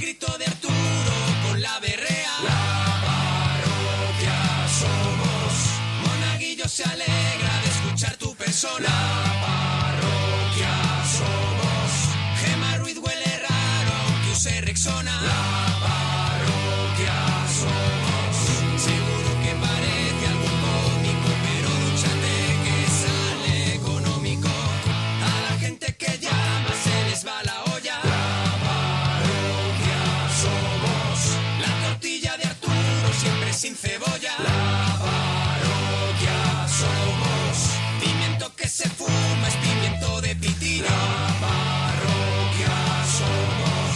grito de Arturo con la berrea. La parroquia somos. Monaguillo se alegra de escuchar tu persona. La parroquia somos. Gema Ruiz huele raro, aunque use Rexona. La parroquia somos. Seguro que parece algo cómico, pero dúchate que sale económico. A la gente que llama se les va la olla. La parroquia somos. La tortilla de Arturo siempre sin cebolla. La parroquia somos. Pimiento que se fuma es pimiento de pitilla. La parroquia somos.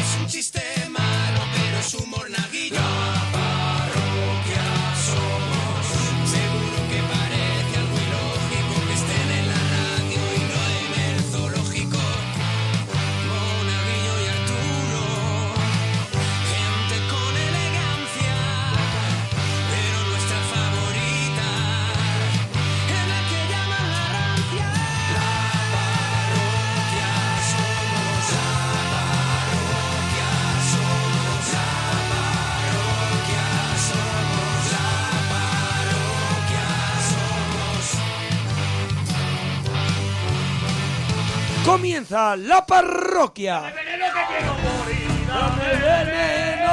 Es un chiste malo, pero es un monaguillo. La parroquia somos. Seguro que parece algo ilógico que estén en la radio y no en el zoológico. Monaguillo y Arturo, gente con elegancia, pero nuestra favorita es la que llaman la rancia. Parroquia somos. La parroquia somos. La parroquia somos. La parroquia somos. Comienza la parroquia. Dame veneno.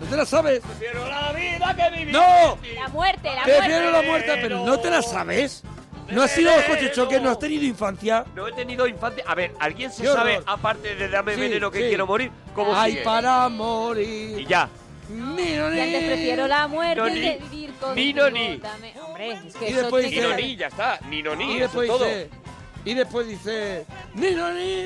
No te la sabes. Prefiero la vida que vivir. No. La muerte, la Prefiero la muerte. muerte, pero no te la sabes. No has sido los coches choques, no has tenido infancia. No he tenido infancia. A ver, ¿alguien se Qué horror. sabe, aparte de dame Sí, veneno que sí. quiero morir, cómo Ay, sigue? para Y morir. ya. Miro Y antes prefiero la muerte Noni. que vivir con Ni no noni. Hombre, es que Y eso después tiene Ni dice- que- noní, ya está. Ni noní, Y eso después es todo. dice. Y después dice. Miro Ni noní,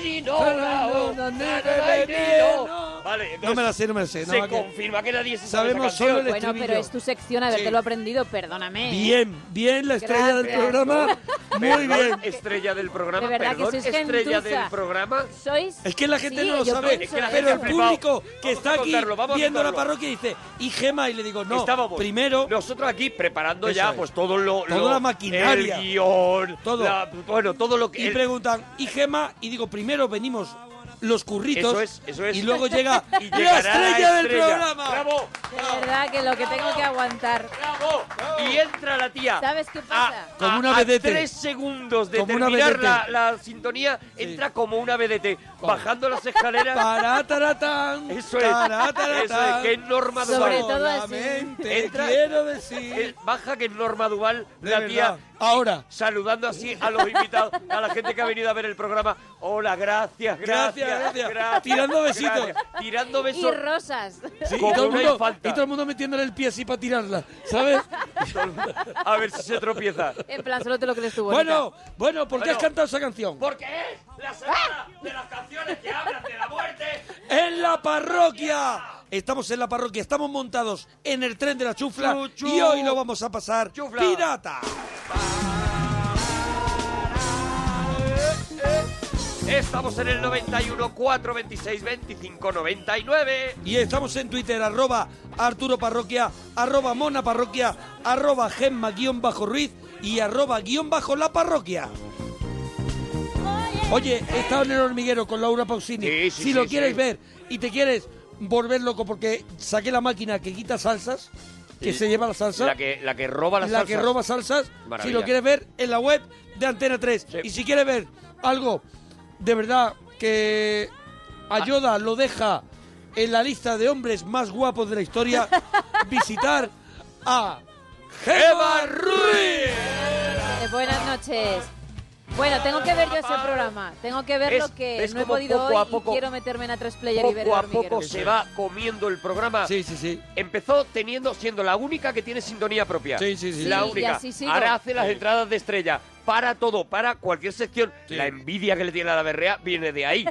ni no, No, no, no, no, no, ni no, noní, ni no. no. Vale, No me la entonces sé, no me la sé. no, se va que- confirma que nadie se sabe Sabemos esa solo canción. el Bueno, pero estribillo. es tu sección habértelo Sí. aprendido, perdóname. ¿eh? Bien, bien la estrella del Gracias. programa. Muy Perdón, bien. Estrella del programa, De verdad que perdón, sois estrella gentuza. del programa. Sois Es que la gente Sí, no lo yo sabe, pienso, Es que la pero gente el ha flipado. público que Vamos está a aquí contarlo, vamos a viendo la contarlo. parroquia dice, y Gema, y le digo, no, Estábamos primero, nosotros aquí preparando Eso ya es. pues todo lo, Toda lo- la maquinaria. el guión, Todo. la- bueno, todo lo que y el- preguntan, y Gema, y digo, primero venimos los curritos, Eso es, eso es. y luego llega y la llegará estrella, del estrella. programa. Bravo, de verdad que lo que tengo que aguantar. bravo. Y entra la tía. ¿Sabes qué pasa? A, Como a- una a vedette. tres segundos de Como una terminar la, vedette. la sintonía, entra como una vedete, Vamos. bajando las escaleras. Parataratán, Eso es, eso es, que es Norma Sobre Duval. todo- así. Solamente Entra- quiero decir, Eh, Baja que es Norma Duval, de la verdad. tía ahora, saludando así a los invitados, a la gente que ha venido a ver el programa. Hola, gracias, gracias, Gracias, gracias. Tirando besitos. gracias. tirando Y besos. rosas. Sí, Como y, todo el una mundo, infanta. y todo el mundo metiéndole el pie así para tirarla, ¿sabes? A ver si se tropieza. En plan, solo te lo crees tú, bueno, bueno, ¿por qué Bueno. has cantado esa canción? Porque es la semana ¡Ah! de las canciones que hablan de la muerte. ¡En la parroquia! Estamos en la parroquia, estamos montados en el tren de la chufla Chu, chu. y hoy lo vamos a pasar Chufla. pirata. Eh, Estamos en el 91 426 25 99. Y estamos en Twitter, arroba Arturo Parroquia, arroba Mona Parroquia, arroba Gemma guión bajo Ruiz y arroba guión bajo la parroquia. Oye, he estado en el hormiguero con Laura Pausini. Sí, sí, si lo sí, quieres sí. ver y te quieres volver loco porque saqué la máquina que quita salsas, que Sí. se lleva la salsa. La que, la que roba las la salsas. que roba salsas. Si Maravilla. lo quieres ver en la web de Antena 3. Sí. Y si quieres ver algo de verdad que Ah. Ayoda lo deja en la lista de hombres más guapos de la historia, visitar a Gema Ruiz. Eh, buenas noches. Bueno, tengo que ver yo ese programa. Tengo que ver Es- lo que es no he como podido poco a hoy poco- y quiero meterme en A3 Player y ver el Poco a hormiguero. poco se va comiendo el programa. Sí, sí, sí. Empezó teniendo, siendo la única que tiene sintonía propia. Sí, sí, sí. La Sí, y única. así sigo. Ahora hace las entradas de estrella. Para todo, para cualquier sección. Sí. La envidia que le tiene a la berrea viene de ahí.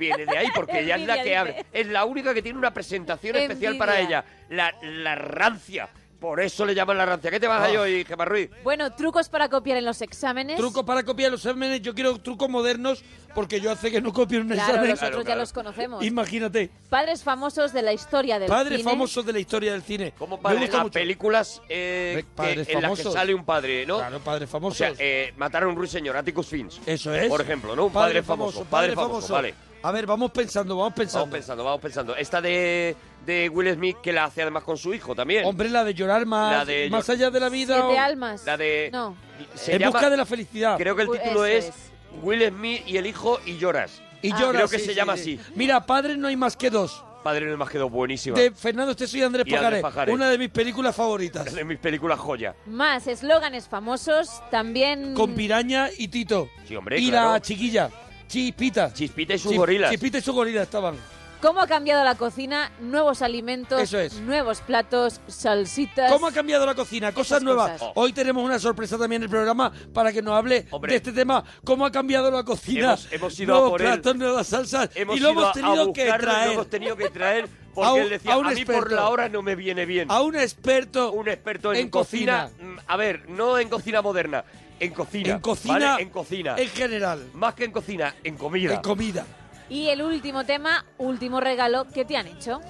Viene de ahí, porque ella es la Envidia, que dice. abre. Es la única que tiene una presentación especial Envidia. para ella. La, la rancia. Por eso le llaman la rancia. ¿Qué te vas Ah. a ir hoy, Gemma Ruiz? Bueno, trucos para copiar en los exámenes. Trucos para copiar los exámenes. Yo quiero trucos modernos porque yo hace que no copio un Claro, examen. nosotros Claro, ya claro. los conocemos. Imagínate. Padres famosos de la historia del Padres cine. famosos de la historia del cine. Como Me padre, gusta a mucho. películas eh, Ve- que- padres en las que famosos. sale un padre, ¿no? Claro, padres O famosos. sea, eh, matar a un ruiseñor, Atticus Finch. Eso es. Por ejemplo, ¿no? Un padre, famoso, Padre famoso, vale. A ver, vamos pensando, vamos pensando. Vamos pensando, vamos pensando. Esta de, de Will Smith que la hace además con su hijo también. Hombre, la de llorar más, La de más llor- allá de la vida. o- Siete almas. La eh, de... No. se en llama- busca de la felicidad. Creo que el Pues título ese es, es. Will Smith y el hijo y lloras. Y Ah. llora, Creo que sí, se sí, llama sí. así. Mira, padre no hay más que dos. Padre no es más que dos, buenísima. De Fernando Esteso y Andrés Y Andrés Pajares. Pajares. Una de mis películas favoritas. De mis películas joya. Más eslóganes famosos, también... Con Piraña y Tito. Sí, hombre, y la claro. chiquilla. Chispita. Chispita y sus Chis- gorilas. Chispita y su gorila estaban. ¿Cómo ha cambiado la cocina? Nuevos alimentos, Eso es. nuevos platos, salsitas... ¿Cómo ha cambiado la cocina? Cosas Esas nuevas. cosas. Oh. Hoy tenemos una sorpresa también en el programa para que nos hable Hombre. de este tema. ¿Cómo ha cambiado la cocina? Hemos- hemos ido a Nuevos por él. platos, nuevas salsas. Hemos y lo ido hemos a- tenido a buscarlo que y traer Lo hemos tenido que traer porque A un- él decía, a a, un mí por experto. la hora no me viene bien. a un experto. un experto en, en cocina. cocina. mm, A ver, no en cocina moderna, en cocina. en cocina. ¿vale? En cocina. En general. Más que en cocina, en comida. En comida. Y el último tema, último regalo que te han hecho.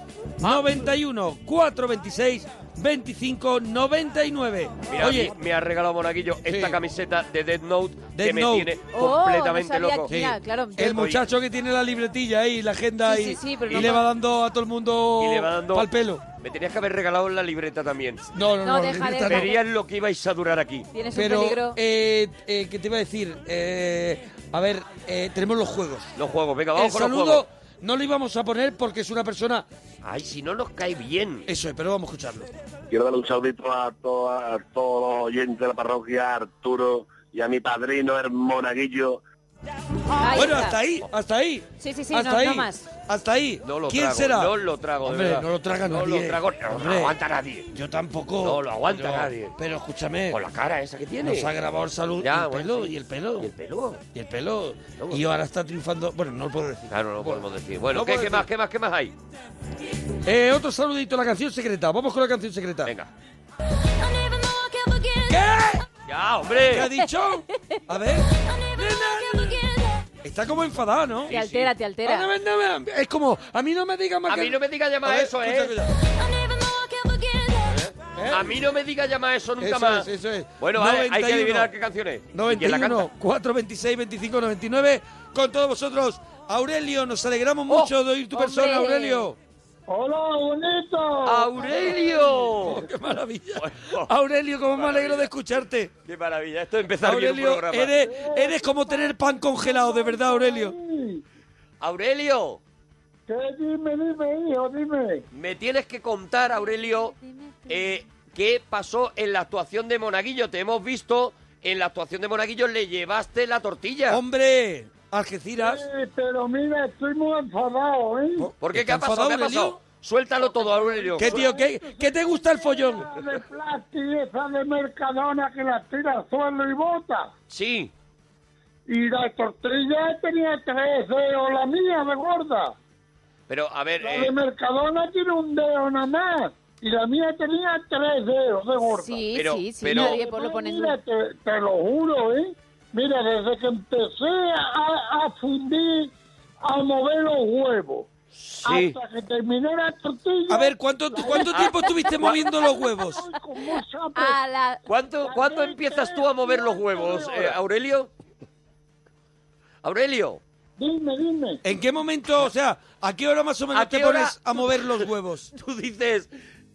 Ah. 91 426 25 99. Mira, Oye, me, me ha regalado Monaguillo esta Sí. camiseta de Dead Note Death que me Note. tiene Oh, completamente no sabía loco. que- Mira, claro, el yo- muchacho que tiene la libretilla ahí, la agenda Sí, sí, ahí, sí, pero y no le pa- va dando a todo el mundo Y le va dando. pal pelo. Me tenías que haber regalado la libreta también. No, no, No, no, deja, libreta deja. no. Vería- Verías lo que ibais a durar aquí. Tienes Pero, un peligro. eh, eh, ¿qué te iba a decir? Eh, a ver, eh, tenemos los juegos. Los juegos, venga, vamos el con los saludo juegos. no lo íbamos a poner porque es una persona... Ay, si no nos cae bien. Eso es, pero vamos a escucharlo. Quiero darle un saludito a, toda- a todos los oyentes de la parroquia, a Arturo y a mi padrino, el monaguillo. Ahí ah, bueno, está. hasta ahí, hasta ahí. Sí, sí, sí, hasta no- ahí, no más. Hasta ahí. No lo ¿Quién trago, será? no lo trago, de Hombre, verdad. no lo traga No nadie. lo trago, no lo Hombre, aguanta nadie. Yo tampoco. No lo aguanta Pero- nadie. Pero escúchame. Con la cara esa que tiene. Nos ha grabado el salud Ya, y, el bueno, pelo, sí. y el pelo, Y el pelo. y el pelo. Luego. Y ahora está triunfando. Bueno, no lo puedo decir. Claro, no lo podemos decir. Bueno, No ¿qué, puedo qué decir. más, qué más, qué más hay? Eh, otro saludito, la canción secreta. Vamos con la canción secreta. Venga. ¿Qué? Ya, ¿Qué ha hombre. dicho? A ver. Está como enfadada, ¿no? Te altera, te altera. Ah, no, no, no, es como, a mí no me diga más A que- mí no me diga ya más A ver, eso, ¿eh? escucha, escucha. ¿Eh? A mí no me digas ya más eso nunca Eso más. es, eso es. Bueno, vale, hay que 91. adivinar qué canción es. ¿Y quién la canta? 91, 426, 25, 99. Con todos vosotros, Aurelio, nos alegramos Oh, mucho de oír tu hombre. persona, Aurelio. ¡Aurelio! Oh, ¡Qué maravilla! Aurelio, cómo me alegro de escucharte. ¡Qué maravilla! Esto es empezar bien un Aurelio, programa. eres, eres como tener pan congelado, de verdad, Aurelio. ¡Aurelio! ¿Qué? Dime, dime, hijo, dime. Me tienes que contar, Aurelio, eh, qué pasó en la actuación de Monaguillo. Te hemos visto en la actuación de Monaguillo, le llevaste la tortilla. Hombre, Algeciras. Sí, pero mira, estoy muy enfadado, ¿eh? ¿Por qué? ¿Qué ¿Está ha pasado? ¿Qué ha enfadado, pasado? Suéltalo todo, Aurelio. ¿Qué tío? ¿Qué, qué te gusta el follón? Esa de plástico, esa de Mercadona que la tira al suelo y bota. Sí. Y la tortilla tenía tres dedos, la mía de gorda. Pero, a ver, La eh, de Mercadona tiene un dedo nada más. Y la mía tenía tres dedos de gorda. Sí, Pero- sí, sí, pero- nadie por lo pones Mira, te, te lo juro, ¿eh? Mira, desde que empecé a, a fundir, a mover los huevos, sí. hasta que terminé la tortilla... A ver, ¿cuánto, cuánto tiempo estuviste moviendo los huevos? estoy con mucha pe- Ah. A la... ¿Cuánto, cuánto empiezas tú a mover los huevos, eh, Aurelio? Aurelio, Dime, dime. ¿En qué momento, o sea, a qué hora más o menos ¿A te qué hora? pones a mover los huevos? tú dices,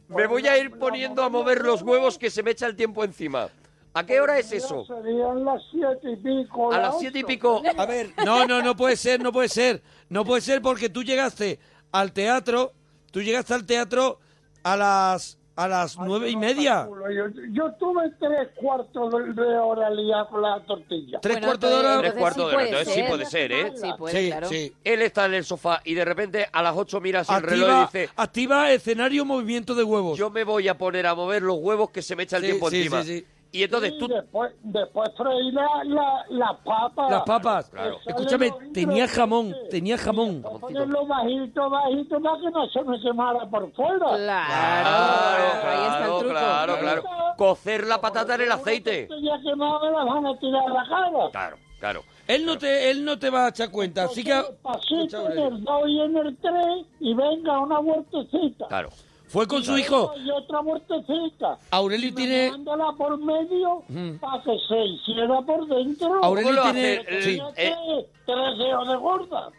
me voy a ir poniendo a mover los huevos que se me echa el tiempo encima. ¿A qué hora es eso? Serían las siete y pico. A las siete y ocho. pico. A ver, no, no, no puede ser, no puede ser. No puede ser porque tú llegaste al teatro, tú llegaste al teatro a las a las nueve y media. Yo, yo tuve tres cuartos de, de hora liada con la tortilla. Tres Bueno, cuartos de hora. entonces Tres cuartos de hora, puede entonces sí ser. puede ser, ¿eh? Sí, puede, sí, claro. sí. Él está en el sofá y de repente a las 8 miras el reloj Activa, y dice, activa escenario movimiento de huevos. yo me voy a poner a mover los huevos que se me echa el Sí, tiempo sí, encima. sí, sí. Y entonces tú... Y después, después freí la, la, las papas. Las papas. Claro. Escúchame, tenía jamón, tenía jamón. Ponerlo bajito, bajito, para que no se me quemara por fuera. Ah, Claro, ahí está el claro, truco. claro, claro. Cocer la patata en el aceite. Ya quemado me las van a tirar a la cara. Claro, claro. Él no te, él no te va a echar cuenta, así que Escucha, Pasito en Aurelio. el 2 y en el 3 y venga una vueltecita. Claro. fue con su hijo. Y otra vueltecita. Aurelio tiene, Mandándola por medio para que se hiciera por dentro. Aurelio lo eh, tiene, hace? sí. Tenía tres, tres dedos de gorda.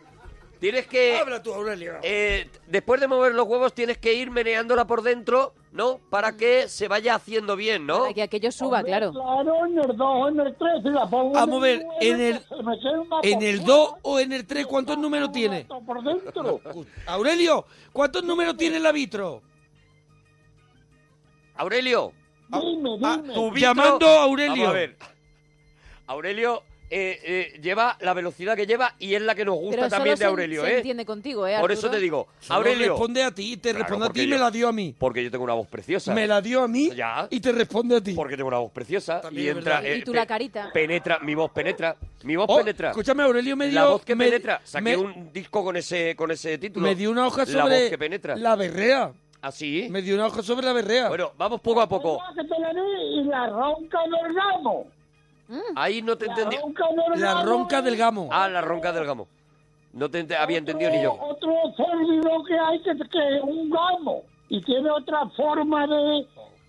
Tienes que... Habla tú, Aurelio. Eh, después de mover los huevos tienes que ir meneándola por dentro, ¿no? Para que se vaya haciendo bien, ¿no? Para que aquello suba, claro. Claro, en el 2, en el 3, y la pongo Vamos a ver, Ah, en el- se me queda una ¿En el popó 2 o en el 3 cuántos números tiene? por dentro. Aurelio, ¿cuántos números tiene el vitro? Aurelio. Ah, Dime, dime. Tu vitro- Llamando a Aurelio. Vamos a ver. Aurelio eh, eh, lleva la velocidad que lleva y es la que nos gusta Pero también solo de se- Aurelio, se ¿eh? entiende contigo, ¿eh, Por eso Arturo? te digo, Solo Aurelio. responde a ti, te responde a ti y me la dio a mí. Porque yo tengo una voz preciosa. Me la dio a mí Ya. y te responde a ti. Porque tengo una voz preciosa. También y es entra. verdad. eh, Y tú pe- la carita. Penetra, mi voz penetra. Mi voz Oh, penetra. Escúchame, Aurelio me dio... la voz que me- penetra. Saqué me- un disco con ese, con ese título. Me dio una hoja sobre La voz que penetra. la berrea. Así. Me dio una hoja sobre la berrea. Bueno, vamos poco a poco. La que te la di y la ronca del ramo. Mm. Ahí no te La entendí. ronca del la ramo ronca es del gamo. Ah, la ronca del gamo. No te ente- había entendido otro- ni yo. Otro término que hay que que es un gamo. Y tiene otra forma de,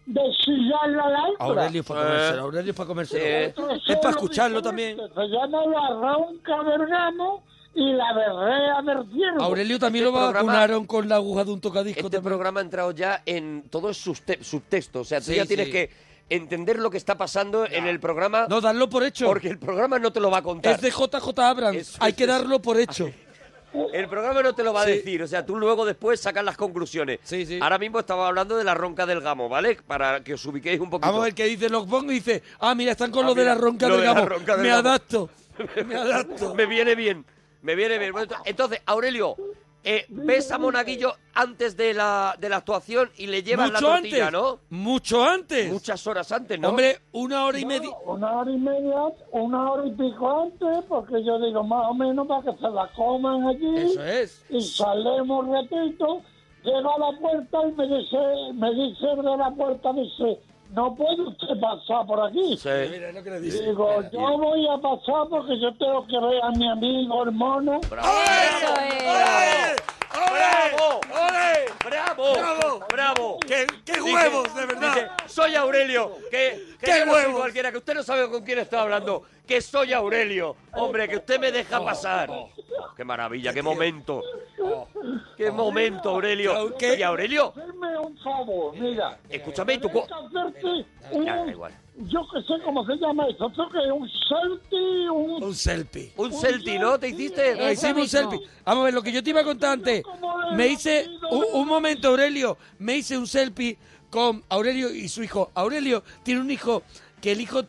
de chillar la lámpara. Aurelio es para Eh. comérselo, Aurelio es para comérselo. Eh. Otro Es para solo escucharlo diferente. también. Se llama la ronca del gamo y la berrea del ciervo. Aurelio también Este lo programa- vacunaron con la aguja de un tocadisco Este también. programa ha entrado ya en todos sus te- subtextos. O sea, tú Sí, ya tienes sí. que entender lo que está pasando en el programa. No, darlo por hecho. Porque el programa no te lo va a contar. es de JJ Abrams. Eso Hay es, que eso. darlo por hecho. El programa no te lo va a Sí. decir, o sea, tú luego después sacas las conclusiones. Sí, sí. Ahora mismo estaba hablando de la ronca del gamo, ¿vale? Para que os ubiquéis un poquito. Vamos a ver qué dice los bongos y dice, ah, mira, están con Ah, lo de mira, la ronca lo del de la gamo. ronca del Me gamo. adapto. Me adapto. Me viene bien, me viene bien. Bueno, Entonces, Aurelio, eh, ves a Monaguillo antes de la, de la actuación y le llevas la Mucho tortilla, antes. ¿no? Mucho antes. Muchas horas antes, ¿no? Hombre, una hora y media. Una hora y media, una hora y pico antes, porque yo digo más o menos para que se la coman allí. Eso es. Y salemos un ratito, llego a la puerta y me dice, me dice de la puerta, dice, no puede usted pasar por aquí. Sí. Mira lo que le Y dice. Digo, yo voy a pasar porque yo tengo que ver a mi amigo hermano. Bravo. Eso es. ¡Bravo! ¡Bravo! ¡Bravo! ¡Bravo! ¡Qué, qué Dice- huevos, de verdad! dice, soy Aurelio, que, que ¡Qué yo no soy huevos! cualquiera, que usted no sabe con quién está hablando, que soy Aurelio, hombre, que usted me Oh, deja pasar. ¡Qué maravilla, qué momento! oh. ¡Qué momento, Aurelio! ¿Qué? Y Aurelio, Hazme un favor, mira. escúchame, tú... co- Tienes que hacerte un- Ya, eh. da igual. yo que sé cómo se llama eso, creo que un selfie, un... Un selfie. Un selfie, ¿no? ¿Te hiciste? Nos hicimos un mismo. selfie. Vamos a ver, lo que yo te iba a contar antes. Me hice. Un, un momento, Aurelio. Me hice un selfie con Aurelio y su hijo. Aurelio tiene un hijo que el hijo.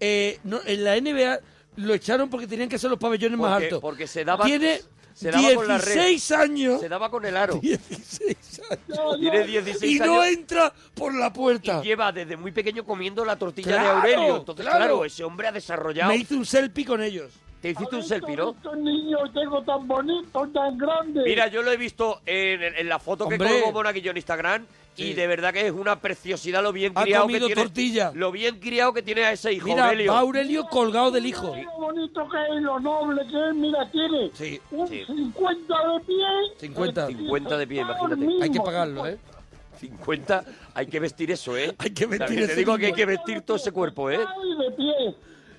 eh, no- en la NBA lo echaron porque tenían que hacer los pabellones más Porque- altos. porque se daba- Tiene se daba con la red. 16 años. Se daba con el aro. 16 años. Tiene Y 16 no años. entra por la puerta. Lleva desde muy pequeño comiendo la tortilla de Claro, Aurelio. Entonces, claro, claro. ese hombre ha desarrollado. Me hice un selfie con ellos. Te hiciste un selfie, ¿no? Estos niños tengo tan bonitos, tan grandes. Mira, yo lo he visto en, en la foto Hombre. que colgó Monaguillo en Instagram y Sí. de verdad que es una preciosidad lo bien Ha criado que comido tiene. tortilla. Lo bien criado que tiene a ese hijo Mira, Aurelio. va Aurelio colgado del hijo. Mira Lo bonito que es, lo noble que es, mira, tiene Sí, un sí. 50 de pie. 50. 50 de pie, Ahora imagínate. mismo, Hay que pagarlo, ¿eh? 50, hay que vestir eso, ¿eh? Hay que vestir También te ese digo que hay cuerpo. que vestir todo ese cuerpo, ¿eh? Ay, de pie.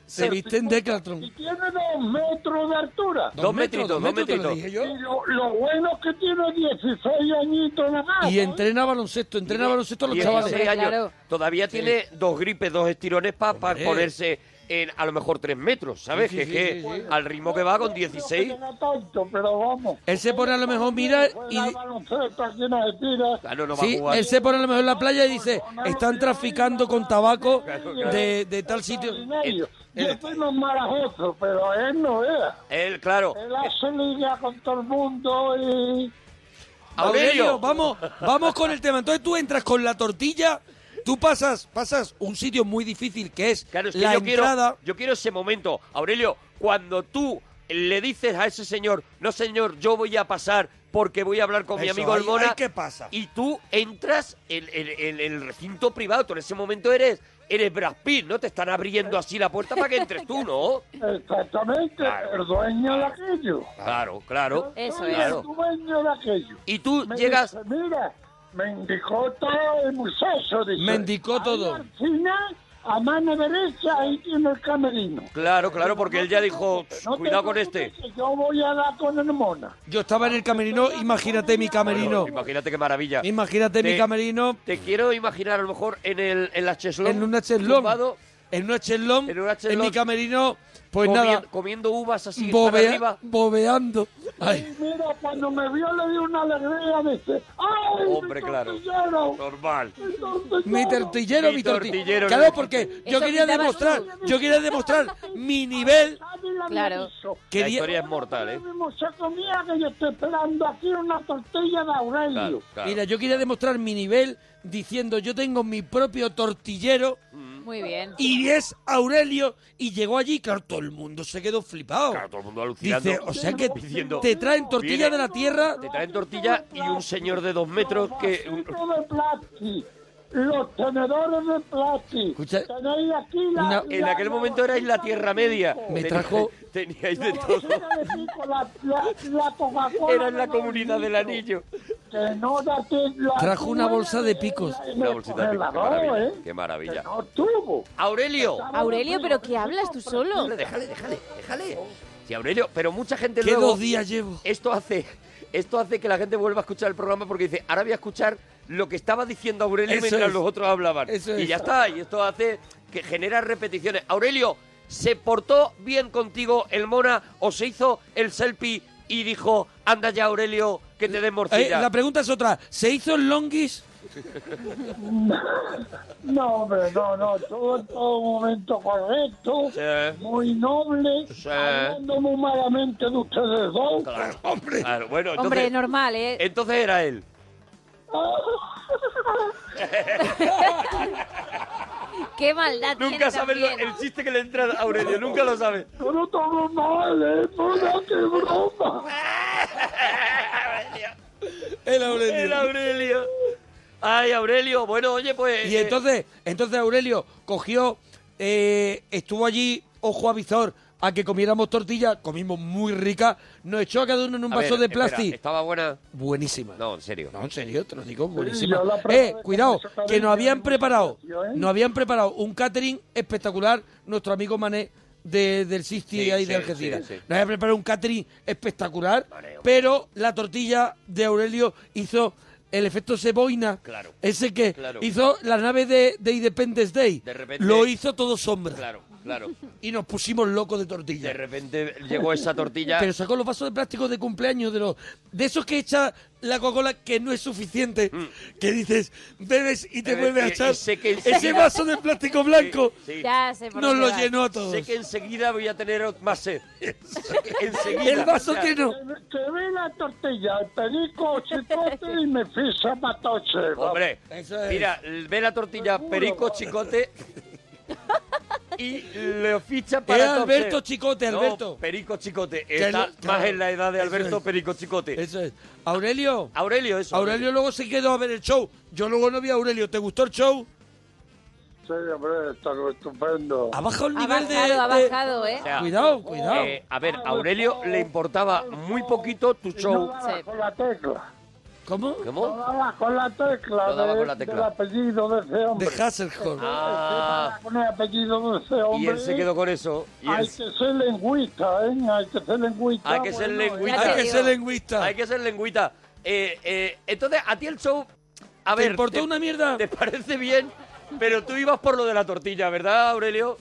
Se viste en Y Decathlon. tiene dos metros de altura. Dos metritos, dos te lo metritos. dije Y yo. lo, lo bueno es que tiene 16 añitos nada más. Y entrena baloncesto, entrena baloncesto a los 16 chavales. años. Claro. Todavía tiene dos gripes, dos estirones para Hombre. ponerse en a lo mejor tres metros, ¿sabes? Sí, que sí, es que sí, sí, sí. al ritmo que va con No 16, creo que tenga tanto, pero vamos. Él se pone a lo mejor, mira, y... Juega baloncesto aquí en Algeciras. claro, no va Sí, a jugar. él se pone a lo mejor en la playa y dice, están traficando con tabaco de, de tal sitio. Eh, Extraordinario. Él- Yo él- soy los marajosos, pero él no era. Él, claro. Él hace liga con todo el mundo y... Aurelio, vamos, vamos con el tema. Entonces tú entras con la tortilla, tú pasas, pasas un sitio muy difícil que es Claro, es que la yo, entrada. quiero, yo quiero ese momento. Aurelio, cuando tú le dices a ese señor, no señor, yo voy a pasar porque voy a hablar con mi Eso, amigo ahí- el Mona. ahí ¿qué pasa? Y tú entras en, en- en el recinto privado, tú en ese momento eres, eres Brad Pitt, ¿no? Te están abriendo así la puerta para que entres tú, ¿no? Exactamente, Claro. el dueño de aquello. Claro, claro. Eso Soy es. El dueño de aquello. Y tú Me llegas... dice, mira, me indicó todo el muchacho. Dice, Me indicó "Ahí todo". Al final, a mano derecha, ahí tiene el camerino. Claro, claro, porque él ya dijo, No te cuidado con este. que Yo voy a dar con el mona. Yo estaba en el camerino, imagínate mi camerino. Bueno, imagínate qué maravilla. Imagínate mi Te- camerino Te quiero imaginar a lo mejor en el en la cheslón. en una chelón. tumbado, En una chelón. En, mi camerino, pues comien- nada, Comiendo uvas así para bobea- arriba. bobeando. Ay, Y mira, cuando me vio le dio una alegría, dice, "Ah, ¡ay, Hombre, mi claro. tortillero! Normal. mi tortillero". mi tortillero, mi, Mi torti- tortillero, Claro, mi- porque yo Eso quería quitabas demostrar, tú. yo quería demostrar mi nivel. Nadie le había Claro. dicho. La Quería, historia es mortal, ¿eh? Ahora mismo se comía que yo estoy esperando aquí una tortilla de Aurelio. Claro, claro. Mira, yo quería demostrar mi nivel diciendo yo tengo mi propio tortillero Muy bien. y es Aurelio y llegó allí, claro, todo el mundo se quedó flipado. Claro, todo el mundo alucinando. Dice, o sea que Diciendo, te traen tortilla viene- de la tierra. Te traen tortilla y un señor de dos metros Los que... un- vasitos de plástico, los tenedores de plástico. Escucha, Tenéis aquí la- una- En la- aquel momento erais la Tierra Media. Me Teníais- trajo- Teníais la de todo. vasija de pico, la- la- la Coca-Cola Era en la de comunidad los del litros. anillo. Que no da ti- la- Trajo una bolsa de en la- picos. en el Una bolsita de pico, Qué congelador, maravilla. ¿eh? Qué maravilla. Que no tuvo. Aurelio. Aurelio, ¿pero qué hablas tú solo? Déjale, déjale, déjale, déjale. Sí, Aurelio, pero mucha gente ¿Qué luego... dos días llevo? Esto hace, esto hace que la gente vuelva a escuchar el programa porque dice, ahora voy a escuchar lo que estaba diciendo Aurelio Eso mientras es. los otros hablaban. Eso y es. ya está, y esto hace que genera repeticiones. Aurelio, ¿se portó bien contigo el Mona o se hizo el selfie y dijo, anda ya Aurelio, que te den Eh, morcilla? la pregunta es otra. ¿Se hizo el longis? No, hombre, no, no. Todo en todo momento correcto. Sí. Muy noble. Sí. Hablando muy malamente de ustedes dos. Claro, claro, bueno, entonces, Hombre, normal, ¿eh? entonces era él. Qué maldad Nunca tiene sabes lo- también. el chiste que le entra a Aurelio, nunca lo sabes. Yo no tomo mal, ¿eh? Mona, qué broma. El Aurelio. El Aurelio. Ay, Aurelio, bueno, oye, pues... Y eh, entonces, entonces Aurelio cogió, eh, estuvo allí, ojo avizor, a que comiéramos tortilla, comimos muy rica, nos echó a cada uno en un a vaso ver, de espera, plástico. ¿Estaba buena? Buenísima. No, en serio. No, en serio, te lo digo, buenísima. yo la prueba de Eh, cómo cuidado, se sabe que nos que habían hay preparado, mucho, ¿eh? nos habían preparado un catering espectacular, nuestro amigo Mané de- del Sisti Sí, ahí de sí, Algeciras. sí, sí. Nos había preparado un catering espectacular, Mané, hombre. pero la tortilla de Aurelio hizo el efecto ceboina, Claro. ese que Claro. hizo la nave de, de Independence Day, De repente- lo hizo todo sombra Claro, claro. y nos pusimos locos de De tortilla. repente llegó esa tortilla. Pero sacó los vasos de plástico de cumpleaños de los de esos que echa la Coca-Cola que no es suficiente, que dices, bebes y te Mm. Bebes vuelve a y- y echar sé que ese enseguida- vaso de plástico blanco. Sí. Ya sé por Nos dónde lo vas. llenó a todos. Sé que enseguida voy a tener ot- más sed. Enseguida. El vaso o sea, que no. Que- Que ve la tortilla, el perico, chicote y me pisa patoche. Hombre, Eso es. mira, ve la tortilla Perico Chicote y le ficha para Es Top Chef. Alberto Chicote, No, Alberto. Perico Chicote. Que Está lo- más claro. en la edad de Eso Alberto es. Perico Chicote. Eso es. Aurelio, Aurelio, eso. Aurelio luego se quedó a ver el show. Yo luego no vi a Aurelio. ¿Te gustó el show? Sí, hombre, está estupendo. Ha bajado el Ha nivel de- bajado, ha de, bajado, ¿eh? O sea, Cuidado, cuidado. eh, a ver, a Aurelio Ah, le importaba muy poquito tu No show. daba Sí. con la tecla. ¿Cómo? No ¿Cómo? daba con la tecla, ¿Oh? No de- daba este, con la tecla. del apellido de ese hombre. De Hasselhoff. Ah, Con el apellido de ese hombre. y él se quedó con eso. Y Hay él- que ser lingüista, ¿eh? Hay que ser lingüista. Hay que ser bueno, ¿eh? lingüista. Hay que digo. ser lingüista. Hay que ser lengüita. Eh, eh, entonces, a ti el show. A ¿Te ver. importó una mierda? ¿Te parece bien? Pero tú ibas por lo de la tortilla, ¿verdad, Aurelio?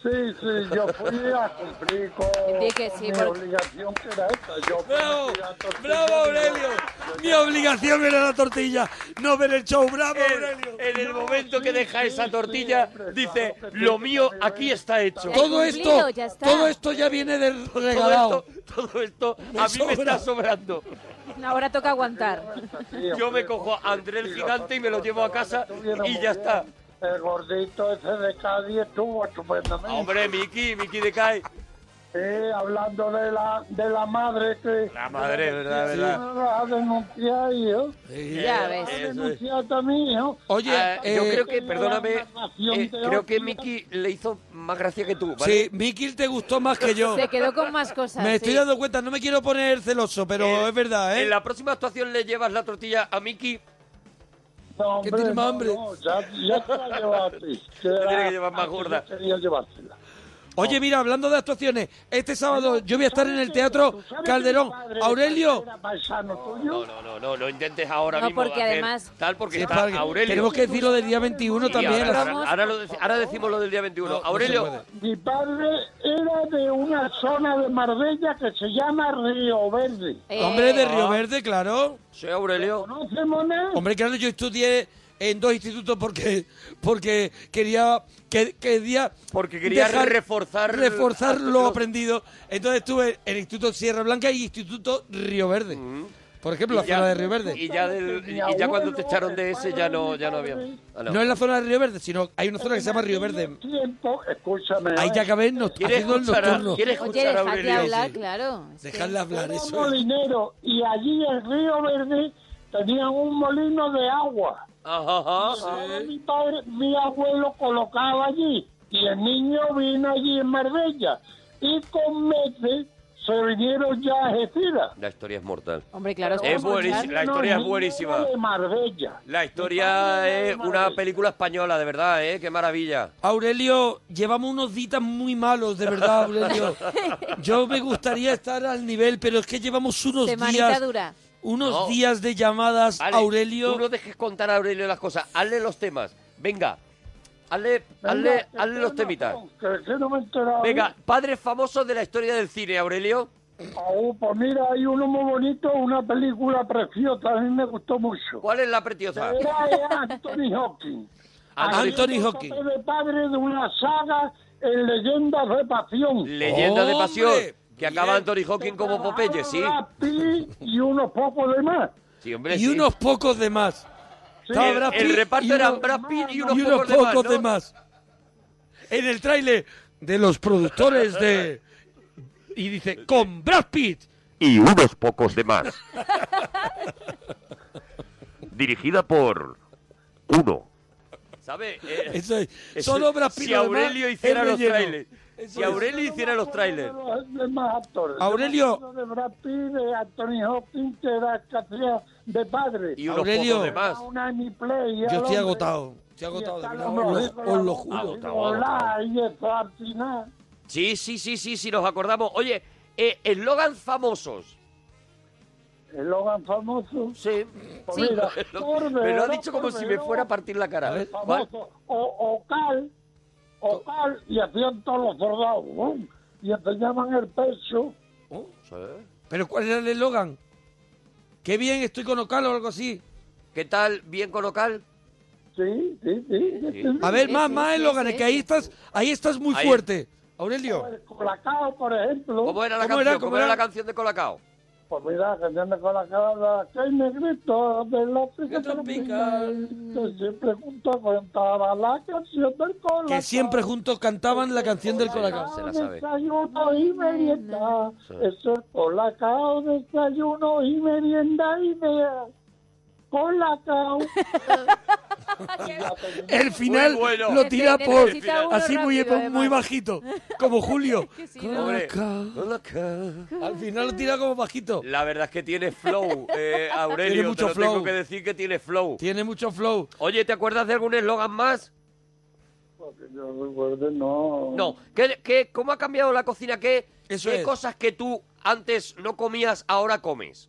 Sí, sí, yo fui a cumplir con, Dije con sí, mi porque- obligación que era esta. Yo ¡Bravo! fui a la tortilla ¡Bravo, de- Aurelio! Mi obligación era la tortilla, no ver el show. ¡Bravo, Aurelio! En, en el momento que sí, deja sí, esa sí, tortilla, hombre, dice: claro que sí, Lo mío que me aquí ven". está hecho. Todo Todo cumplido, esto, ya está. todo esto ya viene del Todo regalado. esto, todo esto a mí me está sobrando. Ahora toca aguantar. Sí, Yo hombre, me cojo a André el gigante y me lo llevo a casa estuvieron y muy bien. ya está. El gordito ese de Cádiz estuvo estupendamente. Hombre, Miki, Miki de Kai. Eh, hablando de la, de la madre que La madre, ¿verdad? que verdad? no la ha denunciado yo. Sí. Ya Eh, ves. Ha eso es. denunciado también yo. Oye, Ah, yo eh, creo que, perdóname, narración eh, de creo que hostias. Miki le hizo más gracia que tú, ¿vale? sí, Mikil te gustó más que yo. Se quedó con más cosas. Me estoy sí. dando cuenta, no me quiero poner celoso, pero Eh, es verdad, En ¿eh? la próxima actuación le llevas la tortilla a Miki No, que hombre, tiene más no, hambre. no, ya, ya te la llevaste. La tiene que llevar más gorda. Quería llevártela. Oye, mira, hablando de actuaciones, este sábado yo voy a estar en el Teatro ¿Sabes que Calderón. mi padre Aurelio, Era paisano tuyo. No, no, no, no, no intentes ahora No, mismo. porque hacer además- Tal, porque Sí, está padre, Aurelio. tenemos que decir lo del día 21 Y también. Ahora, Vamos. ahora lo deci- ahora decimos lo del día 21. No, no Aurelio, se puede. Mi padre era de una zona de Marbella que se llama Río Verde. Eh, Hombre de Río Ah. Verde, claro. soy Aurelio. ¿Conoce, Mona? Hombre, claro, yo estudié en dos institutos porque porque quería que, quería Porque quería reforzar- reforzar lo aprendido. Entonces estuve en el Instituto Sierra Blanca y Instituto Río Verde. Por ejemplo, la Mm. Y ya- zona de Río Verde. Y ya, del- Mi y ya cuando te abuelo, echaron de el ese padre ya de no, mi ya no había. padre, Ah, no. es la zona de Río Verde, sino hay una zona que se llama Río Verde. Tiempo, escúchame. Ahí ¿eh? ya acabé no, ¿Quieres haciendo el escuchar, a, nocturno. ¿quieres Oye, escuchar a dejad de Aurelio? hablar, claro. es que- Dejarle hablar, Era eso es. molinero y allí en Río Verde tenían un molino de agua. Ajá, ajá. Ahora Mi padre, mi abuelo colocaba allí y el niño vino allí en Marbella y con meses se vinieron ya a Algeciras. La historia es mortal. Hombre, claro. Es estamos buenísimo, hablando- la historia es Niño buenísima. De Marbella. La historia es una película española, de verdad, ¿eh? Qué maravilla. Aurelio, llevamos unos ditas muy malos, de verdad, Aurelio. Yo me gustaría estar al nivel, pero es que llevamos unos Semanita días, dura. unos No. días de llamadas, Vale, Aurelio. Tú no dejes contar a Aurelio las cosas. Hazle los temas. Venga. Hazle, Venga, hazle, que hazle los temas temitas. son, Que, que no me he enterado. Venga, padres famosos de la historia del cine, Aurelio. Oh, pues mira, hay uno muy bonito, una película preciosa, a mí me gustó mucho. ¿Cuál es la preciosa? Era eh, Anthony Hopkins. Anthony- Anthony Aquí Hopkins. es el padre de una saga en leyendas de pasión. Leyenda de pasión. ¡Hombre! Que acaba Bien. Anthony Hopkins como Popeye, sí. Brad Pitt y unos pocos de más. Sí, hombre, y sí. unos pocos de más. Estaba El, Brad el Pitt y reparto era uno- Brad Pitt y unos, y unos pocos, de más, ¿no? de más. En el tráiler de los productores de... Y dice, con Brad Pitt. y unos pocos de más. Dirigida por uno. ¿Sabe? Eh, Eso es, eso- solo Brad Pitt. si lo demás Aurelio es hiciera los relleno. trailers. Si es. Aurelio hiciera los trailers. De más actores. Aurelio. De más De Brad Pitt, de Anthony Hopkins, que era que hacía de padre. Y unos Aurelio. pocos de más. Era Una Amy Play, era Yo estoy hombre. agotado. Estoy Y agotado, de están verdad. los Os dos lo, con os lo la juro. boca Agotado, volada, agotado. y eso al final. Sí, sí, sí, sí, sí, nos acordamos. Oye, eh, eslogan famosos. El Logan famoso. Sí. Pues mira, Me lo ha dicho como si me fuera a partir la cara. A ver. ¿Vale? famoso. O, Ocal, Ocal, y hacían todos los soldados. ¡bum! Y empeñaban el pecho. Oh, Sí. ¿Pero cuál era el eslogan? Qué bien, estoy con Ocal o algo así. ¿Qué tal? ¿Bien con local? Sí, sí, sí. sí. A ver, Sí, más, sí, más sí, eslóganes, sí. que ahí estás, ahí estás muy Ahí. fuerte. Aurelio, El colacao, por ejemplo. ¿Cómo era la ¿Cómo canción? era? ¿Cómo, ¿Cómo era era? la canción de Colacao? Pues mira, que tiene colacao la que hay negrito de la África Que tropical. tropical. Que siempre junto contaba la canción del colacao. que siempre juntos cantaban la canción del Colacao. Se la sabe. Desayuno y merienda. Eso es colacao, desayuno y merienda y vea. Colacao. El final Muy bueno. lo tira Te por necesita uno así muy, rápido, muy además. bajito, como Julio. Que sí, ¿no? Hombre. Colacao. Colacao. Al final lo tira como bajito. La verdad es que tiene flow, eh, Aurelio. Tiene mucho te lo flow. tengo que decir que tiene flow. Tiene mucho flow. Oye, ¿te acuerdas de algún eslogan más? Porque yo recuerdo, no. No. ¿Qué, qué, cómo ha cambiado la cocina? ¿Qué, Eso qué es. cosas que tú antes no comías, ahora comes?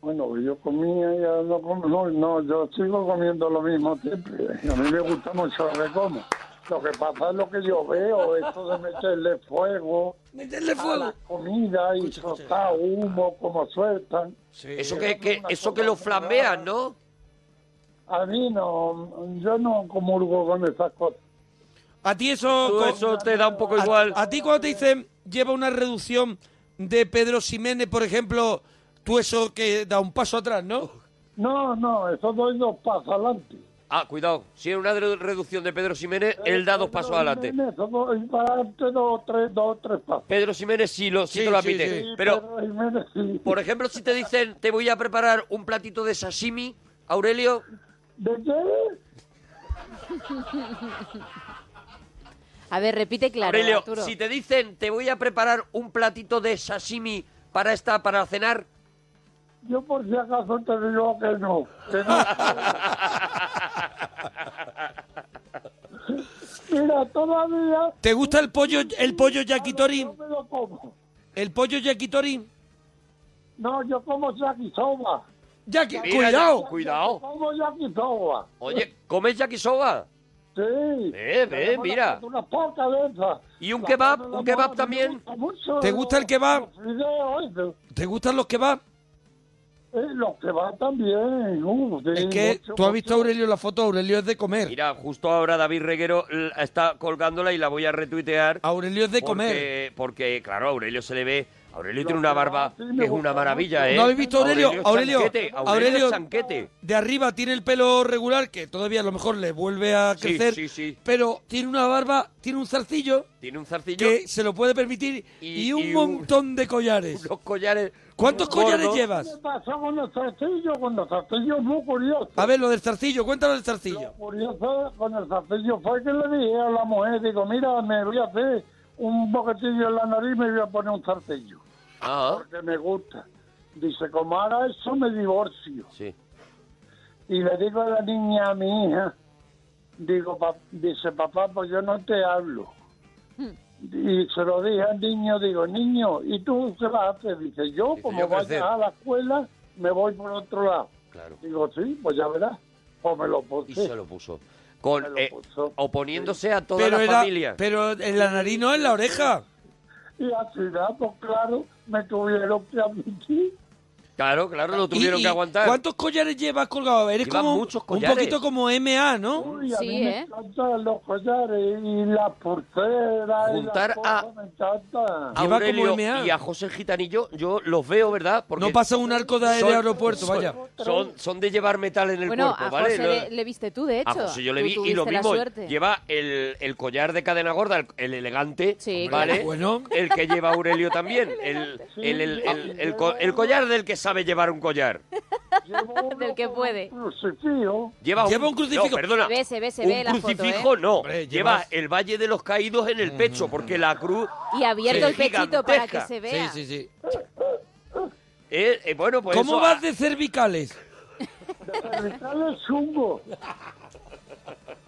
Bueno, yo comía y ahora no como. No, no, yo sigo comiendo lo mismo siempre. A mí me gusta mucho lo que como. Lo que pasa es lo que yo veo, esto de meterle fuego Meterle a la fuego. comida y Escucha, escucha. soltar humo como sueltan. Eso que, que- eso que lo flambean, ¿no? A mí no, yo no comulgo con esas cosas. A ti eso, Tú co- eso te da un poco a- igual. A, ti cuando te dicen lleva una reducción de Pedro Ximénez, por ejemplo, tú eso que da un paso atrás, ¿no? No, no, eso doy dos pasos adelante. Ah, cuidado. Si era una redu- reducción de Pedro Ximénez, él da dos pasos adelante. Eso doy para adelante dos, tres, dos, tres pasos. Pedro Ximénez sí lo, sí Sí, te lo sí, admite. sí. Pero, Jiménez, sí. por ejemplo, si te dicen, te voy a preparar un platito de sashimi, Aurelio, ¿De qué? A ver, repite claro, Aurelio, Arturo. si te dicen, te voy a preparar un platito de sashimi para esta, para cenar, Yo por si acaso te digo que no, que no. Mira, todavía ¿Te gusta el pollo, el pollo yakitori? Ah, me lo como. ¿El pollo yakitori? No, yo como yakisoba. Yaki, Mira, cuidado. ya- cuidado. Como yakisoba. Oye, ¿comes yakisoba? Sí. Ve, ve, Tenemos Eh, mira. Una poca de esas. ¿Y un La kebab? carne de ¿Un la kebab mano, también? me gusta mucho ¿Te gusta el los- kebab? Los fideos, ¿eh? ¿Te gustan los kebabs? Eh, los kebab también. uh, sí, Es que mucho, tú has visto a mucho. Aurelio la foto, Aurelio es de comer. Mira, justo ahora David Reguero l- está colgándola y la voy a retuitear. Aurelio es de comer. Porque, porque, claro, a Aurelio se le ve. Aurelio tiene Lo una que barba más sí que me es una gusta maravilla, mucho. ¿eh? ¿No habéis visto a Aurelio? Aurelio, Chanquete, Aurelio Aurelio- es Chanquete. De arriba tiene el pelo regular, que todavía a lo mejor le vuelve a Sí, crecer. sí, sí. Pero tiene una barba, tiene un zarcillo Tiene un zarcillo, que se lo puede permitir y, Y- un y un- montón de collares. unos collares. ¿Cuántos un gordo. collares ¿Qué llevas? pasó con los zarcillos? Con los zarcillos muy curioso. A ver, lo del zarcillo, cuéntalo del zarcillo. Curioso, con el zarcillo fue que le dije a la mujer, digo, mira, me voy a hacer un boquetillo en la nariz y me voy a poner un zarcillo, Ah, porque me gusta. Dice, como ahora eso me divorcio. sí. Y le digo a la niña, a mi hija, digo, pa- dice, papá, pues yo no te hablo. Y se lo dije al niño, digo, niño, ¿y tú qué vas a hacer? Dice, yo Dice, como yo crecer. vaya a la escuela, me voy por otro lado. Claro. Digo, sí, pues ya verás. Pues me lo puse. Y se lo puso. Con, Me lo eh, puso. oponiéndose a toda Pero, la era, familia. pero en la nariz no, en la oreja. Y al final, pues claro, me tuvieron que admitir. Claro, claro, lo tuvieron Ah, Y- y que aguantar. ¿Cuántos collares llevas colgado? Eres Llevan como muchos un collares. poquito como MA, ¿no? Uy, a Sí, mí me ¿eh? encantan los collares y las pulseras. Juntar y las cosas, a- Me encantan. A Lleva como Aurelio MA. y a José el Gitanillo, yo los veo, ¿verdad? Porque No pasa un arco de, de son- aeropuerto, son- vaya. Son, son de llevar metal en el Bueno, cuerpo, a ¿vale? José No- le, le viste tú, de hecho. a Ah, José yo le Tú vi y lo tuviste la mismo. suerte. Lleva el, el collar de cadena gorda, el, el elegante, Sí, Hombre, ¿vale? claro. Ah, bueno. Ah, El que lleva Aurelio también. El, el, el- el- el co- el collar del que sabe llevar un collar. Llevo uno Del que con puede. un crucifijo. Lleva, Lleva un crucifijo. No, perdona. Se ve, se ve, se un ve la foto, crucifijo, ¿eh? no. Hombre, lleva llevas- Mm. el Valle de los Caídos en el pecho, porque la cruz... Y abierto Sí. el pechito para que Gigantesca. se Sí, vea. sí, sí. eh, eh, bueno, pues ¿Cómo eso- vas de cervicales? De cervicales chungo.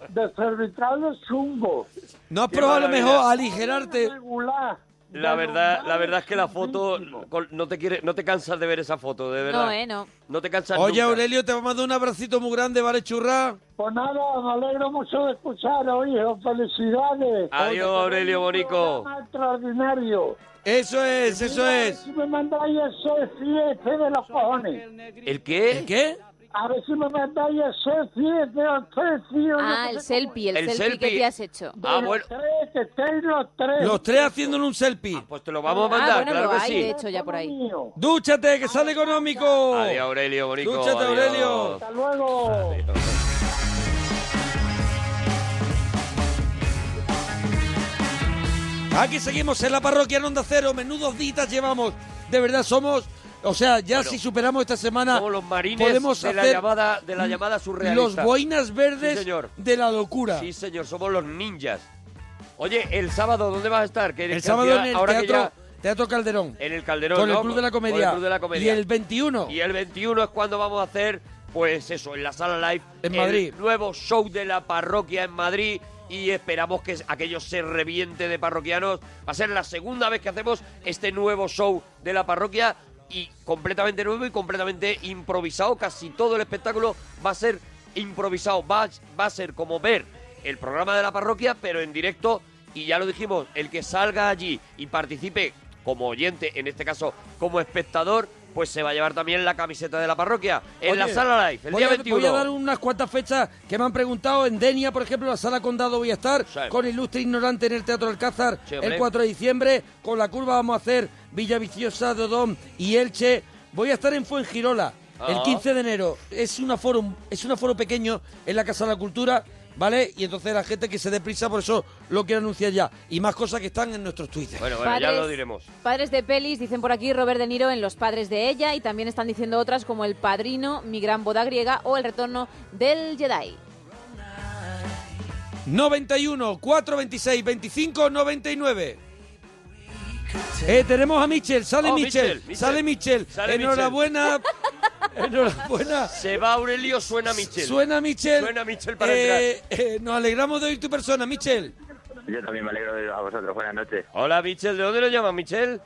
De cervicales chungo. ¿No has Qué probado a lo maravilla. mejor a aligerarte? Regular. La De verdad, la normal, verdad es que la foto chunguísimo. col- no te quiere, no te cansas de ver esa foto, de verdad. No, eh, no. No te cansas Oye, nunca. Aurelio, te vamos a dar un abracito muy grande, ¿vale, churra? Pues nada, me alegro mucho de escucharos, hijo. Felicidades. Adiós, Porque Aurelio tenéis un Bonico. programa Extraordinario. Eso es, eso Mira, es. Si me mandáis ese fieste de los cojones. ¿El qué? ¿El qué? A ver si me mandáis ese fieste de los tres, tío. Ah, el selfie, el, El selfie, selfie. que te has hecho. Ah, bueno. Tres, que estéis los tres. Los tres haciéndole un selfie. Pues te lo vamos a ah, mandar, bueno, claro lo que hay, de sí. hecho, ya por ahí. Mío. ¡Dúchate, que sale económico! Adiós, Aurelio, bonito. Dúchate, Aurelio. Hasta luego. Aquí seguimos en la parroquia en Onda Cero. Menudos ditas llevamos. De verdad, somos... O sea, ya Bueno, si superamos esta semana... Como los marines podemos de, la hacer llamada, de la llamada Los surrealista. boinas verdes Sí, señor. de la locura. Sí, señor, somos los ninjas. Oye, el sábado, ¿dónde vas a estar? Que- el que sábado ahora- en el ahora teatro, que ya- teatro Calderón. en el Calderón, con el ¿no? Club de la Con el Comedia. Club de la Comedia. Y el 21. Y el 21 es cuando vamos a hacer, pues eso, en la sala live. En Madrid. El nuevo show de la parroquia en Madrid. Y esperamos que aquello se reviente de parroquianos. Va a ser la segunda vez que hacemos este nuevo show de la parroquia. Y completamente nuevo y completamente improvisado. Casi todo el espectáculo va a ser improvisado. Va, va a ser como ver el programa de la parroquia, pero en directo. Y ya lo dijimos, el que salga allí y participe como oyente, en este caso como espectador, pues se va a llevar también la camiseta de la parroquia en Oye, la sala live, el voy día a- 21. Voy a dar unas cuantas fechas que me han preguntado. En Denia, por ejemplo, la sala Condado voy a estar. Sí. Con Ilustre Ignorante en el Teatro Alcázar Sí, hombre. el 4 de diciembre. Con La Curva vamos a hacer Villaviciosa, Dodón y Elche. Voy a estar en Fuengirola el Ah. 15 de enero. Es un aforo, es un aforo pequeño en la Casa de la Cultura. ¿Vale? Y entonces la gente que se dé prisa, por eso lo quiero anunciar ya. Y más cosas que están en nuestros tweets. Bueno, bueno, ya lo diremos. Padres de pelis, dicen por aquí Robert De Niro en Los padres de ella y también están diciendo otras como El padrino, Mi gran boda griega o El retorno del Jedi. 91, 426, 25, 99. could Eh, tenemos a Michel, sale Oh, Michel, Michel, sale Michel. Sale Michel. Enhorabuena. Enhorabuena. Se va Aurelio, suena Michel. Suena Michel. Suena Michel para Eh, entrar. eh, nos alegramos de oír tu persona, Michel. Yo también me alegro de a vosotros. Buenas noches. Hola, Michel. ¿De dónde lo llamas, Michel?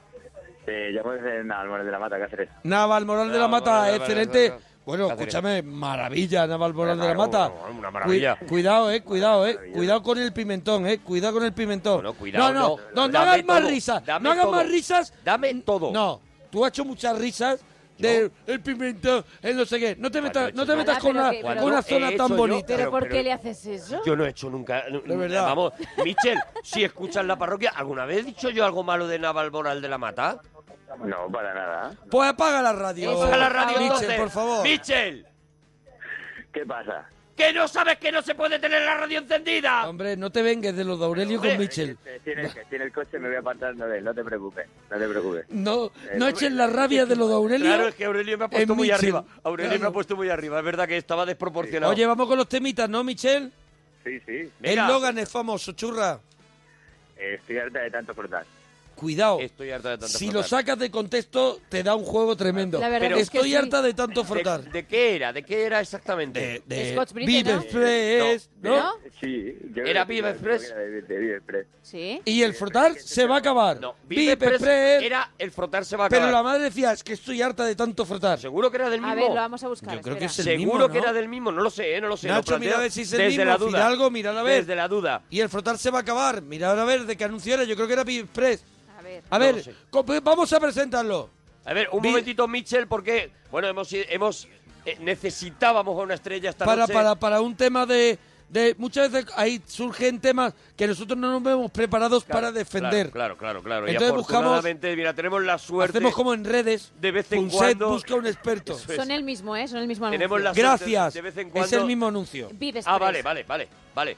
Eh, llamo desde Almones de la Mata, Cáceres. Naval Moral Ah, de la Naval Mata, Moral de la excelente. Mata. Bueno, Cáceres. escúchame, maravilla, Naval Moral de la Claro, Mata. bueno, una maravilla. Cui- cuidado, eh, cuidado, eh. Cuidado con el pimentón, eh. Cuidado con el pimentón. cuidado, eh, no, no, no. no, no Dame hagas más todo, risas. dame No hagas todo. más risas. Dame todo. No, tú has hecho muchas risas de el pimentón, el no sé qué. No te metas, no te Ah, metas con, una, con una zona tan bonita. ¿Pero por qué le haces eso? Yo no he hecho nunca. De verdad. Vamos, Michel, si escuchas la parroquia, ¿alguna vez he dicho yo algo malo de Naval Moral de la Mata? No, para nada. Pues apaga la radio. Apaga la radio, Michel, entonces. por favor. Michel, ¿Qué pasa? que no sabes que no se puede tener la radio encendida. Hombre, no te vengues de los de Aurelio con Michel. Eh, Si en, el, si en el coche me voy apartando de él, no te preocupes. No te preocupes. No, no eches la rabia de los de Aurelio. eh, Claro, es que Aurelio me ha puesto en muy Michel. arriba. Aurelio me ha Claro. puesto muy arriba. Es verdad que estaba desproporcionado. Oye, vamos con los temitas, ¿no, Michel? Sí, sí. Venga. El Logan es famoso, churra. Eh, estoy harta de tanto frotar. Cuidado. Estoy harta de tanto Si frotar. lo sacas de contexto, te da un juego tremendo. La verdad Pero- es que Estoy sí. harta de tanto frotar. ¿De, de qué era? ¿De qué era exactamente? de- Scotch Brite, Vive ¿no? Express, ¿no? ¿No? Sí. Yo ¿Era creo que- Viva yo creo que Express? era De, de Viva Express. Sí. Y el frotar se va a acabar. No, Vive Vive Express Express. era el frotar se va a acabar. Pero la madre decía, es que estoy harta de tanto frotar. Seguro que era del mismo. A ver, lo vamos a buscar. Yo creo que espera. es el mismo, Seguro que ¿no? era del mismo, no lo sé, ¿eh? no lo sé. lo Nacho, planteo mira a ver si es el desde mismo. La duda. Fidalgo, mira a ver. Desde la duda. Y el frotar se va a acabar. Mirad a ver de qué anuncio era. Yo creo que era Vive Express. A ver. A lo ver, sé. co- vamos a presentarlo. A ver, un Vi- momentito, Mitchell, porque, bueno, hemos, hemos eh, necesitábamos a una estrella esta para, noche. para, para un tema de, de- Muchas veces ahí surgen temas que nosotros no nos vemos preparados Claro, para defender. Claro, claro, claro. Entonces y buscamos- afortunadamente, mira, tenemos la suerte. Hacemos como en redes. de vez en Punset cuando- busca un experto. Eso es. Son el mismo, ¿eh? Son el mismo pues, Tenemos anuncio. la suerte Gracias. de vez en Es el cuando- mismo anuncio. Vive Ah, Express. vale, vale, vale, vale.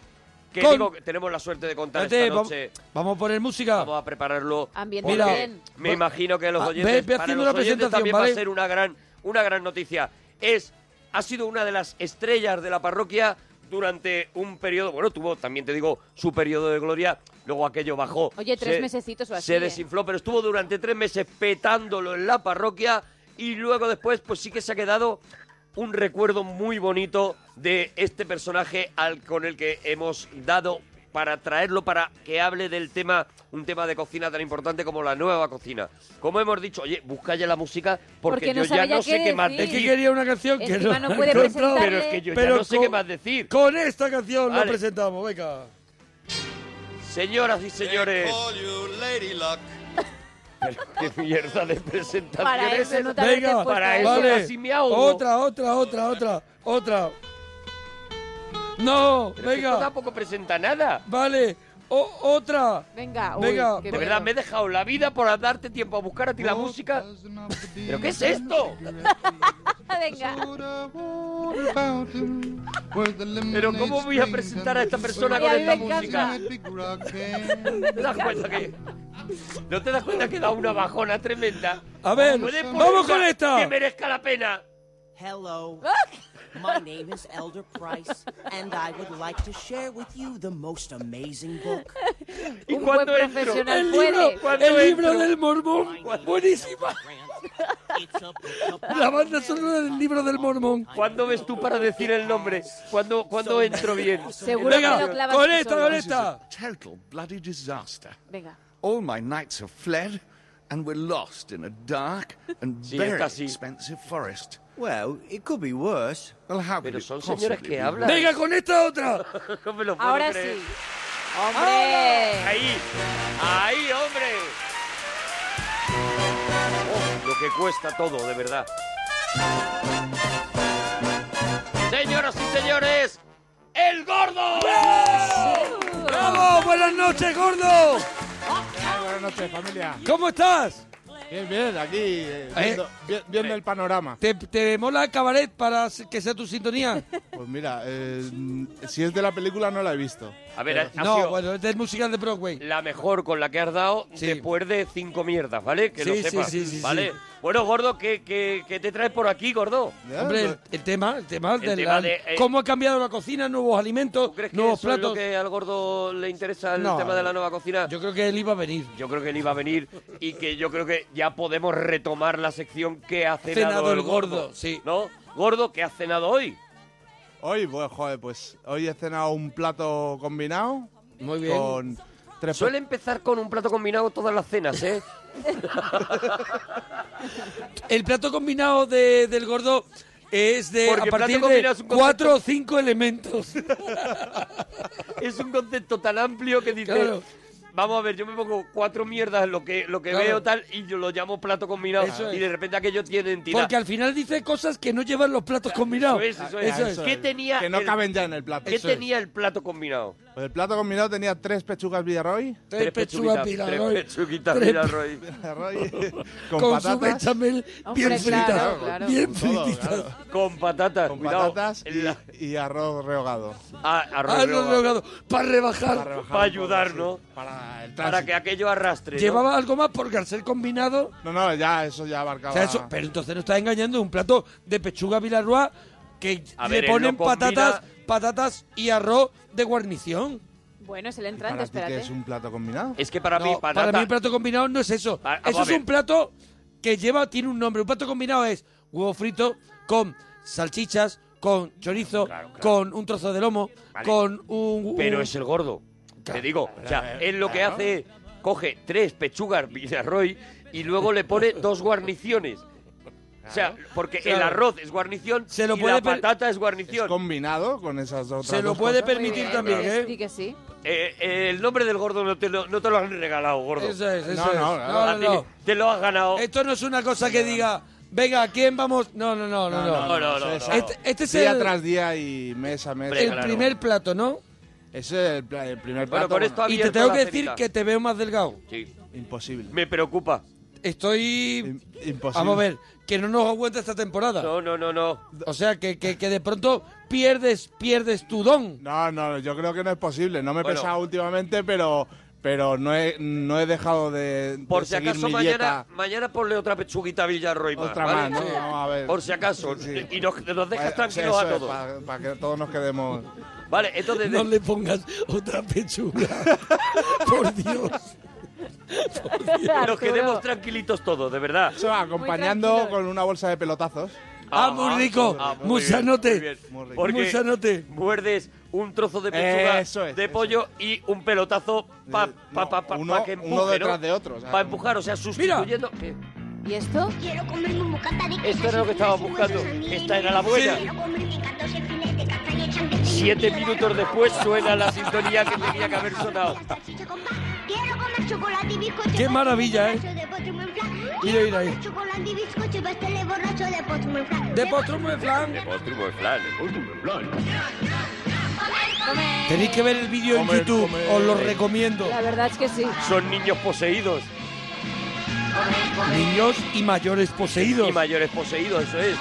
Que Con- digo que tenemos la suerte de contar Espérate, esta vamos, noche. vamos a poner música. Vamos a prepararlo. Ambiente porque bien. Me imagino que los Ah, ve- oyentes, ve para haciendo los una oyentes presentación, también va ¿vale? a ser una gran, una gran noticia. Es, ha sido una de las estrellas de la parroquia durante un periodo, bueno, tuvo también, te digo, su periodo de gloria, luego aquello bajó. Oye, tres mesecitos o así, Se ¿eh? desinfló, pero estuvo durante tres meses petándolo en la parroquia y luego después, pues sí que se ha quedado un recuerdo muy bonito de este personaje al, con el que hemos dado para traerlo para que hable del tema, un tema de cocina tan importante como la nueva cocina. Como hemos dicho, oye, busca ya la música porque, Porque yo no ya sabe ya no sé qué qué más decir. Es que decir. quería una canción que Encima no ha puede encontrado. presentarle. Pero es que yo ya Pero no sé con- qué más decir. Con esta canción Vale. la presentamos, venga. Señoras y señores, pero qué mierda de presentación Para es eso esa? no te haber Venga, puesto para a eso ella. casi me ahogo. Otra, otra, otra, otra, otra. No, Pero es que esto venga. tampoco presenta nada. Vale, o- otra. Venga, Ah, uy, Venga, qué De verdad, miedo. me he dejado la vida por darte tiempo a buscar a ti la música. ¿Pero qué es esto? Venga. ¿Pero cómo voy a presentar a esta persona con Oye, a esta mí me música? ¿Te das cuenta que.? ¿No te das cuenta que da una bajona tremenda? A ver, ¿Puedes poner vamos una con esta. Que merezca la pena. Hello. My name is Elder Price, and I would like to share with you the most amazing book. ¿Y Un cuándo buen entro? profesional El puede. libro, ¿Cuándo el libro entro? del mormón. Buenísima. La banda sonora del libro del mormón. ¿Cuándo ves tú para decir el nombre? ¿Cuándo, cuándo entro bien? Seguro que lo Venga, clavas con tú esta, solo. con esta. Total bloody disaster. Venga. All my knights have fled, and we're lost in a dark and Sí, very está así. expensive forest. Well, it could be worse. Well, how could Pero it son señoras possibly que be hablan. Venga, con esta otra. No me lo puedo Ahora creer. Oh, sí. Ah. ¡Hombre! Ahí, ahí, hombre. Oh, lo que cuesta todo, de verdad. Señoras y señores, el gordo. ¡Bravo! ¡Buenas noches, gordo! Ah, Buenas noches, familia. ¿Cómo estás? Bien, bien, aquí eh, viendo, vi- viendo el panorama. ¿Te, te mola el cabaret para que sea tu sintonía? Pues mira, eh, si es de la película no la he visto. Eh, A ver, ha, ha No, sido bueno, es del musical de Broadway. la mejor con la que has dado Sí. después de cinco mierdas, ¿vale? Que lo Sí, sí, sepas, sí, sí, sí. ¿vale? Bueno, gordo, ¿qué, qué, qué te traes por aquí, gordo? Hombre, pues. el, el tema, el tema, El de tema la- de, eh, cómo ha cambiado la cocina, nuevos alimentos, ¿Crees que nuevos eso es lo platos. que al gordo le interesa el No. tema de la nueva cocina? Yo creo que él iba a venir. Yo creo que él iba a venir y que yo creo que ya podemos retomar la sección que ha cenado, cenado el el gordo. gordo, sí. ¿No? Gordo, ¿qué has cenado hoy? Hoy, pues, joder, pues hoy he cenado un plato combinado. Muy bien. Con tres Suele empezar con un plato combinado todas las cenas, ¿eh? El plato combinado de- del gordo es de Porque a plato partir de combinado es un concepto- cuatro o cinco elementos. es un concepto tan amplio que dice... Claro. Vamos a ver, yo me pongo cuatro mierdas en lo que, lo que Claro. veo tal y yo lo llamo plato combinado Eso y es. de repente aquello tiene entidad. Porque al final dice cosas que no llevan los platos combinados. Eso es, eso es. ¿Qué tenía Que no el- caben ya en el plato. ¿Qué Eso es. tenía el plato combinado? Pues el plato combinado tenía tres pechugas Villarroy. Tres pechugas, Villarroy. Tres pechuguitas Tres Villarroy. con, Con su patatas. bechamel Hombre, bien claro, frita, claro. bien Con todo, frititas. claro. Con patatas. Con cuidado. patatas y, y arroz rehogado. Ah, arroz Ah, arroz rehogado, para rebajar. Para rebajar Para un poco, ayudar, sí. ¿no? Para el Para tránsito. que aquello arrastre. ¿no? ¿Llevaba Pues algo más? Porque al ser combinado... No, no, ya eso ya abarcaba... O sea, eso- pero entonces no estás engañando, es un plato de pechuga Villarroa que A le ver, él ponen lo combina- patatas, patatas y arroz de guarnición. Bueno, es el ¿Para entrante, ti qué espérate. es un plato combinado? Es que para No, para mí un plato combinado no es eso. eso a es ver. un plato que lleva, tiene un nombre. Un plato combinado es huevo frito con salchichas, con chorizo, con un trozo de lomo, con un... Pero un- es el gordo. Te digo, o sea, Uh. claro, él lo que claro. hace es coge tres pechugas Villarroy y luego le pone dos guarniciones. O sea, porque el Claro. arroz es guarnición Se lo y puede la per- patata es guarnición. combinado con esas otras Se lo dos puede cosas. permitir Muy bien, también, que ¿eh? sí, que sí. Eh, eh, el nombre del gordo no te, lo, no te lo han regalado, gordo. Eso es, eso no, es. No, No, A no, ti no. Te lo has ganado. Esto no es una cosa que diga, venga, ¿a quién vamos? No, no, no, no. No, no, no, no, eso no. Este, este es día el, tras día y mes a mes. el primer plato, ¿no? Ese es el, pla- el primer Bueno, plato. con esto ha Y te abierto tengo la que decir cenita. que te veo más delgado. Sí. Imposible. Me preocupa. Estoy... Imposible. Vamos a ver, que no nos aguanta esta temporada. No, no, no, no. O sea, que, que, que de pronto pierdes, pierdes tu don. No, no, yo creo que no es posible. No me he Bueno. pesado últimamente, pero, pero no, he, no he dejado de, Por de si seguir acaso mi mañana, dieta. mañana ponle otra pechuguita a Villarroy más, Otra ¿vale? más, ¿no? Vamos a ver. Por si acaso. Y nos, nos dejas tranquilos a todos. Para que todos nos quedemos... Vale, entonces... No le pongas otra pechuga. Por Dios. Nos quedemos tranquilitos todos, de verdad. Eso va, acompañando con una bolsa de pelotazos. Ah, muy rico. Ah, muy Musanote. bien, muy bien. Muy rico. Porque muerdes un trozo de pechuga Eso es, de pollo y un pelotazo para pa, pa, pa, uno- pa que uno empuje, detrás de otro, o sea, para empujar, o sea, sustituyendo... Eh. ¿Qué? ¿Y esto? Quiero comerme un bocata de Esto era lo que estaba buscando. Esta era la buena. Siete minutos después suena la sintonía que tenía que haber sonado. Quiero comer chocolate y bizcocho. Qué maravilla, ¿eh? De postre muy flan. Mira, mira ahí. Chocolate y bizcocho, pastel de borracho de postre muy flan. De postre muy flan. Tenéis que ver el vídeo en Comer, YouTube, comer. os lo recomiendo. La verdad es que sí. Son niños poseídos. Niños y mayores poseídos. Y mayores poseídos, eso es.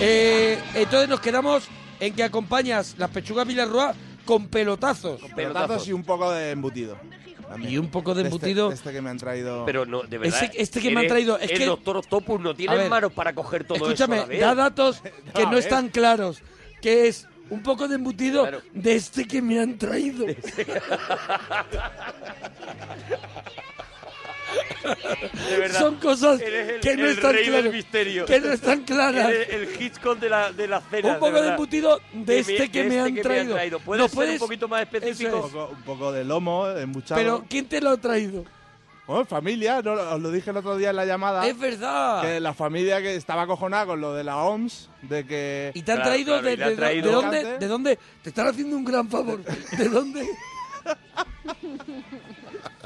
Eh, entonces nos quedamos en que acompañas las pechugas Villarroa con pelotazos. Pelotazos y un poco de embutido. Y un poco de este- embutido. Este, que me han traído. Pero no, de verdad. Ese- este que me han eres traído, es el que- doctor Octopus no A tiene ver, manos para coger todo Escúchame, eso. a la vez. da datos que a no ver. están claros. Que es un poco de embutido de este que me han traído. De verdad. Son cosas Eres el- que no el están rey claras. del misterio. Que no están claras. Eres el Hitchcock de la, de la cena. Un poco de verdad. embutido de me- este que me han traído. ¿Puedes ¿No ser puedes? un poquito más específico? Un poco, un poco de lomo, embuchado. Pero, ¿quién te lo ha traído? Bueno, familia, no, os lo dije el otro día en la llamada. Es verdad. Que la familia que estaba acojonada con lo de la OMS, de que... ¿Y te han traído, de, de- de dónde? ¿De dónde? Te están haciendo un gran favor. ¿De dónde?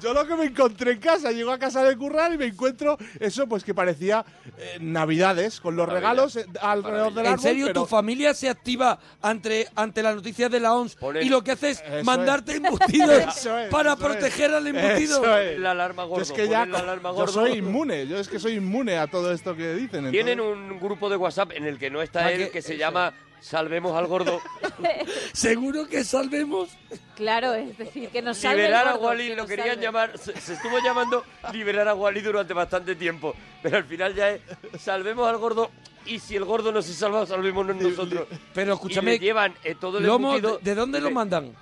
Yo lo que me encontré en casa, llego a casa de currar y me encuentro eso pues que parecía eh, navidades, con los Maravilla. regalos eh, alrededor del árbol. ¿En serio pero- tu familia se activa ante, ante las noticias de la OMS y lo que hace es Eso es. mandarte embutidos Eso es, para eso es. proteger al embutido? Eso es. La alarma gordo. Yo es que ya ponen la alarma yo gordo. soy inmune, yo es que soy inmune a todo esto que dicen. Tienen un grupo de WhatsApp en el que no está Ah, él que- que se llama Salvemos al gordo. Seguro que salvemos. Claro, es decir, que nos salve el Liberar a gordo, Wally que lo nos querían salve. llamar, se, se estuvo llamando liberar a Wally durante bastante tiempo, pero al final ya es salvemos al gordo y si el gordo no se salva, salvémonos nosotros. Pero Y escúchame, le llevan eh, todo el lomo, embutido- ¿de- de dónde lo mandan?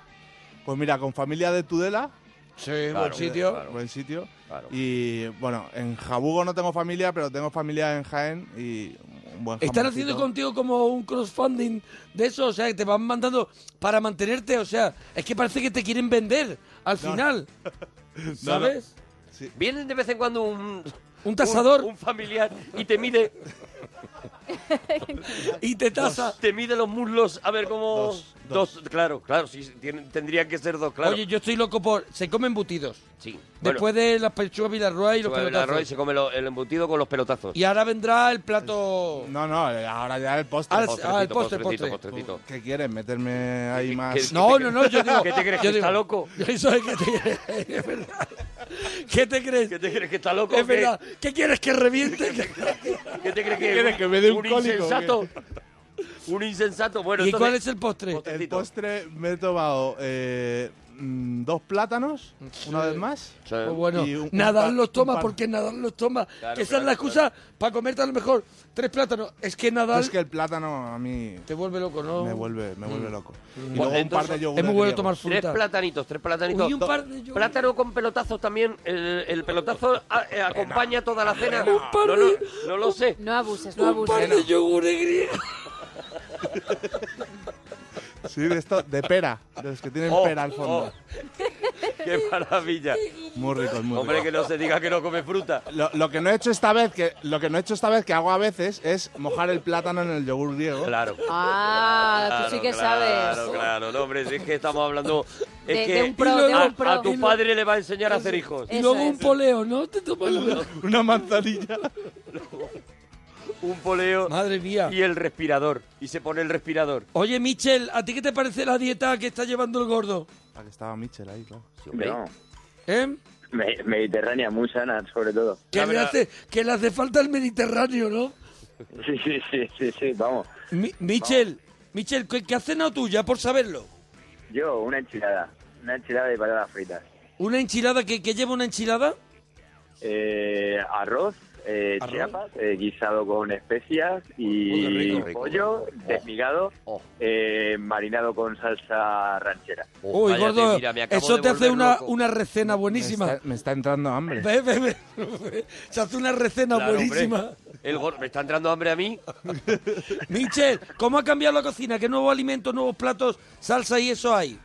Pues mira, con familia de Tudela. Sí, buen sitio. Buen sitio. Y bueno, en Jabugo no tengo familia, pero tengo familia en Jaén y un buen Están jamoncito. haciendo contigo como un crossfunding de eso, o sea, que te van mandando para mantenerte, o sea, es que parece que te quieren vender al No. final. ¿Sabes? Vienen de vez en cuando un... Un tasador. Un, familiar y te mide... y te tasa. Te mide los muslos, a ver cómo... Dos, claro, claro, sí, tienen- tendrían que ser dos, claro. Oye, yo estoy loco por. Se comen embutidos. Sí. Después de las pechugas Villarroa y los Sube el pelotazos. arroz y se come lo- el embutido con los pelotazos. Y ahora vendrá el plato. Pues, No, no, Eh, ahora ya el postre. Ah, el postre, postrecito, postre. postrecito. ¿Qué quieren? ¿Meterme ahí más? No, no, no, yo digo. ¿Qué te crees, yo que digo- está loco? Eso es que te- es verdad. ¿Qué te crees? ¿Qué te crees que está loco? Es o qué? verdad. ¿Qué quieres que reviente? ¿Qué te crees que ¿Qué quieres, que me dé un cólico, insensato? Un insensato. Bueno, ¿Y entonces- cuál es el postre? El postre me he tomado eh, mm, dos plátanos, una vez más. Pues bueno, y un- un Nadal pan- los un toma pan. porque Nadal los toma. Claro, que esa claro, es la excusa para comerte a lo mejor tres plátanos. Es que Nadal Es que el plátano a mí... Te vuelve loco, ¿no? Me vuelve, me vuelve loco. Y Bueno, luego un entonces, par de es yogures muy bueno griegos. tomar fruta. Tres platanitos, tres platanitos. Uy, un par de Plátano con pelotazos también. El, el pelotazo a- eh, acompaña toda la cena. no, no, no lo sé. No abuses, no abuses. Sí, de esto, de pera, de los que tienen Oh, pera al fondo. ¡Qué maravilla! Muy rico, muy Hombre, rico. que no se diga que no come fruta. Lo, lo que no he hecho esta vez, que lo que no he hecho esta vez, que hago a veces, es mojar el plátano en el yogur griego. Claro. Ah, tú sí que sabes. Claro, claro. No, hombre, si es que estamos hablando... Es De- que de un pro, a, de un pro. a tu padre le va a enseñar a hacer hijos. Y luego un poleo, ¿no? Te tomas la- Una manzanilla. un poleo. Madre mía. Y el respirador. Y se pone el respirador. Oye, Michel, ¿a ti qué te parece la dieta que está llevando el gordo? Ah, que estaba Michel ahí, claro. No. ¿Eh? Me- mediterránea, muy sana, sobre todo. Que le, hace, que le hace falta el Mediterráneo, ¿no? Sí, sí, sí, sí, sí, vamos. Mi- Michel, Michel, ¿qué, qué has cenado tú ya por saberlo? Yo, una enchilada. Una enchilada de patatas fritas. ¿Una enchilada? ¿Qué, qué lleva una enchilada? Eh, arroz, eh, chiapas, eh, guisado con especias Oh, qué y rico, rico, pollo desmigado, eh, marinado con salsa ranchera. Oh, Uy, gordo, eso te hace una, Ah, una recena Me buenísima. está, me está entrando hambre. Ve, ve, ve. Se hace una recena Claro, hombre. buenísima. El gordo, ¿Me está entrando hambre a mí? Michel, ¿cómo ha cambiado la cocina? ¿Qué nuevos alimentos, nuevos platos, salsa y eso hay?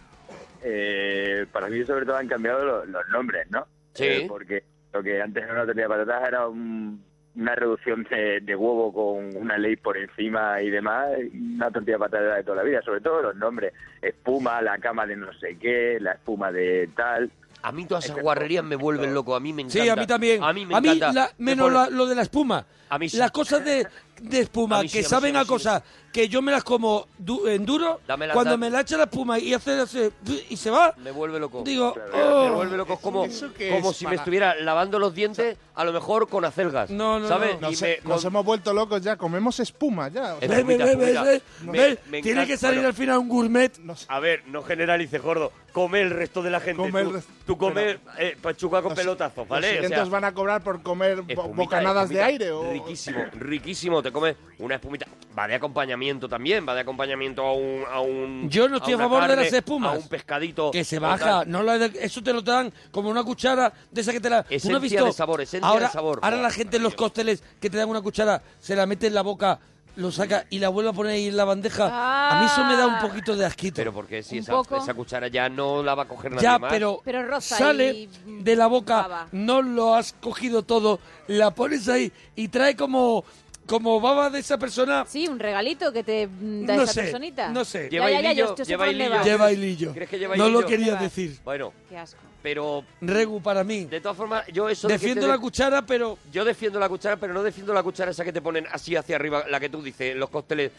Eh, para mí sobre todo han cambiado lo- los nombres, ¿no? Sí. Eh, porque lo que antes era una tortilla de patatas era un- una reducción de, de huevo con una ley por encima y demás, una tortilla de patatas de toda la vida, sobre todo los nombres, espuma, la cama de no sé qué, la espuma de tal. A mí todas esas guarrerías me vuelven loco. A mí me encanta. Sí, a mí también. A mí me a mí encanta. la- Me menos pone- la- lo de la espuma. A mí sí. Las cosas de, de A espuma mí sí, a que mí sí, saben a a, mí sí. cosas que yo me las como du- en duro, Dámela, cuando dame. me la echa la espuma y hace, hace- y se va, Me vuelve loco. Digo, me oh. vuelve loco. Es como, ¿Eso qué como es si me para- estuviera lavando los dientes, a lo mejor con acelgas. No, no, ¿sabes? Nos, Y me- nos con- hemos vuelto locos ya, comemos espuma ya. o sea, ve, ve, espumita, ve, espumita. ve, Me- ve, me tiene encanta- que salir bueno. al final un gourmet. A ver, no generalices, gordo. Come el resto de la gente. Come el tú, resto. tú come eh, pachuca con pelotazos, ¿vale? Los O sea, siguientes van a cobrar por comer bo- espumita, bocanadas de espumita. aire o... Riquísimo, riquísimo. Te comes una espumita. Va de acompañamiento también, va de acompañamiento a un. A un Yo no estoy a una favor de carne, las espumas. A un pescadito. Que se o baja, tal. no la de- eso te lo dan como una cuchara de esa que te la. ¿tú no has Esencia visto? de sabor, esencia ahora, de sabor. Ahora la gente en los cócteles que te dan una cuchara, se la mete en la boca, lo saca y la vuelve a poner ahí en la bandeja. A Ah. mí eso me da un poquito de asquito. Pero porque si Ah. Un esa, poco. esa cuchara ya no la va a coger nadie Ya, más. pero, Pero roza sale y, de la boca, baba. no lo has cogido todo, la pones ahí y trae como, como baba de esa persona. Sí, un regalito que te mm, da No esa sé, personita. no sé. Ya, ya, ya, yo, yo sé por dónde vas. Lleva hilillo. ¿Crees que lleva no lo hilillo? quería Lleva. decir. Bueno, Qué asco. pero Regu para mí. de todas formas, yo eso de que Defiendo te la de- cuchara, pero Yo defiendo la cuchara, pero no defiendo la cuchara esa que te ponen así hacia arriba, la que tú dices, en los cócteles.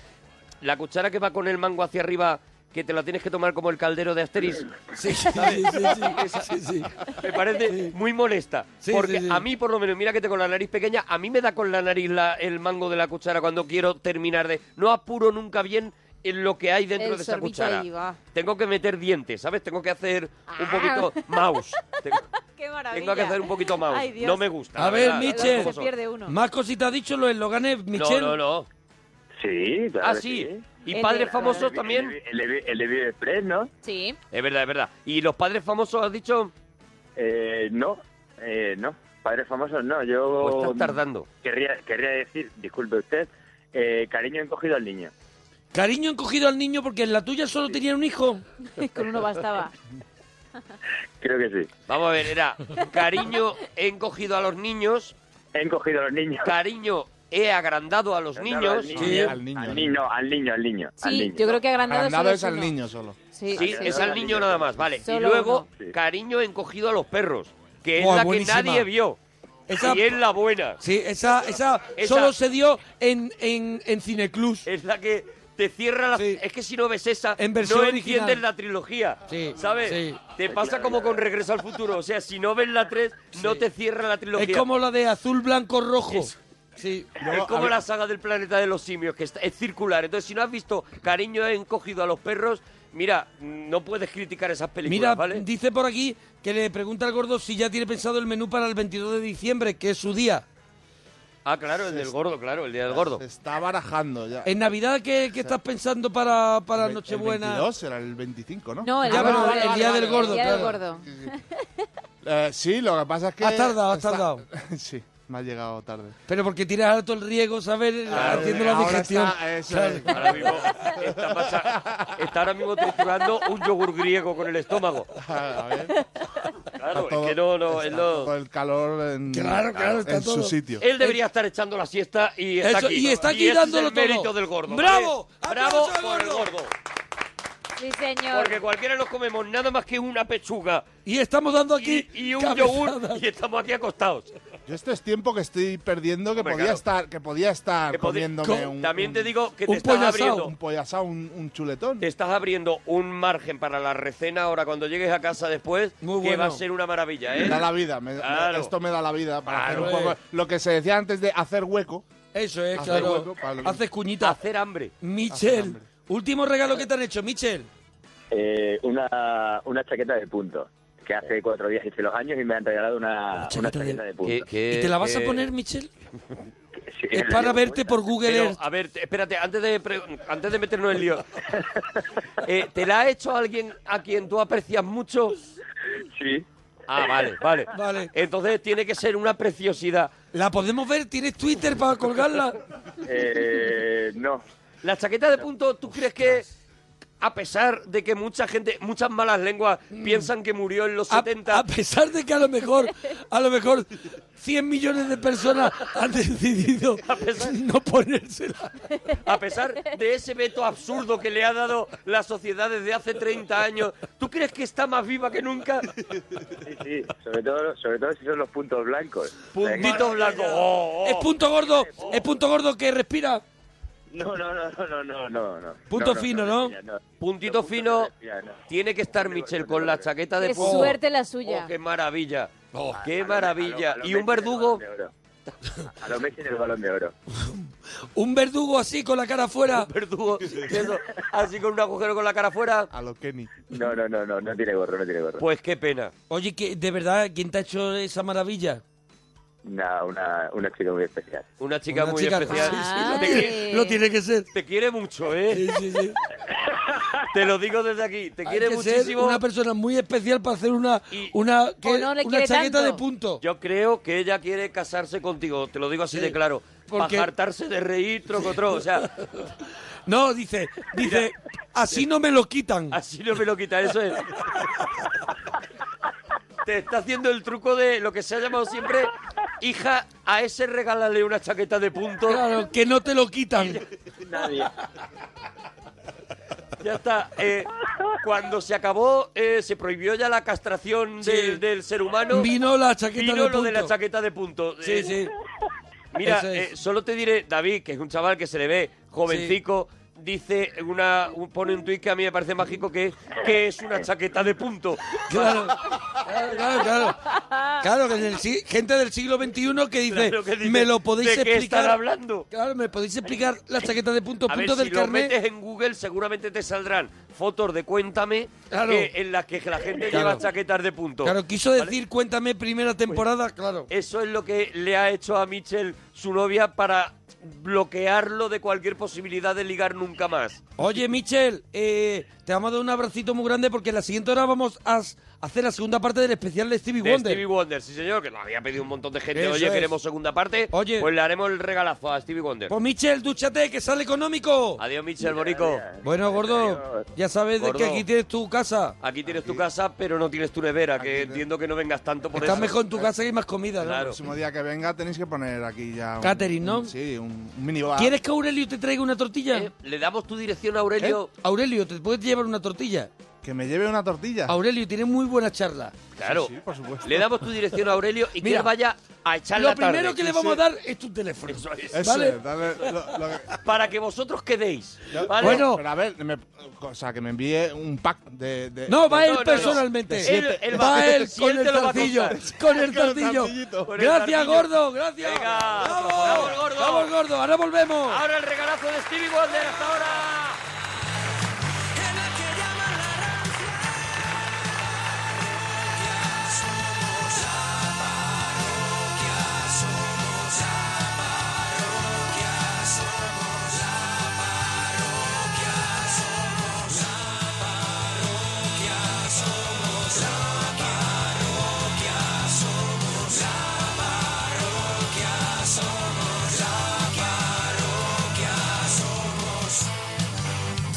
La cuchara que va con el mango hacia arriba, que te la tienes que tomar como el caldero de Asterix. Sí, sí, sí, sí, sí, sí. Me parece muy molesta. Sí, porque sí, sí. a mí, por lo menos, mira que tengo la nariz pequeña, a mí me da con la nariz la- el mango de la cuchara cuando quiero terminar de. No apuro nunca bien en lo que hay dentro El de esa sorbito cuchara. ahí va. Tengo que meter dientes, ¿sabes? Tengo que hacer Ah. un poquito mouse. Tengo, ¡Qué maravilla! tengo que hacer un poquito mouse. Ay, Dios. no me gusta. A la ver, verdad, las Michel. cosas como son. Más cositas ha dicho los esloganes, Michel. no, no. Sí, claro Ah, que sí. Y El padres de- famosos El de- también. El de, el de Vive Express, ¿no? Sí. Es verdad, es verdad. ¿Y los padres famosos has dicho? Eh, no, eh, no. Padres famosos, no. Yo. Pues estás tardando. Querría, querría decir, disculpe usted, eh, cariño encogido al niño. Cariño encogido al niño porque en la tuya solo tenían un hijo. Con uno bastaba. Creo que sí. Vamos a ver, era cariño he encogido a los niños. He encogido a los niños. Cariño he agrandado a los niños. Al niño, al niño, al niño, al niño, al niño. Sí, yo creo que agrandado, solo es uno. solo. Sí. Sí, es al niño nada más, vale. Y Solo luego, uno. cariño encogido a los perros, que es Buah, la que buenísima. nadie vio. Esa- Y es la buena. Sí, esa, esa, Esa- solo se dio en, en, en Cineclus. Es la que te cierra la... Es que si no ves esa, En no versión original. entiendes la trilogía. Sí, ¿Sabes? sí. Te pasa como con Regreso al Futuro. O sea, si no ves la 3, no te cierra la trilogía. Es como la de azul, blanco, rojo. Sí. Es como la saga del planeta de los simios, que está- es circular. Entonces, si no has visto Cariño he encogido a los perros, mira, no puedes criticar esas películas, Mira, ¿vale? dice por aquí que le pregunta al gordo si ya tiene pensado el menú para el 22 de diciembre, que es su día. Ah, claro, el del gordo, claro, el día del gordo. Se está barajando ya. ¿En Navidad qué, qué estás pensando para, para Nochebuena? El 22 era el 25, ¿no? No, el, Ya, gordo, pero vale, el vale, día vale, del gordo, El día del claro. gordo. Eh, sí, lo que pasa es que... Has tardado, has está- tardado. sí, me ha llegado tarde. Ah, Pero porque tienes alto el riego, ¿sabes? Ah, Haciendo Ah, la ahora digestión. está- eso Claro. es. eh, Ahora mismo está, pasa- está ahora mismo triturando un yogur griego con el estómago. Ah, A ver, Claro, todo- es que no, no, él está no- todo el calor en, Claro, claro, está en su todo. sitio. Él debería estar echando la siesta y está Eso, aquí. y está aquí ese es dándolo el mérito todo. del gordo. ¡Bravo! ¿vale? ¡Aplauso ¡Bravo al por el gordo! gordo! Sí, señor. Porque cualquiera nos comemos nada más que una pechuga Y estamos dando aquí y, y un yogur cabezadas. y estamos aquí acostados. Yo esto es tiempo que estoy perdiendo que Hombre, podía claro. estar que podía estar Que podi- comiéndome un, También te digo que te un estás pollo asado. abriendo un pollasao, un, un chuletón. te estás abriendo un margen para la recena ahora cuando llegues a casa después, Muy que bueno. va a ser una maravilla, ¿eh? Me da la vida, me- me- Claro. esto me da la vida para Claro. eh. hacer un poco lo que se decía antes de hacer hueco. Eso es, Hace claro. hueco para lo que- Haces cuñita. Hacer hambre. Michel, hambre. último regalo que te han hecho, Michel. Eh, una, una chaqueta de punto, que hace cuatro días hice los años y me han regalado una, una chaqueta chaqueta, de- de, Que- punto. que- ¿Y te la vas a que- poner, Michel? Sí, Es la para llevo verte puesta. por Google Pero, Earth. a ver, te- espérate, antes de, pre- antes de meternos en lío. Eh, ¿Te la ha hecho alguien a quien tú aprecias mucho? Sí. Ah, vale, vale. Vale. Entonces tiene que ser una preciosidad. ¿La podemos ver? ¿Tienes Twitter para colgarla? Eh, no. La chaqueta de punto, ¿tú crees que, a pesar de que mucha gente, muchas malas lenguas piensan que murió en los Mm. A, 70, a pesar de que a lo mejor, a lo mejor 100 millones de personas han decidido pesar- no ponérsela. a pesar de ese veto absurdo que le ha dado la sociedad desde hace 30 años, ¿tú crees que está más viva que nunca? Sí, sí. Sobre todo, sobre todo si son los puntos blancos. Puntito blanco. Oh, oh. Es punto gordo, es punto gordo que respira. No, no, no, no, no, no, no. Punto fino, ¿no? ya, Puntito Los puntos fino. no decían, no. Tiene que estar Michel con la chaqueta de Qué punto. suerte la suya. Oh, qué maravilla. Oh, qué A lo- maravilla. a lo- a lo Messi en y un el verdugo. Balón de Oro. A los Messi en el balón de oro. Un verdugo así con la cara afuera. Un verdugo. eso, así con un agujero con la cara afuera. A lo Kenny. No, no, no, no, no tiene gorro, no tiene gorro. Pues qué pena. Oye, que de verdad, ¿quién te ha hecho esa maravilla? Una, una, una chica muy especial. Una chica Una muy chica- especial. Sí, sí, lo Ay. tiene- lo tiene que ser. Te quiere mucho, Sí, ¿eh? sí, sí. Te lo digo desde aquí. Te quiere Hay que ser muchísimo. una persona muy especial para hacer una Y- una, O no una le quiere chaqueta tanto. de punto. Yo creo que ella quiere casarse contigo. Te lo digo así de claro. porque- Para hartarse de reír, trocotro. O sea, No, dice, dice, así no me lo quitan. Así no me lo quita, eso es. Te está haciendo el truco de lo que se ha llamado siempre, hija, a ese regálale una chaqueta de punto. Claro, que no te lo quitan. Nadie. Ya está. Eh, cuando se acabó, eh, se prohibió ya la castración Sí. del, del ser humano. Vino la chaqueta Vino de lo punto. de la chaqueta de punto. Sí, Eh, sí. Mira, Eso es. eh, solo te diré, David, que es un chaval que se le ve jovencico, dice una un- pone un tuit que a mí me parece mágico que, que es una chaqueta de punto. Claro, claro, claro. Claro, que en el si- gente del siglo XXI que dice, Claro, que dice, me lo podéis ¿de qué explicar. están hablando? Claro, me podéis explicar las chaquetas de punto, A ver, punto del si lo carnet. metes en Google seguramente te saldrán fotos de Cuéntame Claro. que- en las que la gente Claro. lleva chaquetas de punto. Claro, quiso ¿Vale? Pues decir, cuéntame primera temporada, claro. Eso es lo que le ha hecho a Mitchell su novia para bloquearlo de cualquier posibilidad de ligar nunca más. Oye, Michel, eh, te vamos a dar un abracito muy grande porque en la siguiente hora vamos a s- hacer la segunda parte del especial de Stevie De Wonder. Stevie Wonder, sí señor, que lo había pedido un montón de gente. Eso Oye, es. queremos segunda parte. Oye. Pues le haremos el regalazo a Stevie Wonder. Pues Michel, dúchate, que sale económico. Adiós, Michel Borico. Bueno, gordo, ya sabes de que Gordo. aquí tienes tu casa. Aquí tienes tu casa, pero no tienes tu nevera, que entiendo que no vengas tanto por Estás eso. mejor en tu casa que hay más comida, ¿no? Claro. El próximo día que venga tenéis que poner aquí ya... un- Catering, ¿no? un- Sí, un, un minibar. ¿Quieres que Aurelio te traiga una tortilla? Eh, ¿Le damos tu dirección a Aurelio? ¿Eh? Aurelio, ¿te puedes llevar una tortilla? ¿Que me lleve una tortilla? Aurelio, tiene muy buena charla. Claro. Sí, sí, por supuesto. Le damos tu dirección a Aurelio y que Mira, él vaya a echar Lo la tarde. primero que le vamos a dar es tu teléfono. Eso es. Eso ¿Vale? es, dale lo- lo que- Para que vosotros quedéis. ¿vale? Bueno, pero a ver, me- o sea, que me envíe un pack de. de- No, va de- él de personalmente. siete. Él- él va él Si con él el te lo va a zarcillo. contar. Con el Con el zarcillo. zarcillito. Con el Gracias, zarcillo. gordo. Gracias. Venga, ¡Bravo! vamos, gordo. Vamos, gordo. Ahora volvemos. Ahora el regalazo de Stevie Wonder hasta ahora. Somos la parroquia, somos la parroquia, somos la parroquia, somos la parroquia, somos la parroquia, somos la parroquia, somos la parroquia, somos.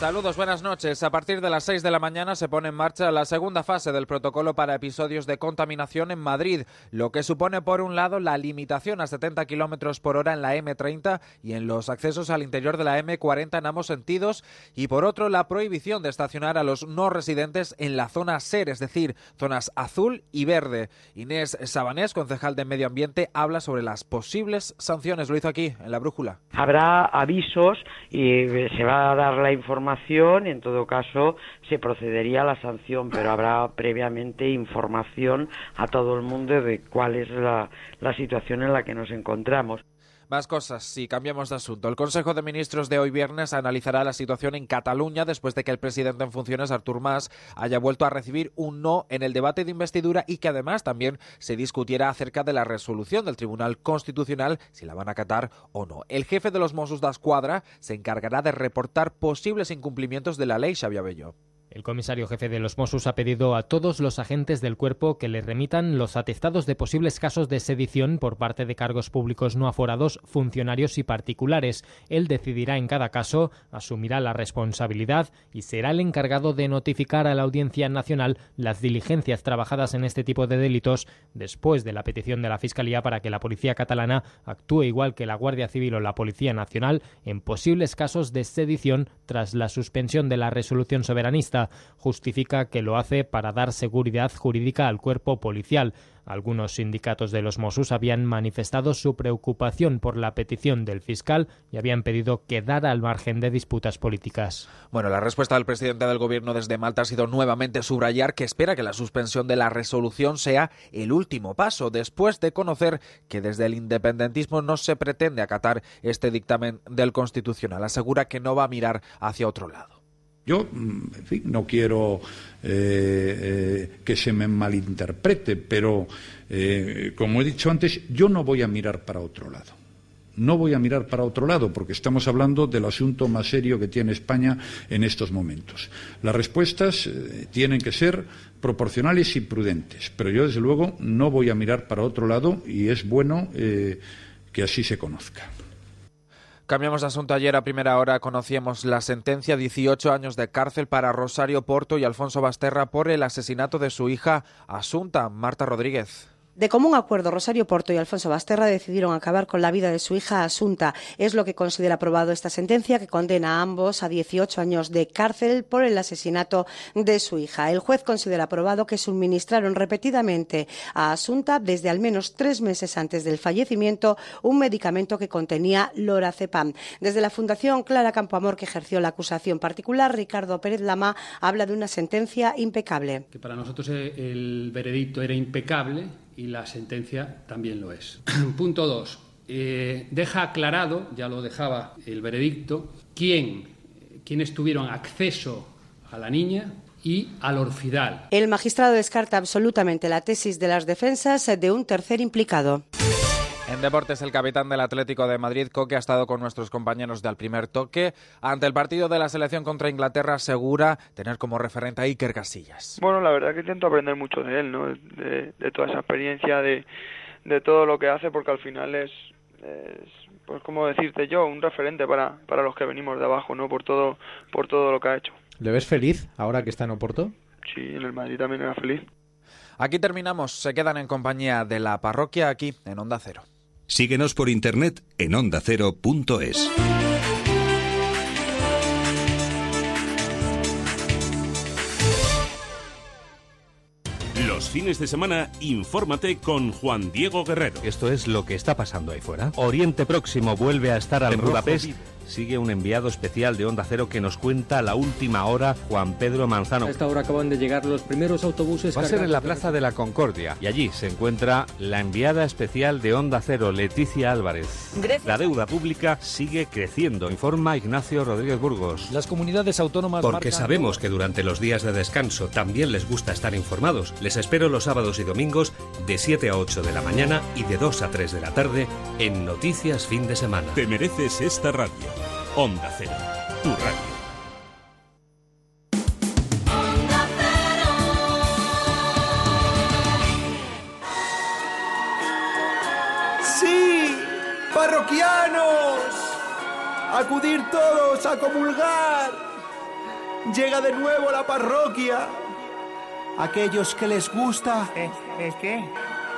Saludos, buenas noches. A partir de las 6 de la mañana se pone en marcha la segunda fase del protocolo para episodios de contaminación en Madrid, lo que supone, por un lado, la limitación a 70 kilómetros por hora en la M30 y en los accesos al interior de la M40 en ambos sentidos, y por otro, la prohibición de estacionar a los no residentes en la zona SER, es decir, zonas azul y verde. Inés Sabanés, concejal de Medio Ambiente, habla sobre las posibles sanciones. Lo hizo aquí, en la brújula. Habrá avisos y eh, se va a dar la información, en todo caso se procedería a la sanción, pero habrá previamente información a todo el mundo de cuál es la, la situación en la que nos encontramos. Más cosas, si cambiamos de asunto. El Consejo de Ministros de hoy viernes analizará la situación en Cataluña después de que el presidente en funciones, Artur Mas, haya vuelto a recibir un no en el debate de investidura y que además también se discutiera acerca de la resolución del Tribunal Constitucional, si la van a acatar o no. El jefe de los Mossos d'Esquadra se encargará de reportar posibles incumplimientos de la ley, Xavier Bello. El comisario jefe de los Mossos ha pedido a todos los agentes del cuerpo que le remitan los atestados de posibles casos de sedición por parte de cargos públicos no aforados, funcionarios y particulares. Él decidirá en cada caso, asumirá la responsabilidad y será el encargado de notificar a la Audiencia Nacional las diligencias trabajadas en este tipo de delitos después de la petición de la Fiscalía para que la policía catalana actúe igual que la Guardia Civil o la Policía Nacional en posibles casos de sedición tras la suspensión de la resolución soberanista. Justifica que lo hace para dar seguridad jurídica al cuerpo policial. Algunos sindicatos de los Mossos habían manifestado su preocupación por la petición del fiscal y habían pedido quedar al margen de disputas políticas. Bueno, la respuesta del presidente del gobierno desde Malta ha sido nuevamente subrayar que espera que la suspensión de la resolución sea el último paso, después de conocer que desde el independentismo no se pretende acatar este dictamen del Constitucional. Asegura que no va a mirar hacia otro lado. Yo, mm, en fin, no quiero eh, eh, que se me malinterprete, pero eh, como he dicho antes, yo no voy a mirar para otro lado. No voy a mirar para otro lado porque estamos hablando del asunto más serio que tiene España en estos momentos. Las respuestas eh, tienen que ser proporcionales y prudentes, pero yo, desde luego, no voy a mirar para otro lado y es bueno eh, que así se conozca. Cambiamos de asunto. Ayer a primera hora conocíamos la sentencia 18 años de cárcel para Rosario Porto y Alfonso Basterra por el asesinato de su hija Asunta, Marta Rodríguez. De común acuerdo, Rosario Porto y Alfonso Basterra decidieron acabar con la vida de su hija Asunta. Es lo que considera aprobado esta sentencia que condena a ambos a 18 años de cárcel por el asesinato de su hija. El juez considera aprobado que suministraron repetidamente a Asunta desde al menos tres meses antes del fallecimiento un medicamento que contenía lorazepam. Desde la Fundación Clara Campoamor que ejerció la acusación particular, Ricardo Pérez Lama habla de una sentencia impecable. que para nosotros eh, el veredicto era impecable y la sentencia también lo es. Punto 2. deja aclarado, ya lo dejaba el veredicto, quién, eh, quiénes tuvieron acceso a la niña y al orfidal. El magistrado descarta absolutamente la tesis de las defensas de un tercer implicado. En deportes, el capitán del Atlético de Madrid, Coque, ha estado con nuestros compañeros del primer toque. Ante el partido de la selección contra Inglaterra, asegura tener como referente a Iker Casillas. Bueno, la verdad que intento aprender mucho de él, ¿no? De, de toda esa experiencia, de, de todo lo que hace, porque al final es, es, pues como decirte yo, un referente para, para los que venimos de abajo, ¿no? Por todo, por todo lo que ha hecho. ¿Le ves feliz ahora que está en Oporto? Sí, en el Madrid también era feliz. Aquí terminamos. Se quedan en compañía de la parroquia aquí en Onda Cero. Síguenos por internet en ondacero.es. Los fines de semana, infórmate con Juan Diego Guerrero. Esto es lo que está pasando ahí fuera. Oriente Próximo vuelve a estar al En rojo Budapest. vivo. Sigue un enviado especial de Onda Cero que nos cuenta la última hora, Juan Pedro Manzano. A esta hora acaban de llegar los primeros autobuses. Va a ser en la cargados Plaza de la Concordia y allí se encuentra la enviada especial de Onda Cero, Leticia Álvarez. Gracias. La deuda pública sigue creciendo, informa Ignacio Rodríguez Burgos. Las comunidades autónomas. Porque marcan- sabemos que durante los días de descanso también les gusta estar informados. Les espero los sábados y domingos de 7 a 8 de la mañana y de 2 a 3 de la tarde en Noticias Fin de Semana. Te mereces esta radio. Onda Cero, tu radio. Sí, parroquianos, acudir todos a comulgar. Llega de nuevo la parroquia. Aquellos que les gusta. qué?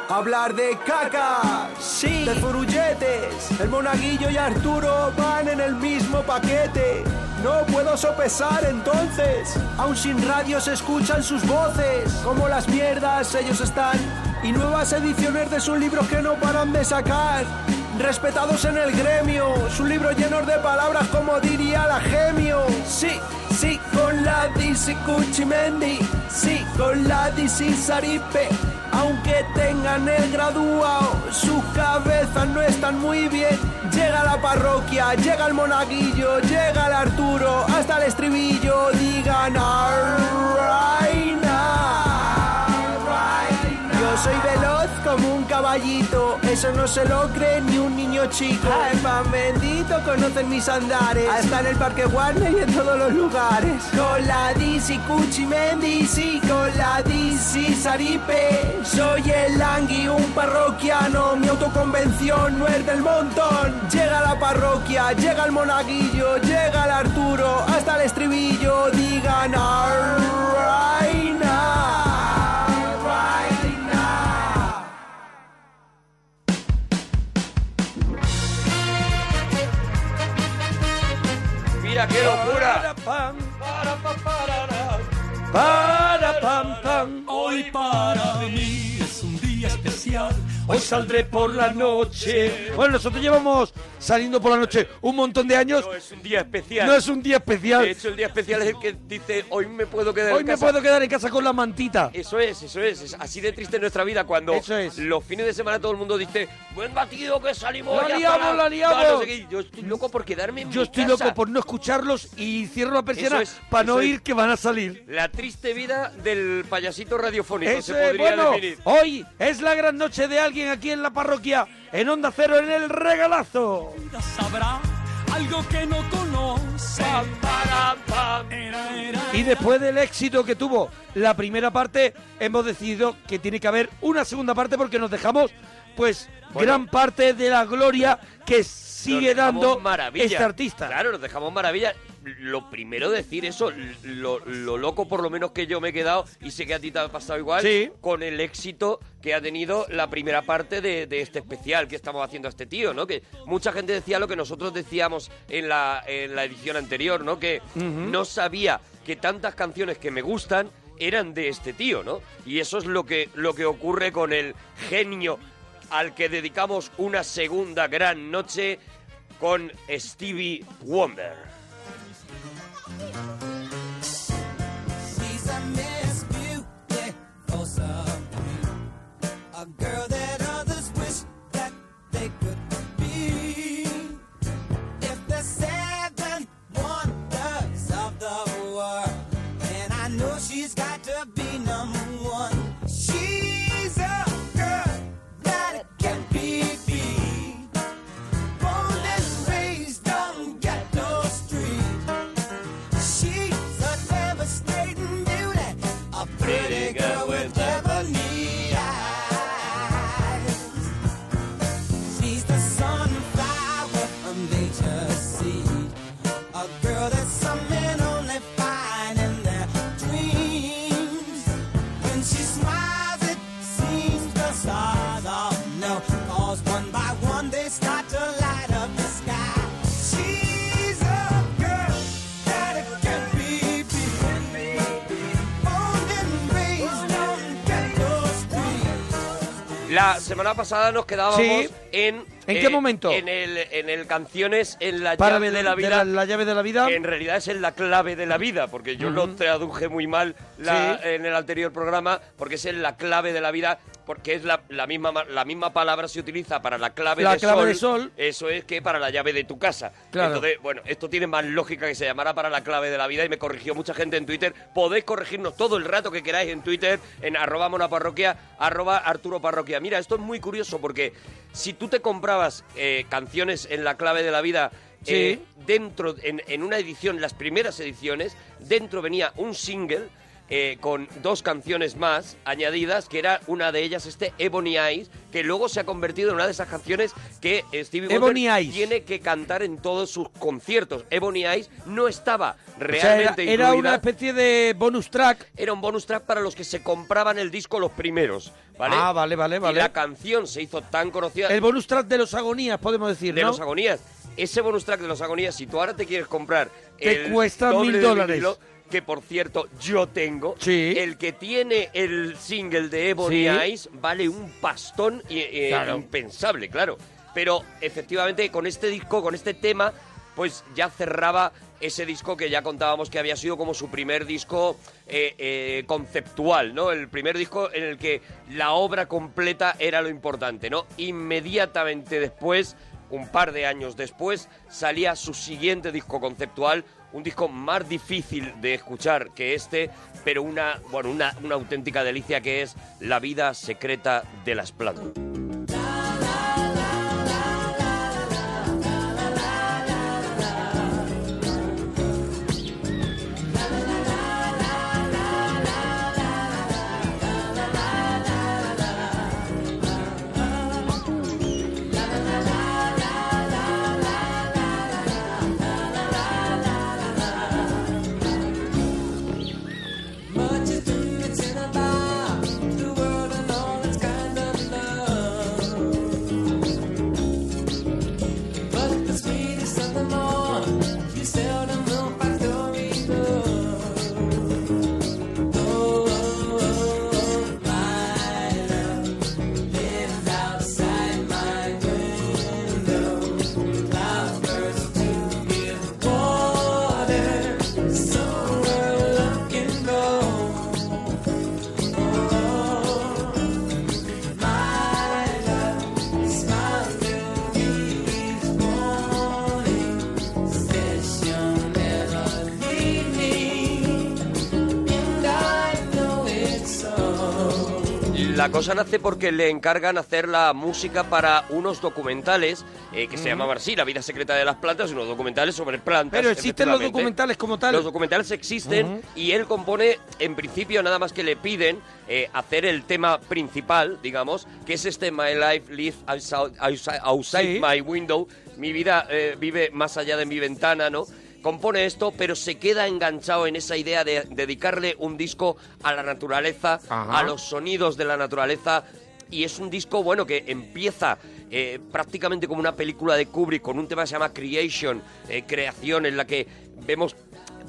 Hablar de caca, sí, de furulletes. El monaguillo y Arturo van en el mismo paquete. No puedo sopesar entonces. Aún sin radio se escuchan sus voces. Como las mierdas ellos están. Y nuevas ediciones de sus libros que no paran de sacar. Respetados en el gremio. Sus libros llenos de palabras como diría la gemio. Sí, sí, con la DC Cuchimendi. Sí, con la DC Saripe. Aunque tengan el graduado, sus cabezas no están muy bien. Llega la parroquia, llega el monaguillo, llega el Arturo, hasta el estribillo, digan "Arraina, arraina". Yo soy veloz como un caballito, eso no se lo cree ni un niño chico. Ay, pan bendito, conocen mis andares, hasta en el Parque Warner y en todos los lugares. Con la DC Cuchimendi, sí, con la DC Saripe. Soy el Langui, un parroquiano, mi autoconvención no es del montón. Llega la parroquia, llega el monaguillo, llega el Arturo, hasta el estribillo, digan "Arraina, arraina". Mira qué locura. Para pam pam, hoy para mí es un día especial. Hoy saldré por la noche. Bueno, nosotros llevamos saliendo por la noche un montón de años. No es un día especial. No es un día especial. De hecho, el día especial es el que dice, hoy me puedo quedar Hoy en me casa". puedo quedar en casa con la mantita. Eso es, eso es, es Así de triste nuestra vida cuando los fines de semana todo el mundo dice buen batido que salimos. La ya liamos, para- la liamos". para no sé qué". Yo estoy loco por quedarme en Yo mi estoy casa. loco por no escucharlos y cierro la persiana Eso es, para no eso es. oír que van a salir. La triste vida del payasito radiofónico se Eso es, podría bueno, definir. hoy es la gran noche de alguien aquí en la parroquia, en Onda Cero, en el regalazo. Sabrá algo que no conoce. Y después del éxito que tuvo la primera parte, hemos decidido que tiene que haber una segunda parte porque nos dejamos, pues, gran parte de la gloria que sigue Nos dejamos dando maravillas. este artista. Claro, nos dejamos maravillas. lo primero decir eso, lo, lo loco por lo menos que yo me he quedado, y sé que a ti te ha pasado igual, con el éxito que ha tenido la primera parte de, de este especial que estamos haciendo a este tío, ¿no? Que mucha gente decía lo que nosotros decíamos en la, en la edición anterior, ¿no? Que Ujú. no sabía que tantas canciones que me gustan eran de este tío, ¿no? Y eso es lo que, lo que ocurre con el genio al que dedicamos una segunda gran noche con Stevie Wonder. She's a Miss Beautiful something. A girl that others wish that they could be. If the seven wonders of the world, then I know she's got to be number one. She's a girl that can be beat. Born and raised on ghetto street. She's a devastating beauty, a pretty girl with ebony eyes. She's the sunflower from nature's seed, a girl that some men only find in their dreams. When she smiles, it seems the stars all know, 'cause one by one they start to light up the sky. She's a girl that it can be beat. Born and raised on ghetto streets. La semana pasada nos quedábamos Sí. en... eh, ¿En qué momento? En el, en el Canciones, en la Para llave de- de la de vida. la- la llave de la vida. En realidad es en la clave de la vida, porque yo lo traduje muy mal la- en el anterior programa, porque es en la clave de la vida, porque es la, la misma, ma- la misma palabra se utiliza para la clave, La de, clave sol, de sol. Eso es que para la llave de tu casa. Claro. Entonces, bueno, esto tiene más lógica que se llamara para la clave de la vida y me corrigió mucha gente en Twitter. Podéis corregirnos todo el rato que queráis en Twitter, en arroba monaparroquia, arroba Arturo Parroquia. Mira, esto es muy curioso porque si tú te comprabas eh, canciones en la clave de la vida Sí. eh, dentro, en, en una edición, las primeras ediciones, dentro venía un single eh, con dos canciones más añadidas, que era una de ellas este Ebony Eyes, que luego se ha convertido en una de esas canciones que eh, Stevie Wonder Ebony Eyes. tiene que cantar en todos sus conciertos. Ebony Eyes no estaba O sea, era- realmente era, incluida. una especie de bonus track. Era un bonus track para los que se compraban el disco los primeros, ¿vale? Ah, vale, vale, Y vale. la canción se hizo tan conocida El bonus track de los agonías, podemos decir, de ¿no? los agonías. Ese bonus track de los agonías, si tú ahora te quieres comprar. Te el cuesta doble mil de dólares. vinilo, Que por cierto, yo tengo. Sí. El que tiene el single de Ebony Sí. Eyes vale un pastón y, eh, Claro. impensable, claro. Pero efectivamente, con este disco, con este tema, pues ya cerraba ese disco que ya contábamos que había sido como su primer disco eh, eh, conceptual, ¿no? El primer disco en el que la obra completa era lo importante, ¿no? Inmediatamente después, un par de años después, salía su siguiente disco conceptual, un disco más difícil de escuchar que este, pero una, bueno, una, una auténtica delicia que es La vida secreta de las plantas. Much ado, it's in about the world and all its kind of love. But the speed is something more you seldom will find going Oh, oh, oh, my love lives outside my window. Lovebirds to give water, so we're looking low. La cosa nace porque le encargan hacer la música para unos documentales eh, que se Ujú. llamaban así, La vida secreta de las plantas, unos documentales sobre plantas. Pero existen los efectivamente. documentales como tal. Los documentales existen Ujú. y él compone, en principio, nada más que le piden eh, hacer el tema principal, digamos, que es este My Life Live Outside, outside- outside Sí. My Window, mi vida eh, vive más allá de mi ventana, ¿no? compone esto, pero se queda enganchado en esa idea de dedicarle un disco a la naturaleza, Ajá. a los sonidos de la naturaleza. Y es un disco, bueno, que empieza eh, prácticamente como una película de Kubrick, con un tema que se llama Creation, eh, creación, en la que vemos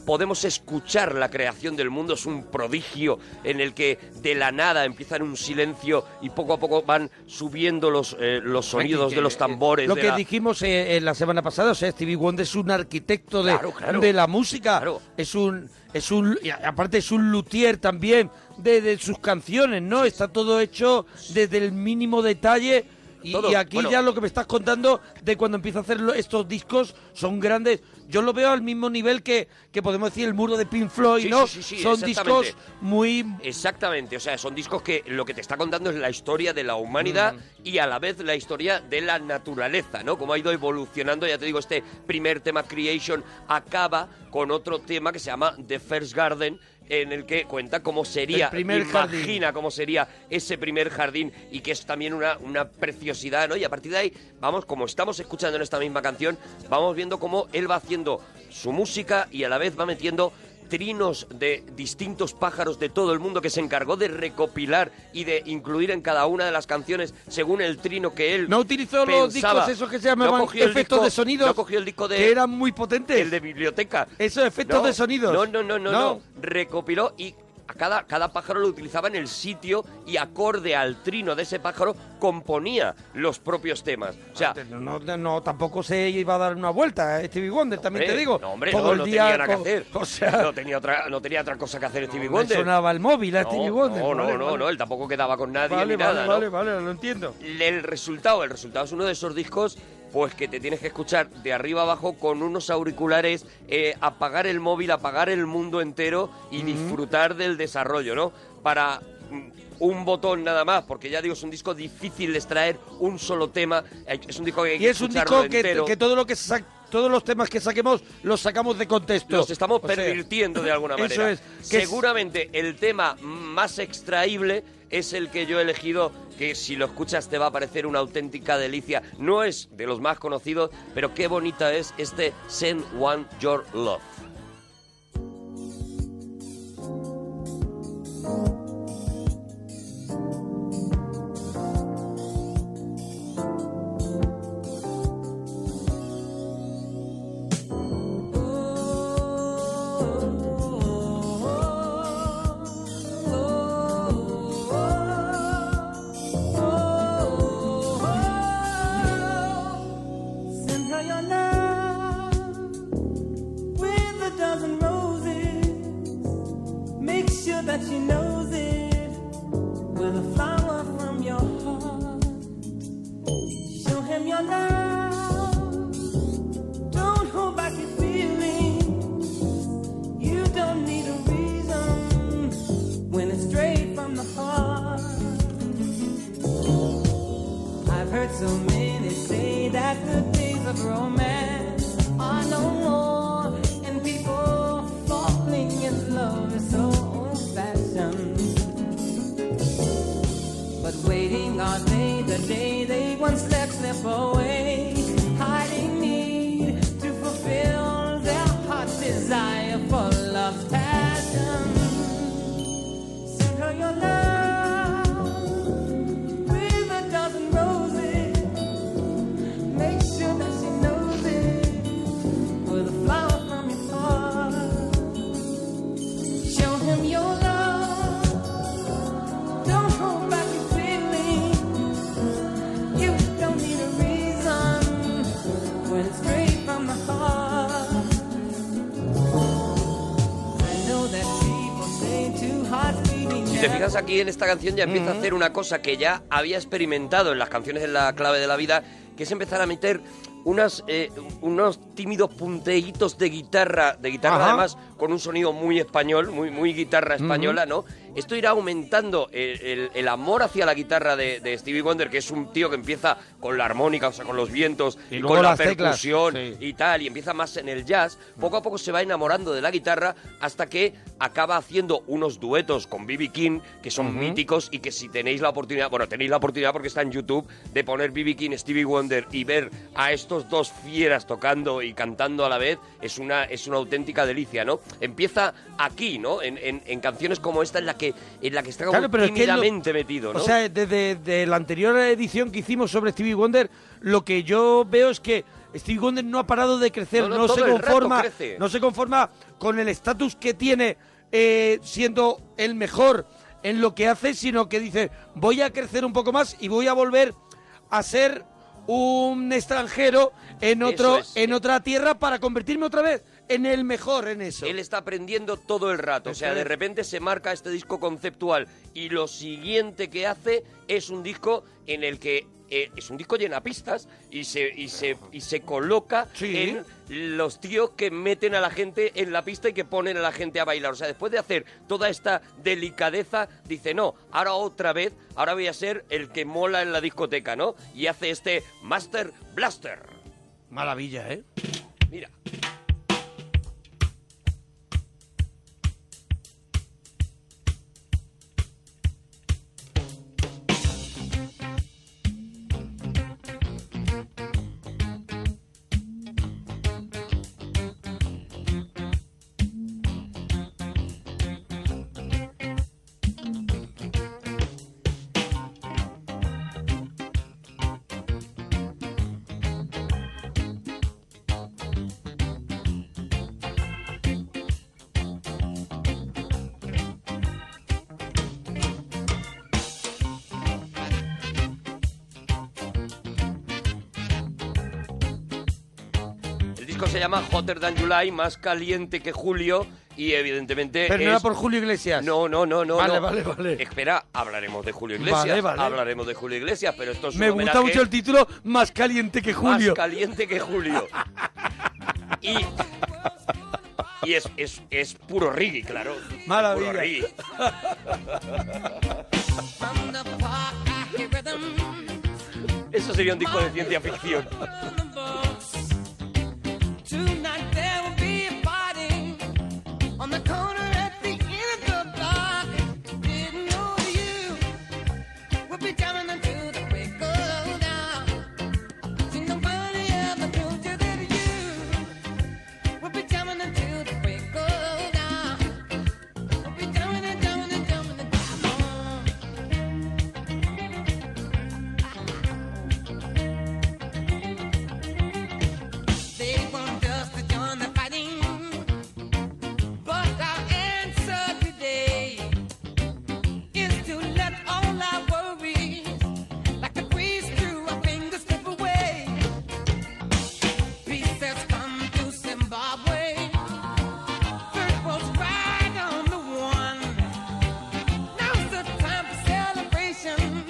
podemos escuchar la creación del mundo, es un prodigio en el que de la nada empiezan un silencio y poco a poco van subiendo los, eh, los sonidos de los tambores. Lo de que la- dijimos eh, eh, la semana pasada, o sea, Stevie Wonder es un arquitecto de, Claro, claro. de la música, es un es un y a- aparte es un luthier también de, de sus canciones, ¿no? Está todo hecho desde el mínimo detalle. Y, Todo, y aquí bueno. ya lo que me estás contando de cuando empieza a hacer lo- estos discos son grandes. Yo lo veo al mismo nivel que, que podemos decir el muro de Pink Floyd, Sí, ¿no? sí, sí, sí, son exactamente. discos muy Exactamente, o sea, son discos que lo que te está contando es la historia de la humanidad y a la vez la historia de la naturaleza, ¿no? Como ha ido evolucionando, ya te digo, este primer tema Creation acaba con otro tema que se llama The First Garden en el que cuenta cómo sería, El primer imagina cómo sería ese primer jardín y que es también una, una preciosidad, ¿no? Y a partir de ahí, vamos, como estamos escuchando en esta misma canción, vamos viendo cómo él va haciendo su música y a la vez va metiendo trinos de distintos pájaros de todo el mundo que se encargó de recopilar y de incluir en cada una de las canciones según el trino que él No utilizó los pensaba. discos esos que se No llamaban cogió el efectos disco- de sonido. no cogió el disco de Que eran muy potentes. El de biblioteca. Esos efectos No, de sonidos. No, no, no, no, No. no. Recopiló y a cada, cada pájaro lo utilizaba en el sitio y acorde al trino de ese pájaro componía los propios temas. O sea, No, no, no, tampoco se iba a dar una vuelta a Stevie Wonder, también hombre, te digo. No, hombre, Todo no, el no día tenía nada que con- hacer. o sea- no, tenía otra, no tenía otra cosa que hacer Stevie Me Wonder. sonaba el móvil a no, Stevie Wonder. No, no, Vale, no, vale. no, él tampoco quedaba con nadie Vale, ni vale, nada. vale, ¿no? vale, lo entiendo. El resultado, el resultado es uno de esos discos pues que te tienes que escuchar de arriba abajo con unos auriculares, eh, apagar el móvil, apagar el mundo entero y disfrutar del desarrollo, ¿no? Para mm, un botón nada más, porque ya digo, es un disco difícil de extraer un solo tema, eh, es un disco que hay Y que es un escucharlo disco que, entero. que todo lo que sa- todos los temas que saquemos los sacamos de contexto. Los estamos O sea, pervirtiendo de alguna manera. Eso es. Que es- Seguramente el tema más extraíble es el que yo he elegido, que si lo escuchas te va a parecer una auténtica delicia. No es de los más conocidos, pero qué bonita es este Send One Your Love. Send her your love with a dozen roses. Make sure that she knows it with a flower from your heart. Show him your love. Don't hold back your feelings. You don't need a reason when it's straight from the heart. I've heard so many say that the days of romance are no more, and people falling in love is so old fashioned. But waiting on they the day they once let slip away, hiding need to fulfill their heart's desire for love's passion. Send her your love with a dozen roses. Make sure that she knows it with a flower from your heart. Show him your love. Don't hold back your feelings. You don't need a reason when it's straight from the heart. I know that people say two hearts beating. Si te fijas aquí en esta canción ya empieza a hacer una cosa que ya había experimentado en las canciones en la clave de la vida, que es empezar a meter unas eh, unos tímidos punteitos de guitarra, de guitarra Ajá. además con un sonido muy español, muy muy guitarra Ujú. española, ¿no? Esto irá aumentando el, el- el amor hacia la guitarra de, de Stevie Wonder, que es un tío que empieza con la armónica, o sea, con los vientos y, luego con la las teclas, percusión sí. y tal, y empieza más en el jazz, poco a poco se va enamorando de la guitarra hasta que acaba haciendo unos duetos con B.B. King que son Ujú. míticos y que si tenéis la oportunidad, bueno, tenéis la oportunidad porque está en YouTube de poner B.B. King, Stevie Wonder y ver a estos dos fieras tocando y cantando a la vez es una, es una auténtica delicia, ¿no? Empieza aquí, ¿no? En, en- en canciones como esta en la que, en la que está como Claro, pero es que es lo- tímidamente metido, ¿no? O sea, desde, desde la anterior edición que hicimos sobre Stevie Wonder, lo que yo veo es que Stevie Wonder no ha parado de crecer, No, no, no, todo se el rato conforma, crece. no se conforma con el estatus que tiene eh, siendo el mejor en lo que hace, sino que dice voy a crecer un poco más y voy a volver a ser un extranjero en Eso otro, es. en otra tierra para convertirme otra vez en el mejor en eso. Él está aprendiendo todo el rato. O sea, Eso de es. repente se marca este disco conceptual y lo siguiente que hace es un disco en el que eh, es un disco llena pistas y se, y se, y se coloca en los tíos que meten a la gente en la pista y que ponen a la gente a bailar. O sea, después de hacer toda esta delicadeza, dice, no, ahora otra vez, ahora voy a ser el que mola en la discoteca, ¿no? Y hace este Master Blaster. Maravilla, ¿eh? Mira. El disco se llama Hotter Than July, más caliente que Julio y evidentemente Pero no era Eh, es- por Julio Iglesias. No, no, no, no. Vale, no. vale, vale. Espera, hablaremos de Julio Iglesias. Vale, vale. Hablaremos de Julio Iglesias, pero esto es un Me gusta homenaje mucho el título Más caliente que Julio. más caliente que Julio. Y, y es, es, es puro reggae, claro. Es Maravilla. Puro reggae. Eso sería un disco de ciencia ficción. Tonight there will be a party on the corner at the end of the block. Didn't know you would be jamming until the break of dawn. Seen nobody ever told you that you would be jamming until the break of dawn. Would be jamming and jamming and jamming and They want us to join the fighting, but our answer today is to let all our worries, like the breeze through our fingers, slip away. Peace has come to Zimbabwe. Third world's right on the one. Now's the time for celebration,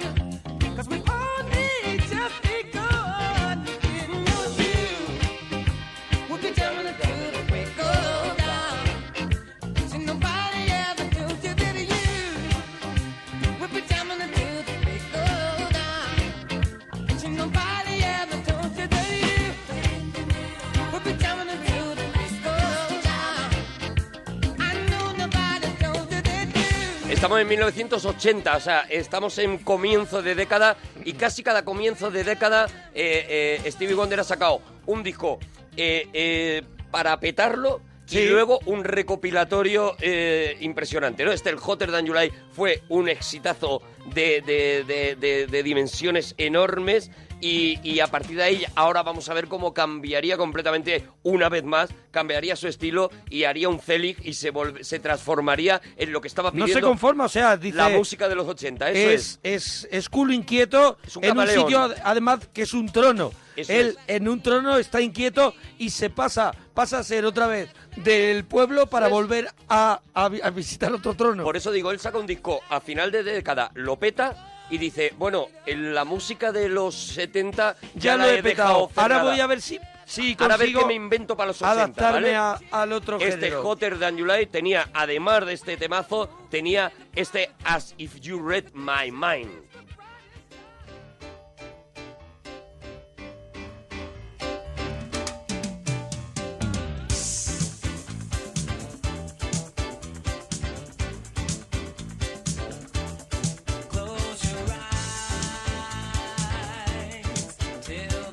'cause we all need just begun. Didn't know you We'll be jamming until the break of dawn. Since nobody ever told you that you would be jamming until the break of dawn. Since nobody ever told you that you would be jamming until the break of dawn. I know nobody told you that you Estamos en 1980, o sea, estamos en comienzo de década y casi cada comienzo de década eh, eh, Stevie Wonder ha sacado un disco eh, eh, para petarlo y luego un recopilatorio eh, impresionante, ¿no? Este, el Hotter Than July, fue un exitazo de, de- de- de- de dimensiones enormes y, y a partir de ahí ahora vamos a ver cómo cambiaría completamente una vez más, cambiaría su estilo y haría un Celig y se, volve- se transformaría en lo que estaba No se pidiendo conforma, o sea, dice... la música de los 80, eso es. Es, es culo inquieto un en un camaleón. sitio, ad- además, que es un trono. Eso Él en un trono está inquieto y se pasa, pasa a ser otra vez del pueblo para volver a, a vi- a visitar otro trono. Por eso digo, él saca un disco a final de década, lo peta y dice, bueno, en la música de los 70 ya, Ya lo la he petado. dejado Ahora cerrada. voy a ver si, si Ahora a ver consigo qué me invento para los 80, adaptarme ¿vale? a- al otro Este género. Hotter Than You Like tenía, además de este temazo, tenía este As If You Read My Mind. Close your eyes till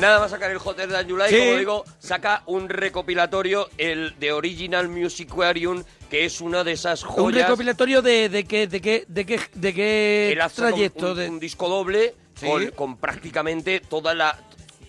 Nada más sacar el Hotel de Anjulay, Sí. como digo, saca un recopilatorio, el de Original Musicarium, que es una de esas Un joyas. recopilatorio de, de qué, de qué, de qué, de qué Él hace como trayecto. un, de- un disco doble Sí. con, con prácticamente toda la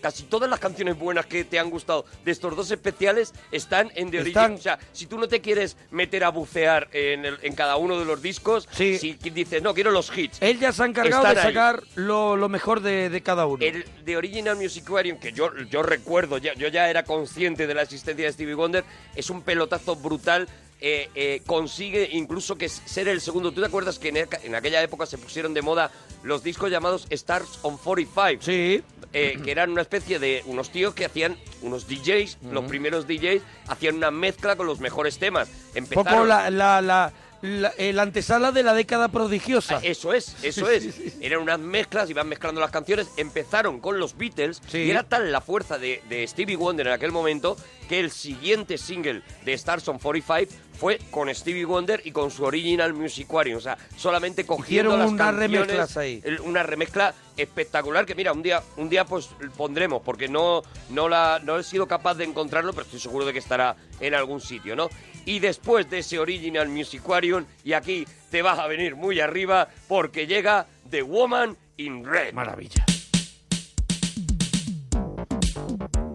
casi todas las canciones buenas que te han gustado de estos dos especiales están en The Origin. Están. O sea, si tú no te quieres meter a bucear en, el- en cada uno de los discos, si dices, no, quiero los hits. Él ya se ha encargado Están de ahí. sacar lo, lo mejor de, de cada uno. El de Original Musicarium, que yo, yo recuerdo, ya, yo ya era consciente de la existencia de Stevie Wonder, es un pelotazo brutal. eh, eh, consigue incluso que s- ser el segundo. ¿Tú te acuerdas que en, eca- en aquella época se pusieron de moda los discos llamados Stars on 45? Sí. que eran una especie de unos tíos que hacían, unos DJs, los Ujú. primeros DJs, hacían una mezcla con los mejores temas. Un Empezaron, poco la, la, la, la- el antesala de la década prodigiosa. eso Ah, es, eso Sí, es. Eran unas mezclas, iban mezclando las canciones. Empezaron con los Beatles y era tal la fuerza de, de Stevie Wonder en aquel momento que el siguiente single de Stars on 45 fue con Stevie Wonder y con su original Musicarium. O sea, solamente cogiendo Hicieron las unas canciones, remezclas ahí. el- Una remezcla espectacular que, mira, un día, un día pues pondremos porque no, no, la, no he sido capaz de encontrarlo, pero estoy seguro de que estará en algún sitio, ¿no? Y después de ese original Musicarium, y aquí te vas a venir muy arriba porque llega The Woman in Red. Maravilla.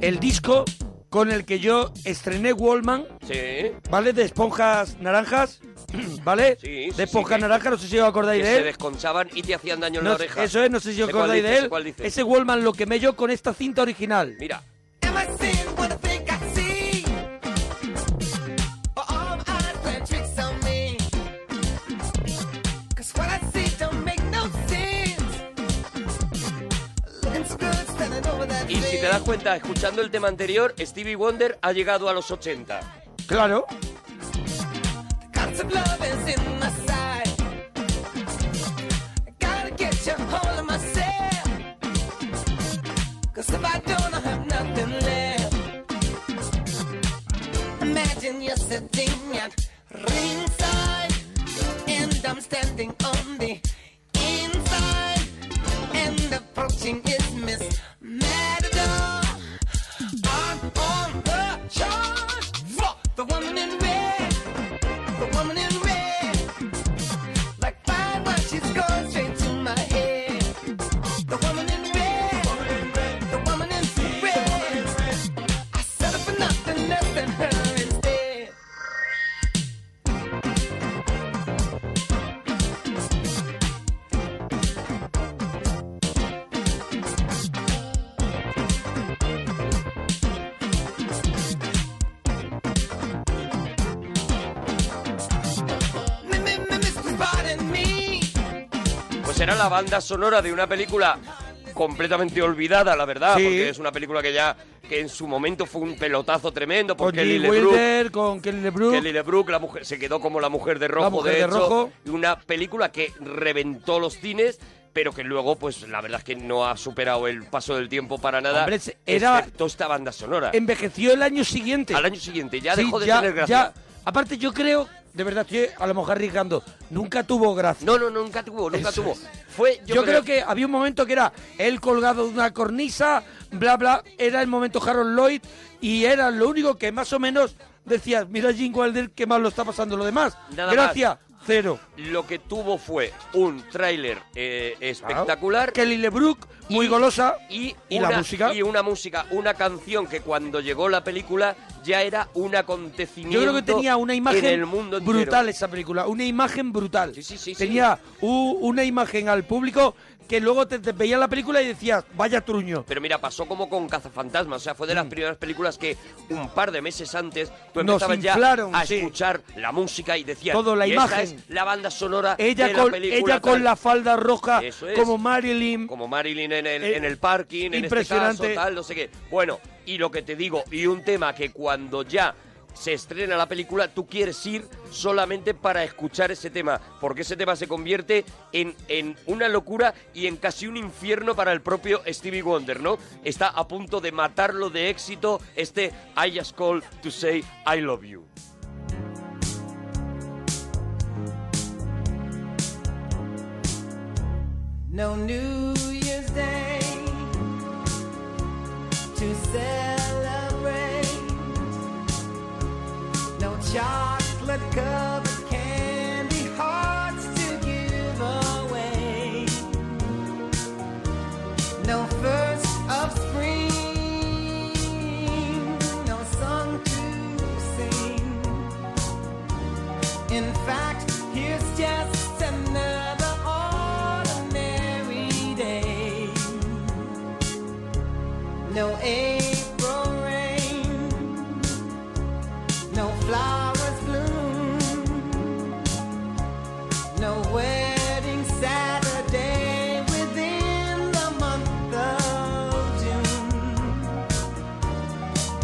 El disco con el que yo estrené Wallman, Sí. ¿vale? De esponjas naranjas, ¿vale? Sí, sí, de esponjas sí, que- naranjas, no sé si os acordáis que de se él. desconchaban y te hacían daño en No, la oreja. Eso es, no sé si os Sé cuál acordáis dices, de sé cuál él. dices. Ese Wallman lo quemé yo con esta cinta original. Mira. Am I seeing what I think I see? Or all my eyes playing tricks on me? 'Cause what I see don't make no sense. Looking so good standing over that Y si te das cuenta, escuchando el tema anterior, Stevie Wonder ha llegado a los 80. Claro. Lots of love is in my side. Gotta get you hold of myself. 'Cause if I don't, I have nothing left. Imagine you're sitting at ringside, and I'm standing on the inside, and approaching is Miss Matador. I'm on the charge for the woman in red. The woman in red. Like fine wine, she's going straight to my head. The woman in red. The woman in red. I settle for nothing less than her instead. Pardon me. Pues era la banda sonora de una película completamente olvidada, la verdad, Sí. porque es una película que ya que en su momento fue un pelotazo tremendo Con porque Jim Lily Brook Wilder, con Kelly LeBrook. Kelly LeBrook, la mujer, se quedó como la mujer de rojo, mujer de de hecho. rojo. y Una película que reventó los cines, pero que luego, pues la verdad es que no ha superado el paso del tiempo para nada. Hombre, se- era- excepto esta banda sonora. Envejeció el año siguiente. Al año siguiente, ya Sí, dejó de ya- tener gracia. ya. Aparte, yo creo, de verdad, estoy a lo mejor arriesgando, nunca tuvo gracia. No, no, nunca tuvo, nunca tuvo. Fue, yo creo que había un momento que era él colgado de una cornisa, bla, bla, era el momento Harold Lloyd y era lo único que más o menos decías, mira Jim Wilder, qué mal lo está pasando lo demás. Nada Gracias, cero. Lo que tuvo fue un tráiler eh, espectacular. Kelly LeBrook, muy golosa. Y, y una, la música. Y una música, una canción que cuando llegó la película ya era un acontecimiento. Yo creo que tenía una imagen en el mundo entero. brutal esa película, una imagen brutal. tenía u- una imagen al público que luego te, te veía la película y decías, vaya truño. Pero mira, pasó como con Cazafantasmas. O sea, fue de las primeras películas que un par de meses antes tú Mm. Nos empezabas ya inflaron, a escuchar la música y decías. Todo, la "Y esta imagen". es la banda sonora de Ella la con, película. ella con tal". la falda roja, Eso es. como Marilyn. Como Marilyn en el, Eh, en el parking, en este caso, impresionante. tal, no sé qué. Bueno, y lo que te digo, y un tema que cuando ya se estrena la película, tú quieres ir solamente para escuchar ese tema, porque ese tema se convierte en, en una locura y en casi un infierno para el propio Stevie Wonder, ¿no? Está a punto de matarlo de éxito este I Just Call to Say I Love You. No New Year's Day. to celebrate. No chocolate covered candy hearts to give away. No first of spring. No song to sing. In fact, here's just another ordinary day. No April rain, no flowers bloom, no wedding Saturday within the month of June.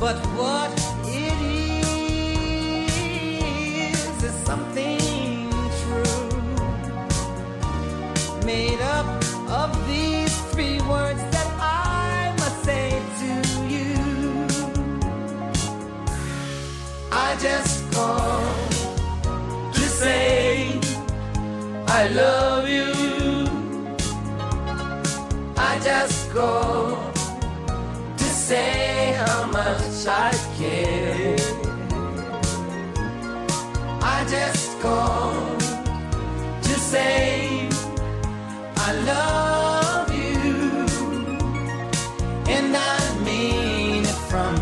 But what it is is something true, made up of these three words that I must say to you. I just called to say I love you. I just called to say how much I care. I just called to say I love you, and I mean it from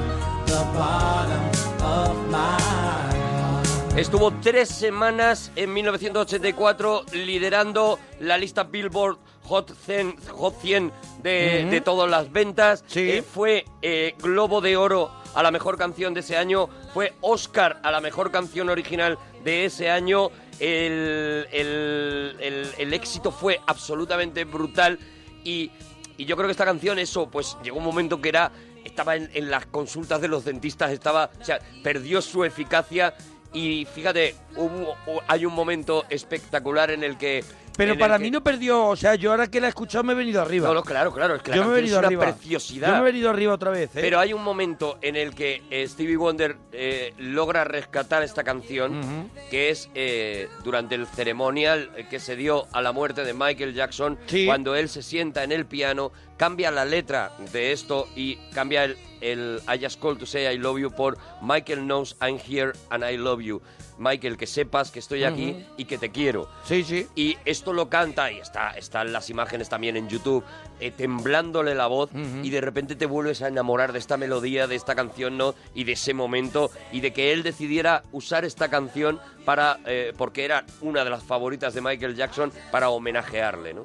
the bottom of my heart. Estuvo tres semanas en 1984 liderando la lista Billboard Hot 100, Hot 100 de, Ujú. de todas las ventas. Eh, fue eh, Globo de Oro a la mejor canción de ese año. Fue Oscar a la mejor canción original de ese año. El, el- el- el éxito fue absolutamente brutal y, y yo creo que esta canción, eso, pues llegó un momento que era estaba en, en las consultas de los dentistas, estaba, o sea, perdió su eficacia y fíjate, hubo- hu- hay un momento espectacular en el que... en Pero el para que- mí no perdió, o sea, yo ahora que la he escuchado me he venido arriba. No, no, claro, claro, es que la yo me he canción venido es una arriba. preciosidad. Yo me he venido arriba otra vez, ¿eh? Pero hay un momento en el que eh, Stevie Wonder eh, logra rescatar esta canción, que es eh, durante el ceremonial eh, que se dio a la muerte de Michael Jackson, cuando él se sienta en el piano, cambia la letra de esto y cambia el, el I just called to say I love you por Michael knows I'm here and I love you. Michael, que sepas que estoy aquí Ujú. y que te quiero. Sí, sí. Y esto lo canta, y está, están las imágenes también en YouTube, eh, temblándole la voz, y de repente te vuelves a enamorar de esta melodía, de esta canción, ¿no? Y de ese momento, y de que él decidiera usar esta canción para, eh, porque era una de las favoritas de Michael Jackson, para homenajearle, ¿no?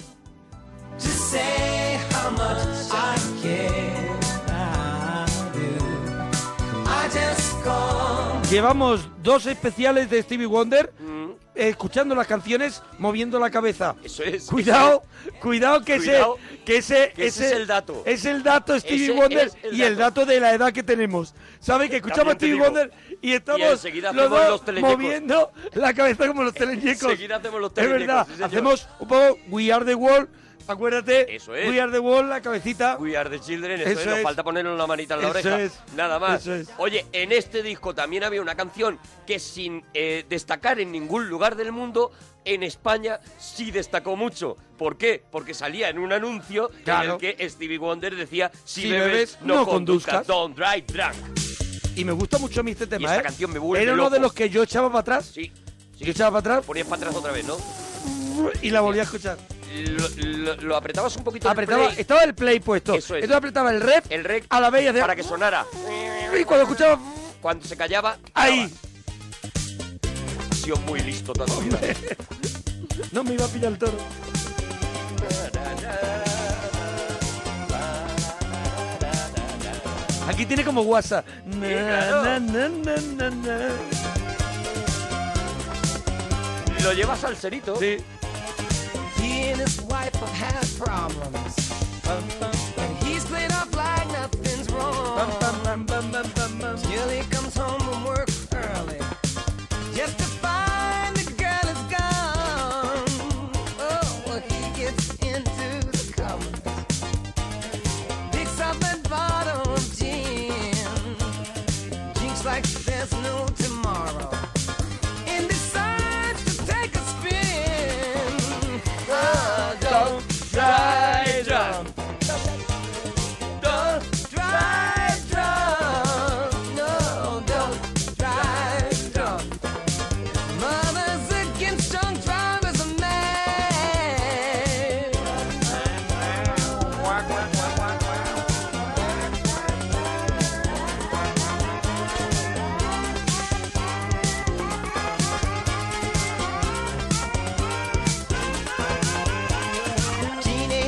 to say how much I care. I do. I just call. Llevamos dos especiales de Stevie Wonder eh, escuchando las canciones, moviendo la cabeza. Mm. Eso es. Cuidado, cuidado que Cuidado, ese, que ese, que ese es el dato. Es el dato Stevie Ese Wonder es el y el dato de la edad que tenemos. ¿Sabes? Que escuchamos a También te Stevie digo. Wonder y estamos enseguida los hacemos dos los teleñecos. moviendo la cabeza como los teleñecos. Enseguida hacemos los Es teleñecos, verdad, sí, señor. hacemos un poco We Are the World. Acuérdate, Eso es. We Are the World, la cabecita. We Are the Children, eso, Eso es, nos es. falta ponerle una manita en la Eso oreja. es. Nada más. Eso es. Oye, en este disco también había una canción que sin eh, destacar en ningún lugar del mundo, en España sí destacó mucho. ¿Por qué? Porque salía en un anuncio Claro. en el que Stevie Wonder decía, si, Si bebes, bebes, no, no conduzcas. conduzcas. Don't drive drunk. Y me gusta mucho a mí este tema, esta ¿eh? canción me vuelve Era uno loco. de los que yo echaba para atrás. Sí. Yo echaba para atrás Ponías para atrás otra vez, ¿no? y la volví a escuchar. Lo, lo- lo apretabas un poquito el Apretaba, play. estaba el play puesto. Eso es. Entonces apretaba el rep, El rec a la vez y hacía- para que sonara. Y cuando escuchaba. Cuando se callaba, ¡Ahí! ha sido muy listo toda la vida. No me iba a pillar el toro. Aquí tiene como WhatsApp. Na, claro. na, na, na, na, na. Lo llevas al cerito. Sí. He and his wife have had problems. And he's played up like nothing's wrong. Till he comes home from work early. Just to find the girl is gone. Oh, well, he gets into the cupboard. Picks up that bottle of gin. Drinks like there's no tomorrow. And decides to take a spin. Oh, don't drive drunk.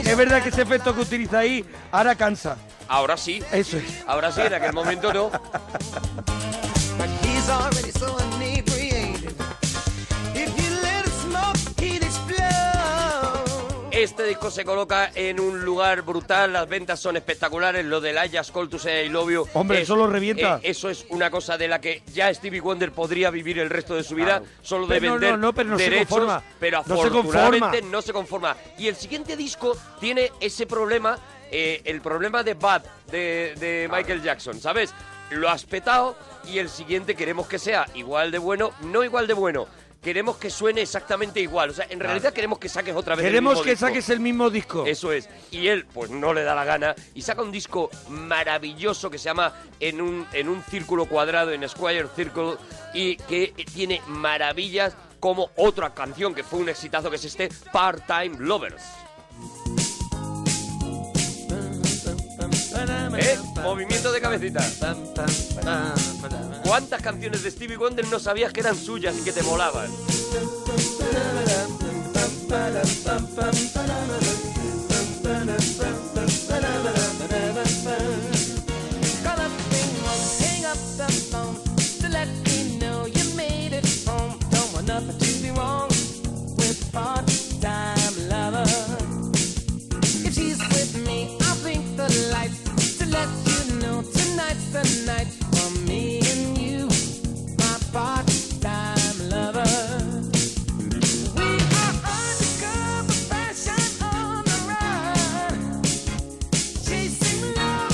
Es verdad que ese efecto que utilizáis ahora cansa. Ahora sí. Eso es. Ahora sí, en aquel momento no. He's already so inebriated. If you let him smoke, he'd explode. Este disco se coloca en un lugar brutal, las ventas son espectaculares, lo del Ayas Coltus e y Lobio. Hombre, eso lo revienta. eh, eso es una cosa de la que ya Stevie Wonder podría vivir el resto de su vida, solo de Pero no, vender no, no, pero no se derechos, conforma. pero No se conforma. afortunadamente no se conforma. Y el siguiente disco tiene ese problema, eh, el problema de Bad, de, de Michael Jackson, ¿sabes? Lo has petado y el siguiente queremos que sea igual de bueno, no igual de bueno. Queremos que suene exactamente igual. O sea, en realidad queremos que saques otra vez el Queremos mismo que disco. saques el mismo disco. Eso es. Y él, pues no le da la gana y saca un disco maravilloso que se llama En un, en un círculo cuadrado, en Square Circle, y que tiene maravillas como otra canción que fue un exitazo que es este Part-Time Lovers. ¿Eh? Movimiento de cabecita. ¿Cuántas canciones de Stevie Wonder no sabías que eran suyas y que te volaban? Call up Bing Bong, hang up the phone to let me know you made it home. Don't want nothing to be wrong with part-time lover. If she's with me, I'll blink the lights to let you know tonight's the night for me and you, my part-time lover. We are undercover fashion on the run, chasing love.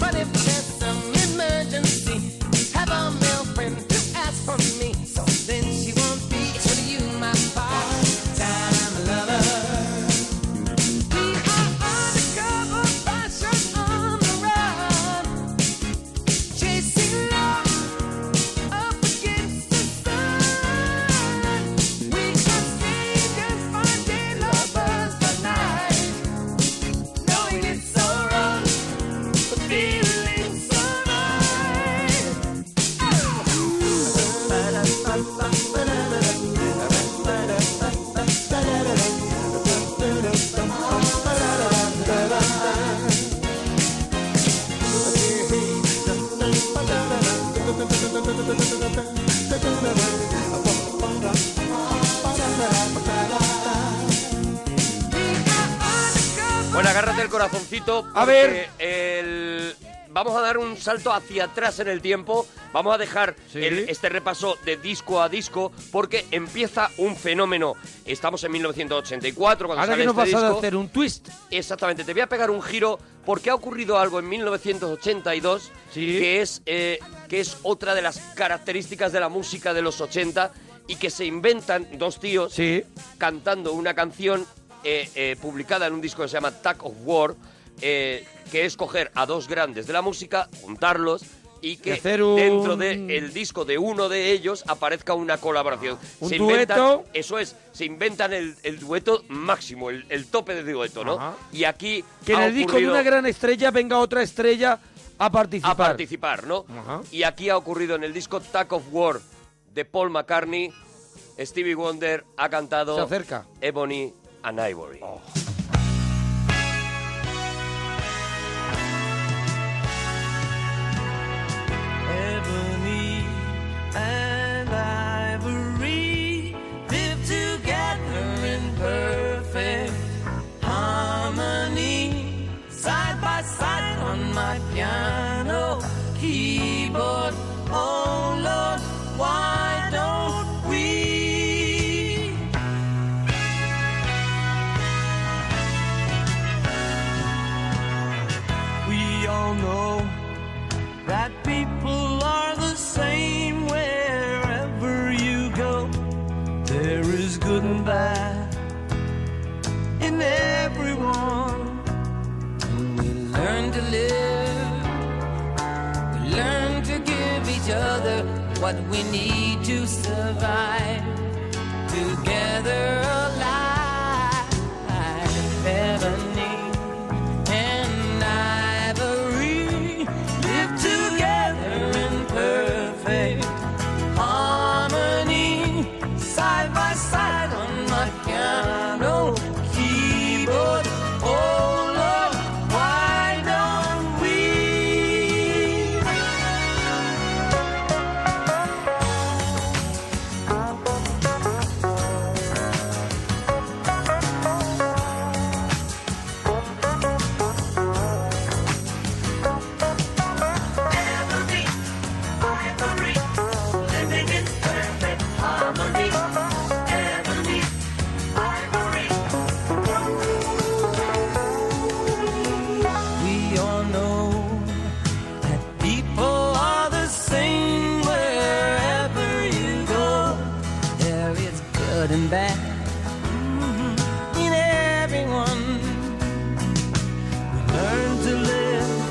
But if there's some emergency, have a male friend to ask for me. So then she won't be to you, my part-time lover. We are undercover fashion on the run, chasing love up against the sun. We are strangers, finding lovers by night, knowing it's so wrong, but feeling so right. Bueno, agárrate el corazoncito. A ver. porque el- Vamos a dar un salto hacia atrás en el tiempo. Vamos a dejar el- este repaso de disco a disco porque empieza un fenómeno. Estamos en 1984 cuando Ahora sale que nos este vas a disco. hacer un twist. Pues, Exactamente, te voy a pegar un giro porque ha ocurrido algo en 1982 que, es, eh, que es otra de las características de la música de los 80 y que se inventan dos tíos cantando una canción eh, eh, publicada en un disco que se llama Tag of War, eh, que es coger a dos grandes de la música, juntarlos y que Y hacer un- dentro del disco de uno de ellos aparezca una colaboración. Un inventan- dueto. eso es, se inventan el, el dueto máximo, el, el tope de dueto, ¿no? Ajá. Y aquí Que en ha el disco de una ocurrido gran estrella venga otra estrella a participar. a participar, ¿no? Y aquí ha ocurrido en el disco Tack of War de Paul McCartney, Stevie Wonder ha cantado Se acerca. Oh. Ebony and Ivory. Ebony and ivory live together in perfect harmony. Side by side on my piano keyboard. Oh Lord, why don't we other what we need to survive. Together alive, ebony and ivory live together in perfect harmony, side by side on my piano keyboard. Oh Lord, why don't we? We all know that people are the same wherever you go. There is good and bad in everyone. We learn to live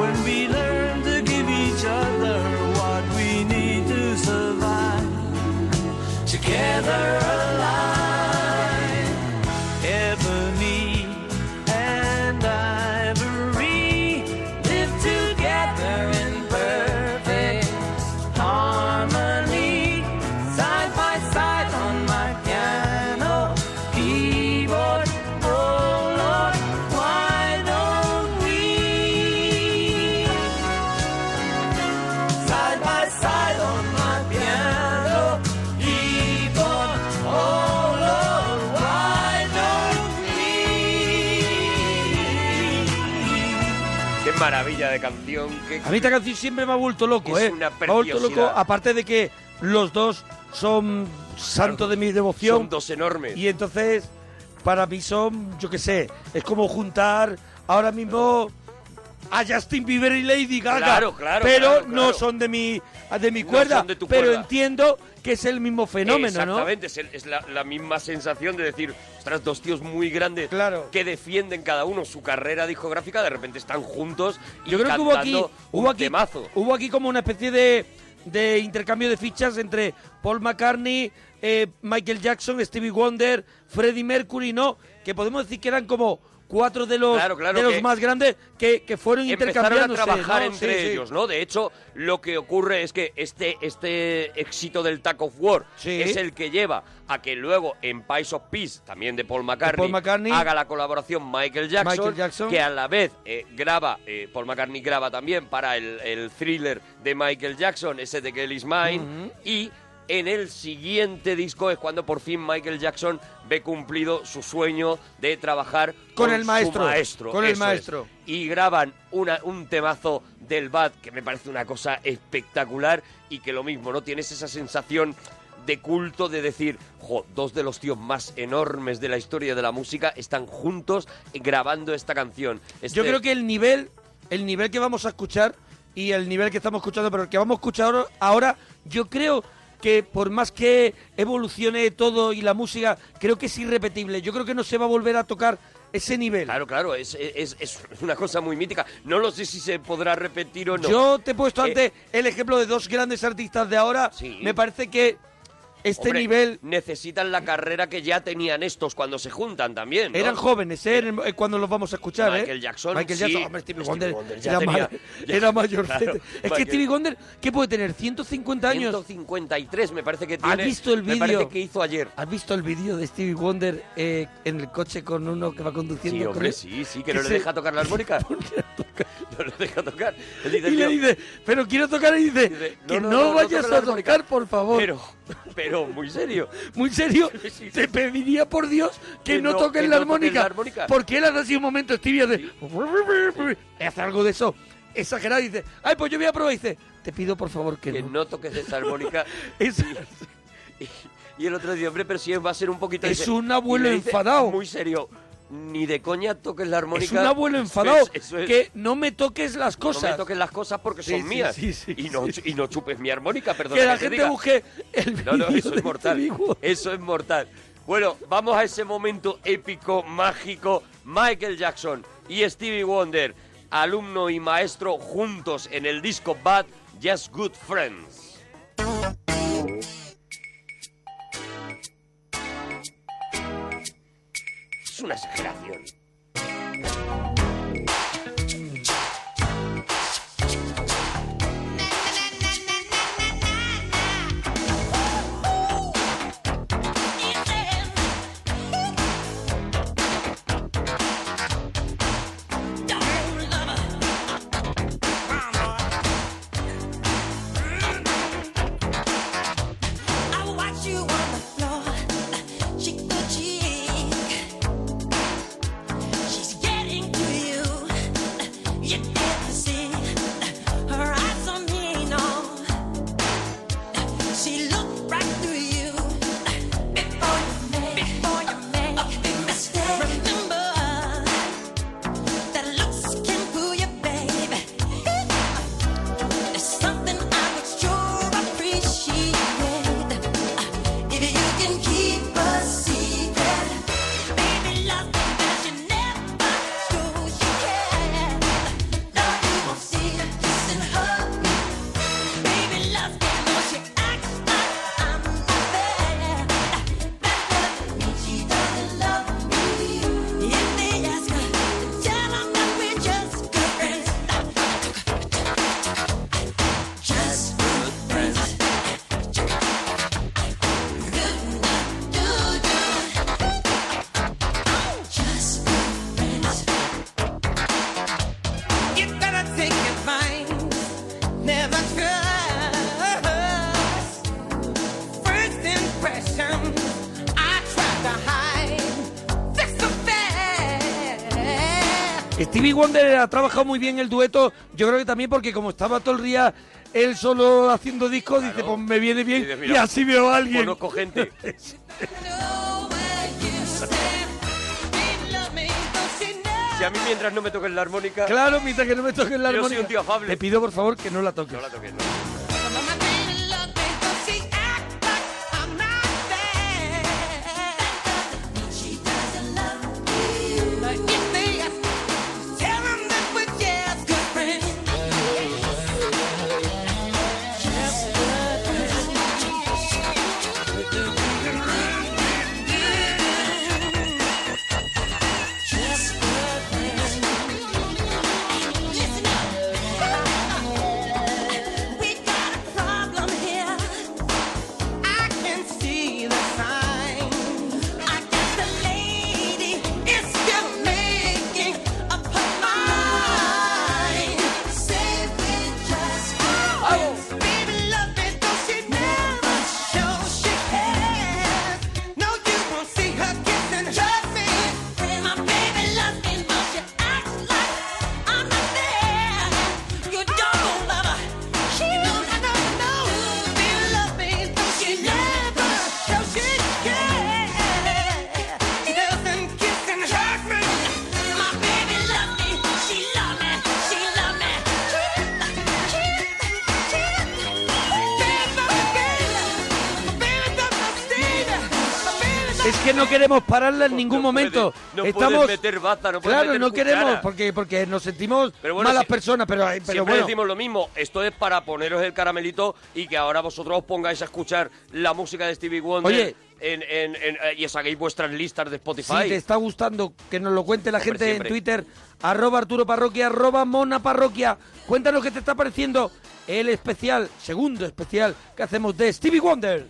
when we learn to give each other what we need to survive. Together alive, ebony and ivory live together in perfect harmony, side by side on my piano keyboard. Oh Lord, why don't we? Side by side on my piano keyboard. Oh Lord, why don't Qué maravilla de canción. qué- A mí esta canción siempre me ha vuelto loco, Es ¿eh? una me ha vuelto loco, preciosidad. aparte de que los dos son santos de mi devoción. Son dos enormes. Y entonces, para mí son, yo qué sé, es como juntar ahora mismo a Justin Bieber y Lady Gaga. Claro, claro, Pero claro, no claro. son de mi, de mi No cuerda. son de tu pero cuerda. entiendo que es el mismo fenómeno, ¿no? Exactamente, es, el- es la, la misma sensación de decir, ostras, dos tíos muy grandes que defienden cada uno su carrera discográfica, de repente están juntos y Yo creo que hubo aquí, cantando un hubo aquí, temazo. hubo aquí como una especie de, de intercambio de fichas entre Paul McCartney, eh, Michael Jackson, Stevie Wonder, Freddie Mercury, ¿no? Que podemos decir que eran como cuatro de los, Claro, claro, de los que más grandes que, que fueron Empezaron a intercambiándose. trabajar ¿no? entre Sí, sí. ellos, ¿no? De hecho, lo que ocurre es que este, este éxito del Tack of War Sí. es el que lleva a que luego en Pies of Peace, también de Paul McCartney, Paul McCartney. haga la colaboración Michael Jackson, Michael Jackson. que a la vez eh, graba, eh, Paul McCartney graba también para el, el thriller de Michael Jackson, ese de Kelly's Mine, Ujú. y... En el siguiente disco es cuando por fin Michael Jackson ve cumplido su sueño de trabajar Con con, el su maestro, maestro, con el eso es. maestro. Y graban una- un temazo del Bad que me parece una cosa espectacular y que lo mismo, ¿no? Tienes esa sensación de culto de decir, jo, dos de los tíos más enormes de la historia de la música están juntos grabando esta canción. Este Yo creo que el nivel, el nivel que vamos a escuchar y el nivel que estamos escuchando, pero el que vamos a escuchar ahora- ahora, yo creo que por más que evolucione todo y la música, creo que es irrepetible. Yo creo que no se va a volver a tocar ese nivel. Claro, claro, es, es- es una cosa muy mítica. No lo sé si se podrá repetir o no. Yo te he puesto Eh, antes el ejemplo de dos grandes artistas de ahora. Me parece que este hombre, nivel Necesitan la carrera que ya tenían estos cuando se juntan también. ¿no? eran jóvenes, ¿eh? En- eh, Cuando los vamos a escuchar, ¿eh? Michael Jackson, Michael sí. Jackson, hombre, Stevie Stevie Wonder, Wonder ya era, tenía- ma- ya- era mayor. claro, es que Michael- Stevie Wonder, ¿qué puede tener? ¿150 años? 153 me parece que tiene. ¿Has visto el me vídeo? parece que hizo ayer. ¿Has visto el vídeo de Stevie Wonder eh, en el coche con uno que va conduciendo? Sí, con hombre, el- sí, sí, que no le se- deja tocar la armónica. no le deja tocar. Él dice, Y le "Tío, dice, pero quiero tocar y dice, que no, no, no, no vayas toca la a tocar, por favor. Pero, pero muy serio. Muy serio, te pediría por Dios que, Que no, no- toques que la, no toques armónica, la armónica. Porque él hace así un momento, Stevie hace, hace algo de eso exagerado y dice, ay, pues yo voy a probar y dice, te pido por favor que, que no. no toques esa armónica. y, y el otro dice, hombre, pero si va a ser un poquito... Es dice- un abuelo y le dice, enfadado. Muy serio. Ni de coña toques la armónica. Es un abuelo Eso enfadado es, eso es. que no me toques las cosas. No me toques las cosas porque Sí, son sí, mías. sí, y, no, y no chupes mi armónica, perdón. Que la gente busque el No, no, vídeo eso de este es mortal. Eso es mortal. Bueno, vamos a ese momento épico, mágico. Michael Jackson y Stevie Wonder, alumno y maestro juntos en el disco Bad Just Good Friends. Es una exageración. I watch you on the floor, cheek to cheek. She's getting to you. You can't see her eyes on me, no. She looked right through you before you make before you make a big mistake. Remember that looks can fool you, baby. It's something I would sure appreciate. If you can keep a secret, baby, love me that you never shows you care. Now you won't see it, kiss and hug me. Baby, love me though she acts like I'm not there. That doesn't mean she doesn't love me. If they ask her, tell them that we're just good friends. Just good friends. Just You gotta take advice, never trust. First impression, I try to hide. That's the fact. Stevie Wonder ha trabajado muy bien el dueto. Yo creo que también porque como estaba todo el día él solo haciendo discos, dice, pues me viene bien Dices, y mira, así veo a alguien. Conozco gente. Si a mí mientras no me toquen la armónica. Claro, mientras que no me toquen la Yo soy armónica. un tío afable. Le pido, por favor, que no la toques. No la toques, no. We got a problem here. I can see the sign. I guess the lady is still making up her mind. Say we just friends. Baby, love me though she never shows she cares. No, you won't see her kissing her me. My baby loves me, but she acts like I'm not there. You don't love her. She don't, I don't know. Baby, love me, but she never shows she cares. She doesn't kiss and hurt me. My baby loves me. She love me. She love me. Es que no queremos pararla en ningún momento. Pues No Estamos... puedes meter baza, no puedes claro, meter no queremos, cuchara. porque, porque nos sentimos Pero bueno, malas si- personas, pero, pero Siempre bueno. decimos lo mismo, esto es para poneros el caramelito y que ahora vosotros os pongáis a escuchar la música de Stevie Wonder Oye. en- en- en- eh, y os hagáis vuestras listas de Spotify. Si te está gustando, que nos lo cuente la Hombre, gente siempre. en Twitter, arroba Arturo Parroquia, arroba Mona Parroquia. Cuéntanos qué te está pareciendo el especial, segundo especial que hacemos de Stevie Wonder.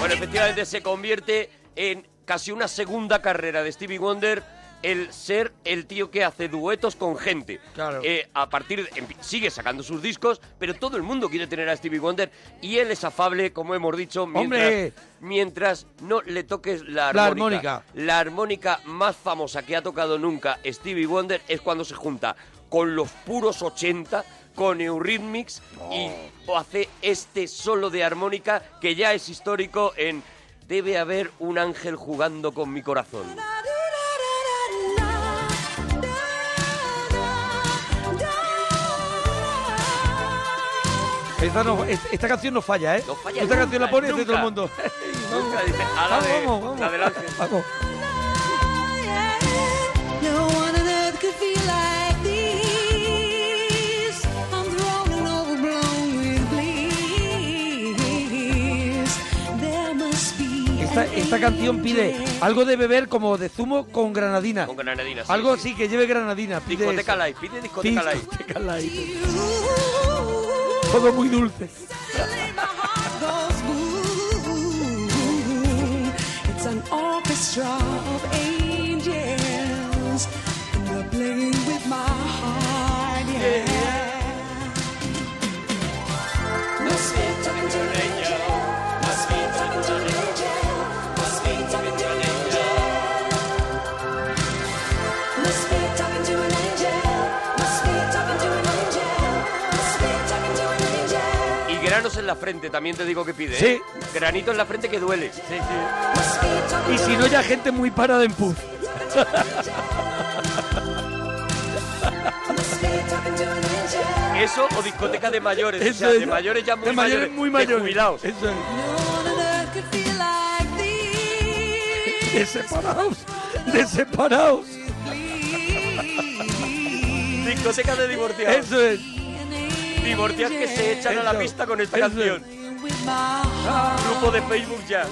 Bueno, efectivamente se convierte en casi una segunda carrera de Stevie Wonder el ser el tío que hace duetos con gente. Claro. Eh, a partir de- empi- sigue sacando sus discos, pero todo el mundo quiere tener a Stevie Wonder y él es afable, como hemos dicho, mientras, ¡Hombre! mientras no le toques la La armónica. armónica. La armónica más famosa que ha tocado nunca Stevie Wonder es cuando se junta con los puros 80, con Eurythmics y hace este solo de armónica que ya es histórico en Debe haber un ángel jugando con mi corazón. Esta, no- es- esta canción no falla, ¿eh? No falla Esta nunca, canción la pone de nunca. todo el mundo. Nunca dice, eh, a la de- Vamos, vamos. la del ángel. Vamos. No one on earth could feel like these. esta, esta canción pide algo de beber como de zumo con granadina. Con granadina, sí, Algo así que lleve granadina. pide Discoteca eso. Live, pide discoteca live. Discoteca Live. Todo muy dulce. goes boom. It's an orchestra of angels, and they're playing with my heart. Yeah. Must be talking to an angel. Must be talking to an angel. Must be talking to an angel. Must be talking to an angel. Must be talking to an angel. Must be talking to an angel. Y granos en la frente, también te digo que pide. Sí. ¿eh? Granito en la frente que duele. Sí, sí. Y si no, ya gente muy parada en pub. Eso o discoteca de mayores. o Eso sea, es. de mayores ya muy De mayores muy mayores. De jubilados. Eso es. De separados. De separados. Discoteca de divorciados. Eso es. Divorciados que se echan a la Eso, pista con esta eso es. canción. Grupo de Facebook ya.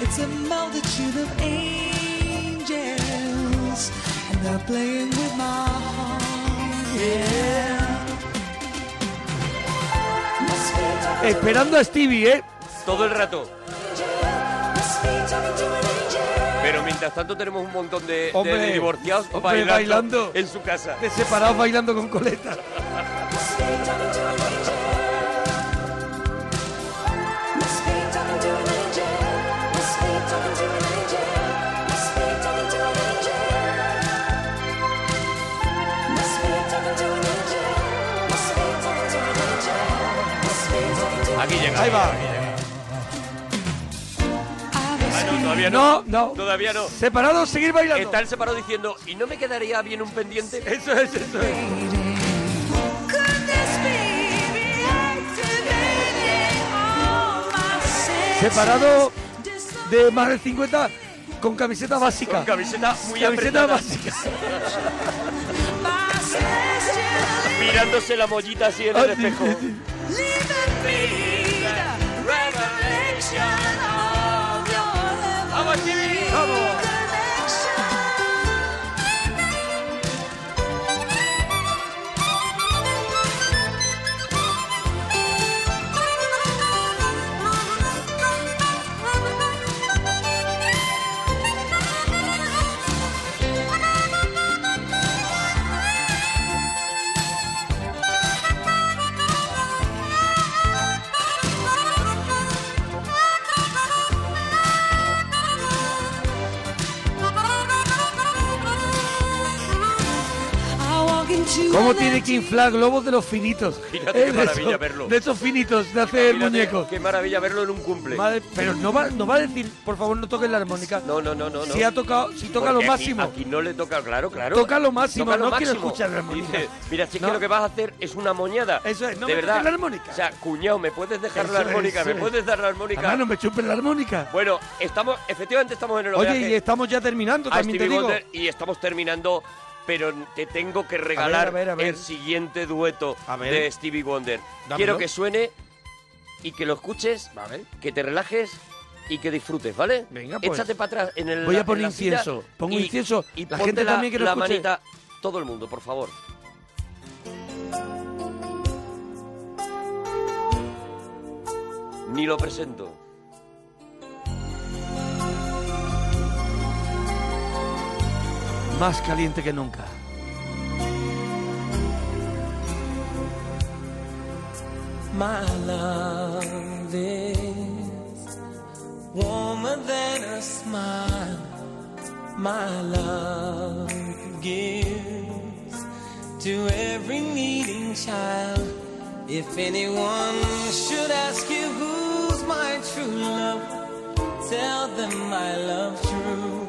It's a multitude of angels, and they're playing with my heart. Yeah. Must be talking to an Esperando a Stevie, ¿eh? Todo el rato. angel. Must be talking to an angel. Pero mientras tanto tenemos un montón de, de Hombre, divorciados hombre, bailando, bailando. en su casa. De separados bailando con coleta. Must be talking to an angel. Must be talking to an angel. Must be talking to an angel. Must be talking to an angel. Must be talking to an angel. Must be talking to an angel. Must be talking to an Aquí llega. angel. Ahí va. Ah, no, todavía No, no. no. Todavía no. Separados, seguir bailando. Están separados diciendo, ¿y no me quedaría bien un pendiente? Eso es, eso es. Separado de más de 50 con camiseta básica. Con camiseta muy Camiseta apretada. básica. Mirándose la mollita así en el Ah, espejo. Vamos, Chibi, vamos. ¿Cómo tiene que inflar globos de los finitos? Fíjate qué de maravilla esos- verlo. De esos finitos, de hacer el muñeco. Qué maravilla verlo en un cumple. Madre- pero no va, no va a decir, por favor, no toques la armónica. No, no, no, no. no. Si ha tocado, si Porque toca lo aquí- máximo. Aquí, no le toca, claro, claro. Toca lo máximo, Toca lo no quiero máximo. escuchar la armónica. Dice, mira, si es No. que lo que vas a hacer es una moñada. Eso es, no de me verdad. toques la armónica. O sea, cuñado, ¿me puedes dejar Eso la es, armónica? eso ¿Me es. puedes dar la armónica? Además, no me chupes la armónica. Bueno, estamos, efectivamente estamos en el Oye, homenaje y estamos ya terminando, a también te Stevie digo. Wonder y estamos terminando, pero te tengo que regalar a ver, a ver. el siguiente dueto ver. de Stevie Wonder. Dámelo. Quiero que suene y que lo escuches, que te relajes y que disfrutes, ¿vale? Venga, pues. Échate para atrás en el Voy a en poner la silla incienso. Pongo y- incienso. y La ponte gente también que lo la escuche. manita, todo el mundo, por favor. Ni lo presento. Más caliente que nunca. My love is warmer than a smile. My love gives to every needing child. If anyone should ask you who's my true love, tell them my love true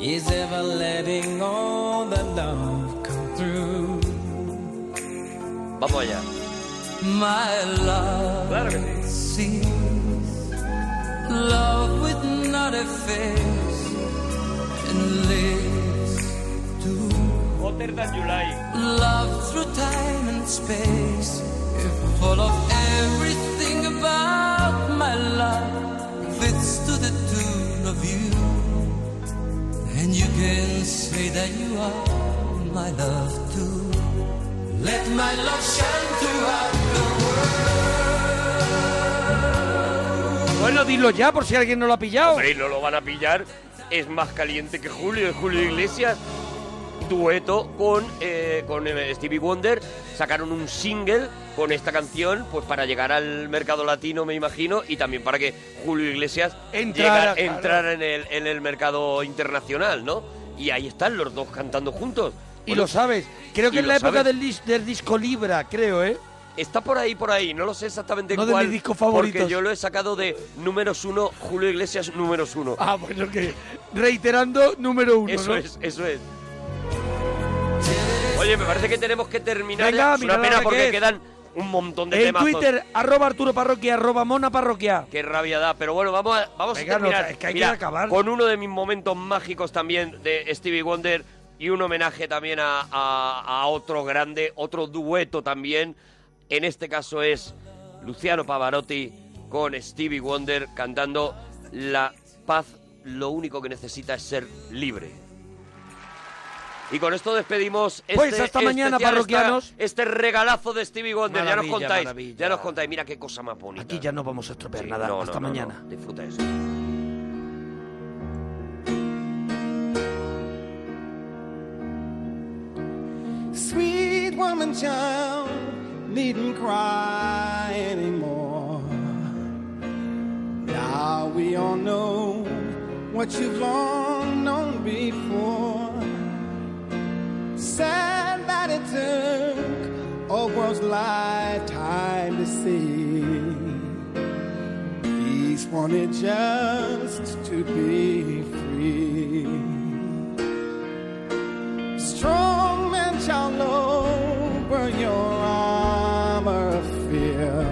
is ever letting all the love come through. Vamos allá. My love sees love with not a face and lives to hotter than you like. Love through time and space, if full of everything about my love. It's to the tune of you, and you can say that you are my love too. Let my love shine throughout the world. Bueno, dilo ya por si alguien no lo ha pillado. Hombre, no lo van a pillar. Es más caliente que Julio, es Julio Iglesias. Dueto con, eh, con eh, Stevie Wonder. Sacaron un single con esta canción, pues para llegar al mercado latino, me imagino, y también para que Julio Iglesias llegara- Entrara, claro. entrara en, el, en el mercado internacional, ¿no? Y ahí están los dos cantando juntos. Y Bueno, lo sabes. Creo y que es lo la época sabes. del, dis- del disco Libra, creo, ¿eh? Está por ahí, por ahí. No lo sé exactamente Uno de cuál. mis discos favoritos. Porque yo lo he sacado de números uno, Julio Iglesias números uno. Ah, bueno, que reiterando número uno. Eso ¿no? es, eso es. Oye, me parece que tenemos que terminar. Venga, ya. es mira una la pena hora que porque es. quedan un montón de En temazos. Twitter, arroba Arturo Parroquia, arroba Mona Parroquia. Qué rabia da, pero bueno, vamos a, vamos Venga, a no, terminar es que hay que Mira, acabar. con uno de mis momentos mágicos también de Stevie Wonder y un homenaje también a, a- a otro grande, otro dueto también. En este caso es Luciano Pavarotti con Stevie Wonder cantando La paz lo único que necesita es ser libre. Y con esto despedimos este Pues hasta mañana, especial, parroquianos. esta- este regalazo de Stevie Wonder. ya nos Maravilla, contáis, maravilla. ya nos contáis, mira qué cosa más bonita. Aquí ya no vamos a estropear nada. no, no, Hasta no, no. mañana. Disfruta eso. Sweet woman child, needn't cry anymore. Now we all know what you've long known before. Sad that it took a world's lifetime to see. Each wanted just to be free. Strong men shall lower your armor of fear.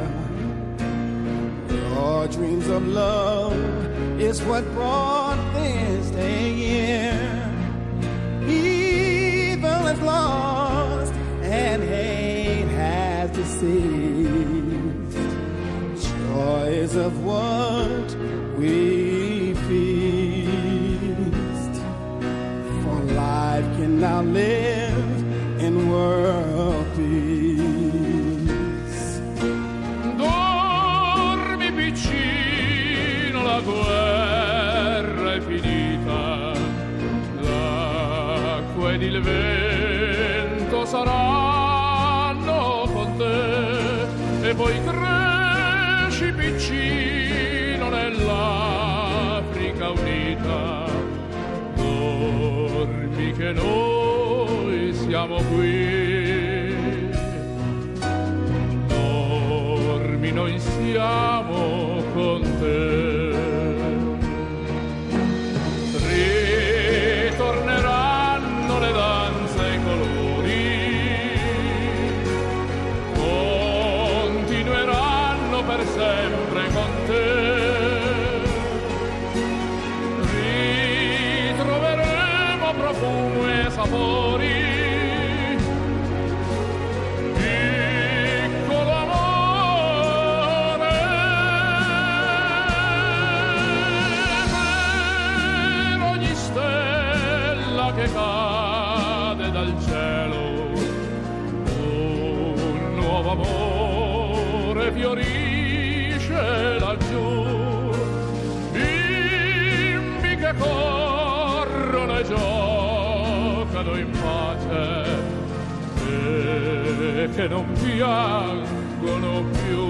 Your dreams of love is what brought this day here. Evil is lost and hate has deceived. Joy is of what we feast. For life can now live in world peace. Dormi piccino, la guerra è finita, l'acqua ed il vento saranno con te e poi cresci piccino nell'Africa unita. Dormi che noi siamo qui. Dormi, noi siamo con te. Ritorneranno le danze e i colori, continueranno per sempre con te. Ritroveremo profumi e sapori piccolo amore per ogni stella che cade dal cielo un nuovo amore fiorisce laggiù bimbi che corrono e giocano in pace e che non piangono più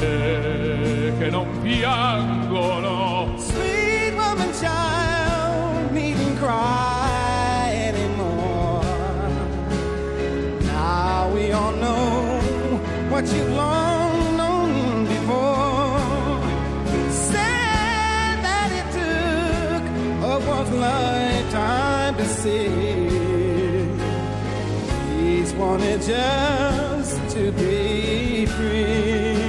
e che non piangono Sweet woman child, needn't cry anymore. Now we all know what you've long known before. Sad that it took a world's lifetime to see. He's wanted just to be free.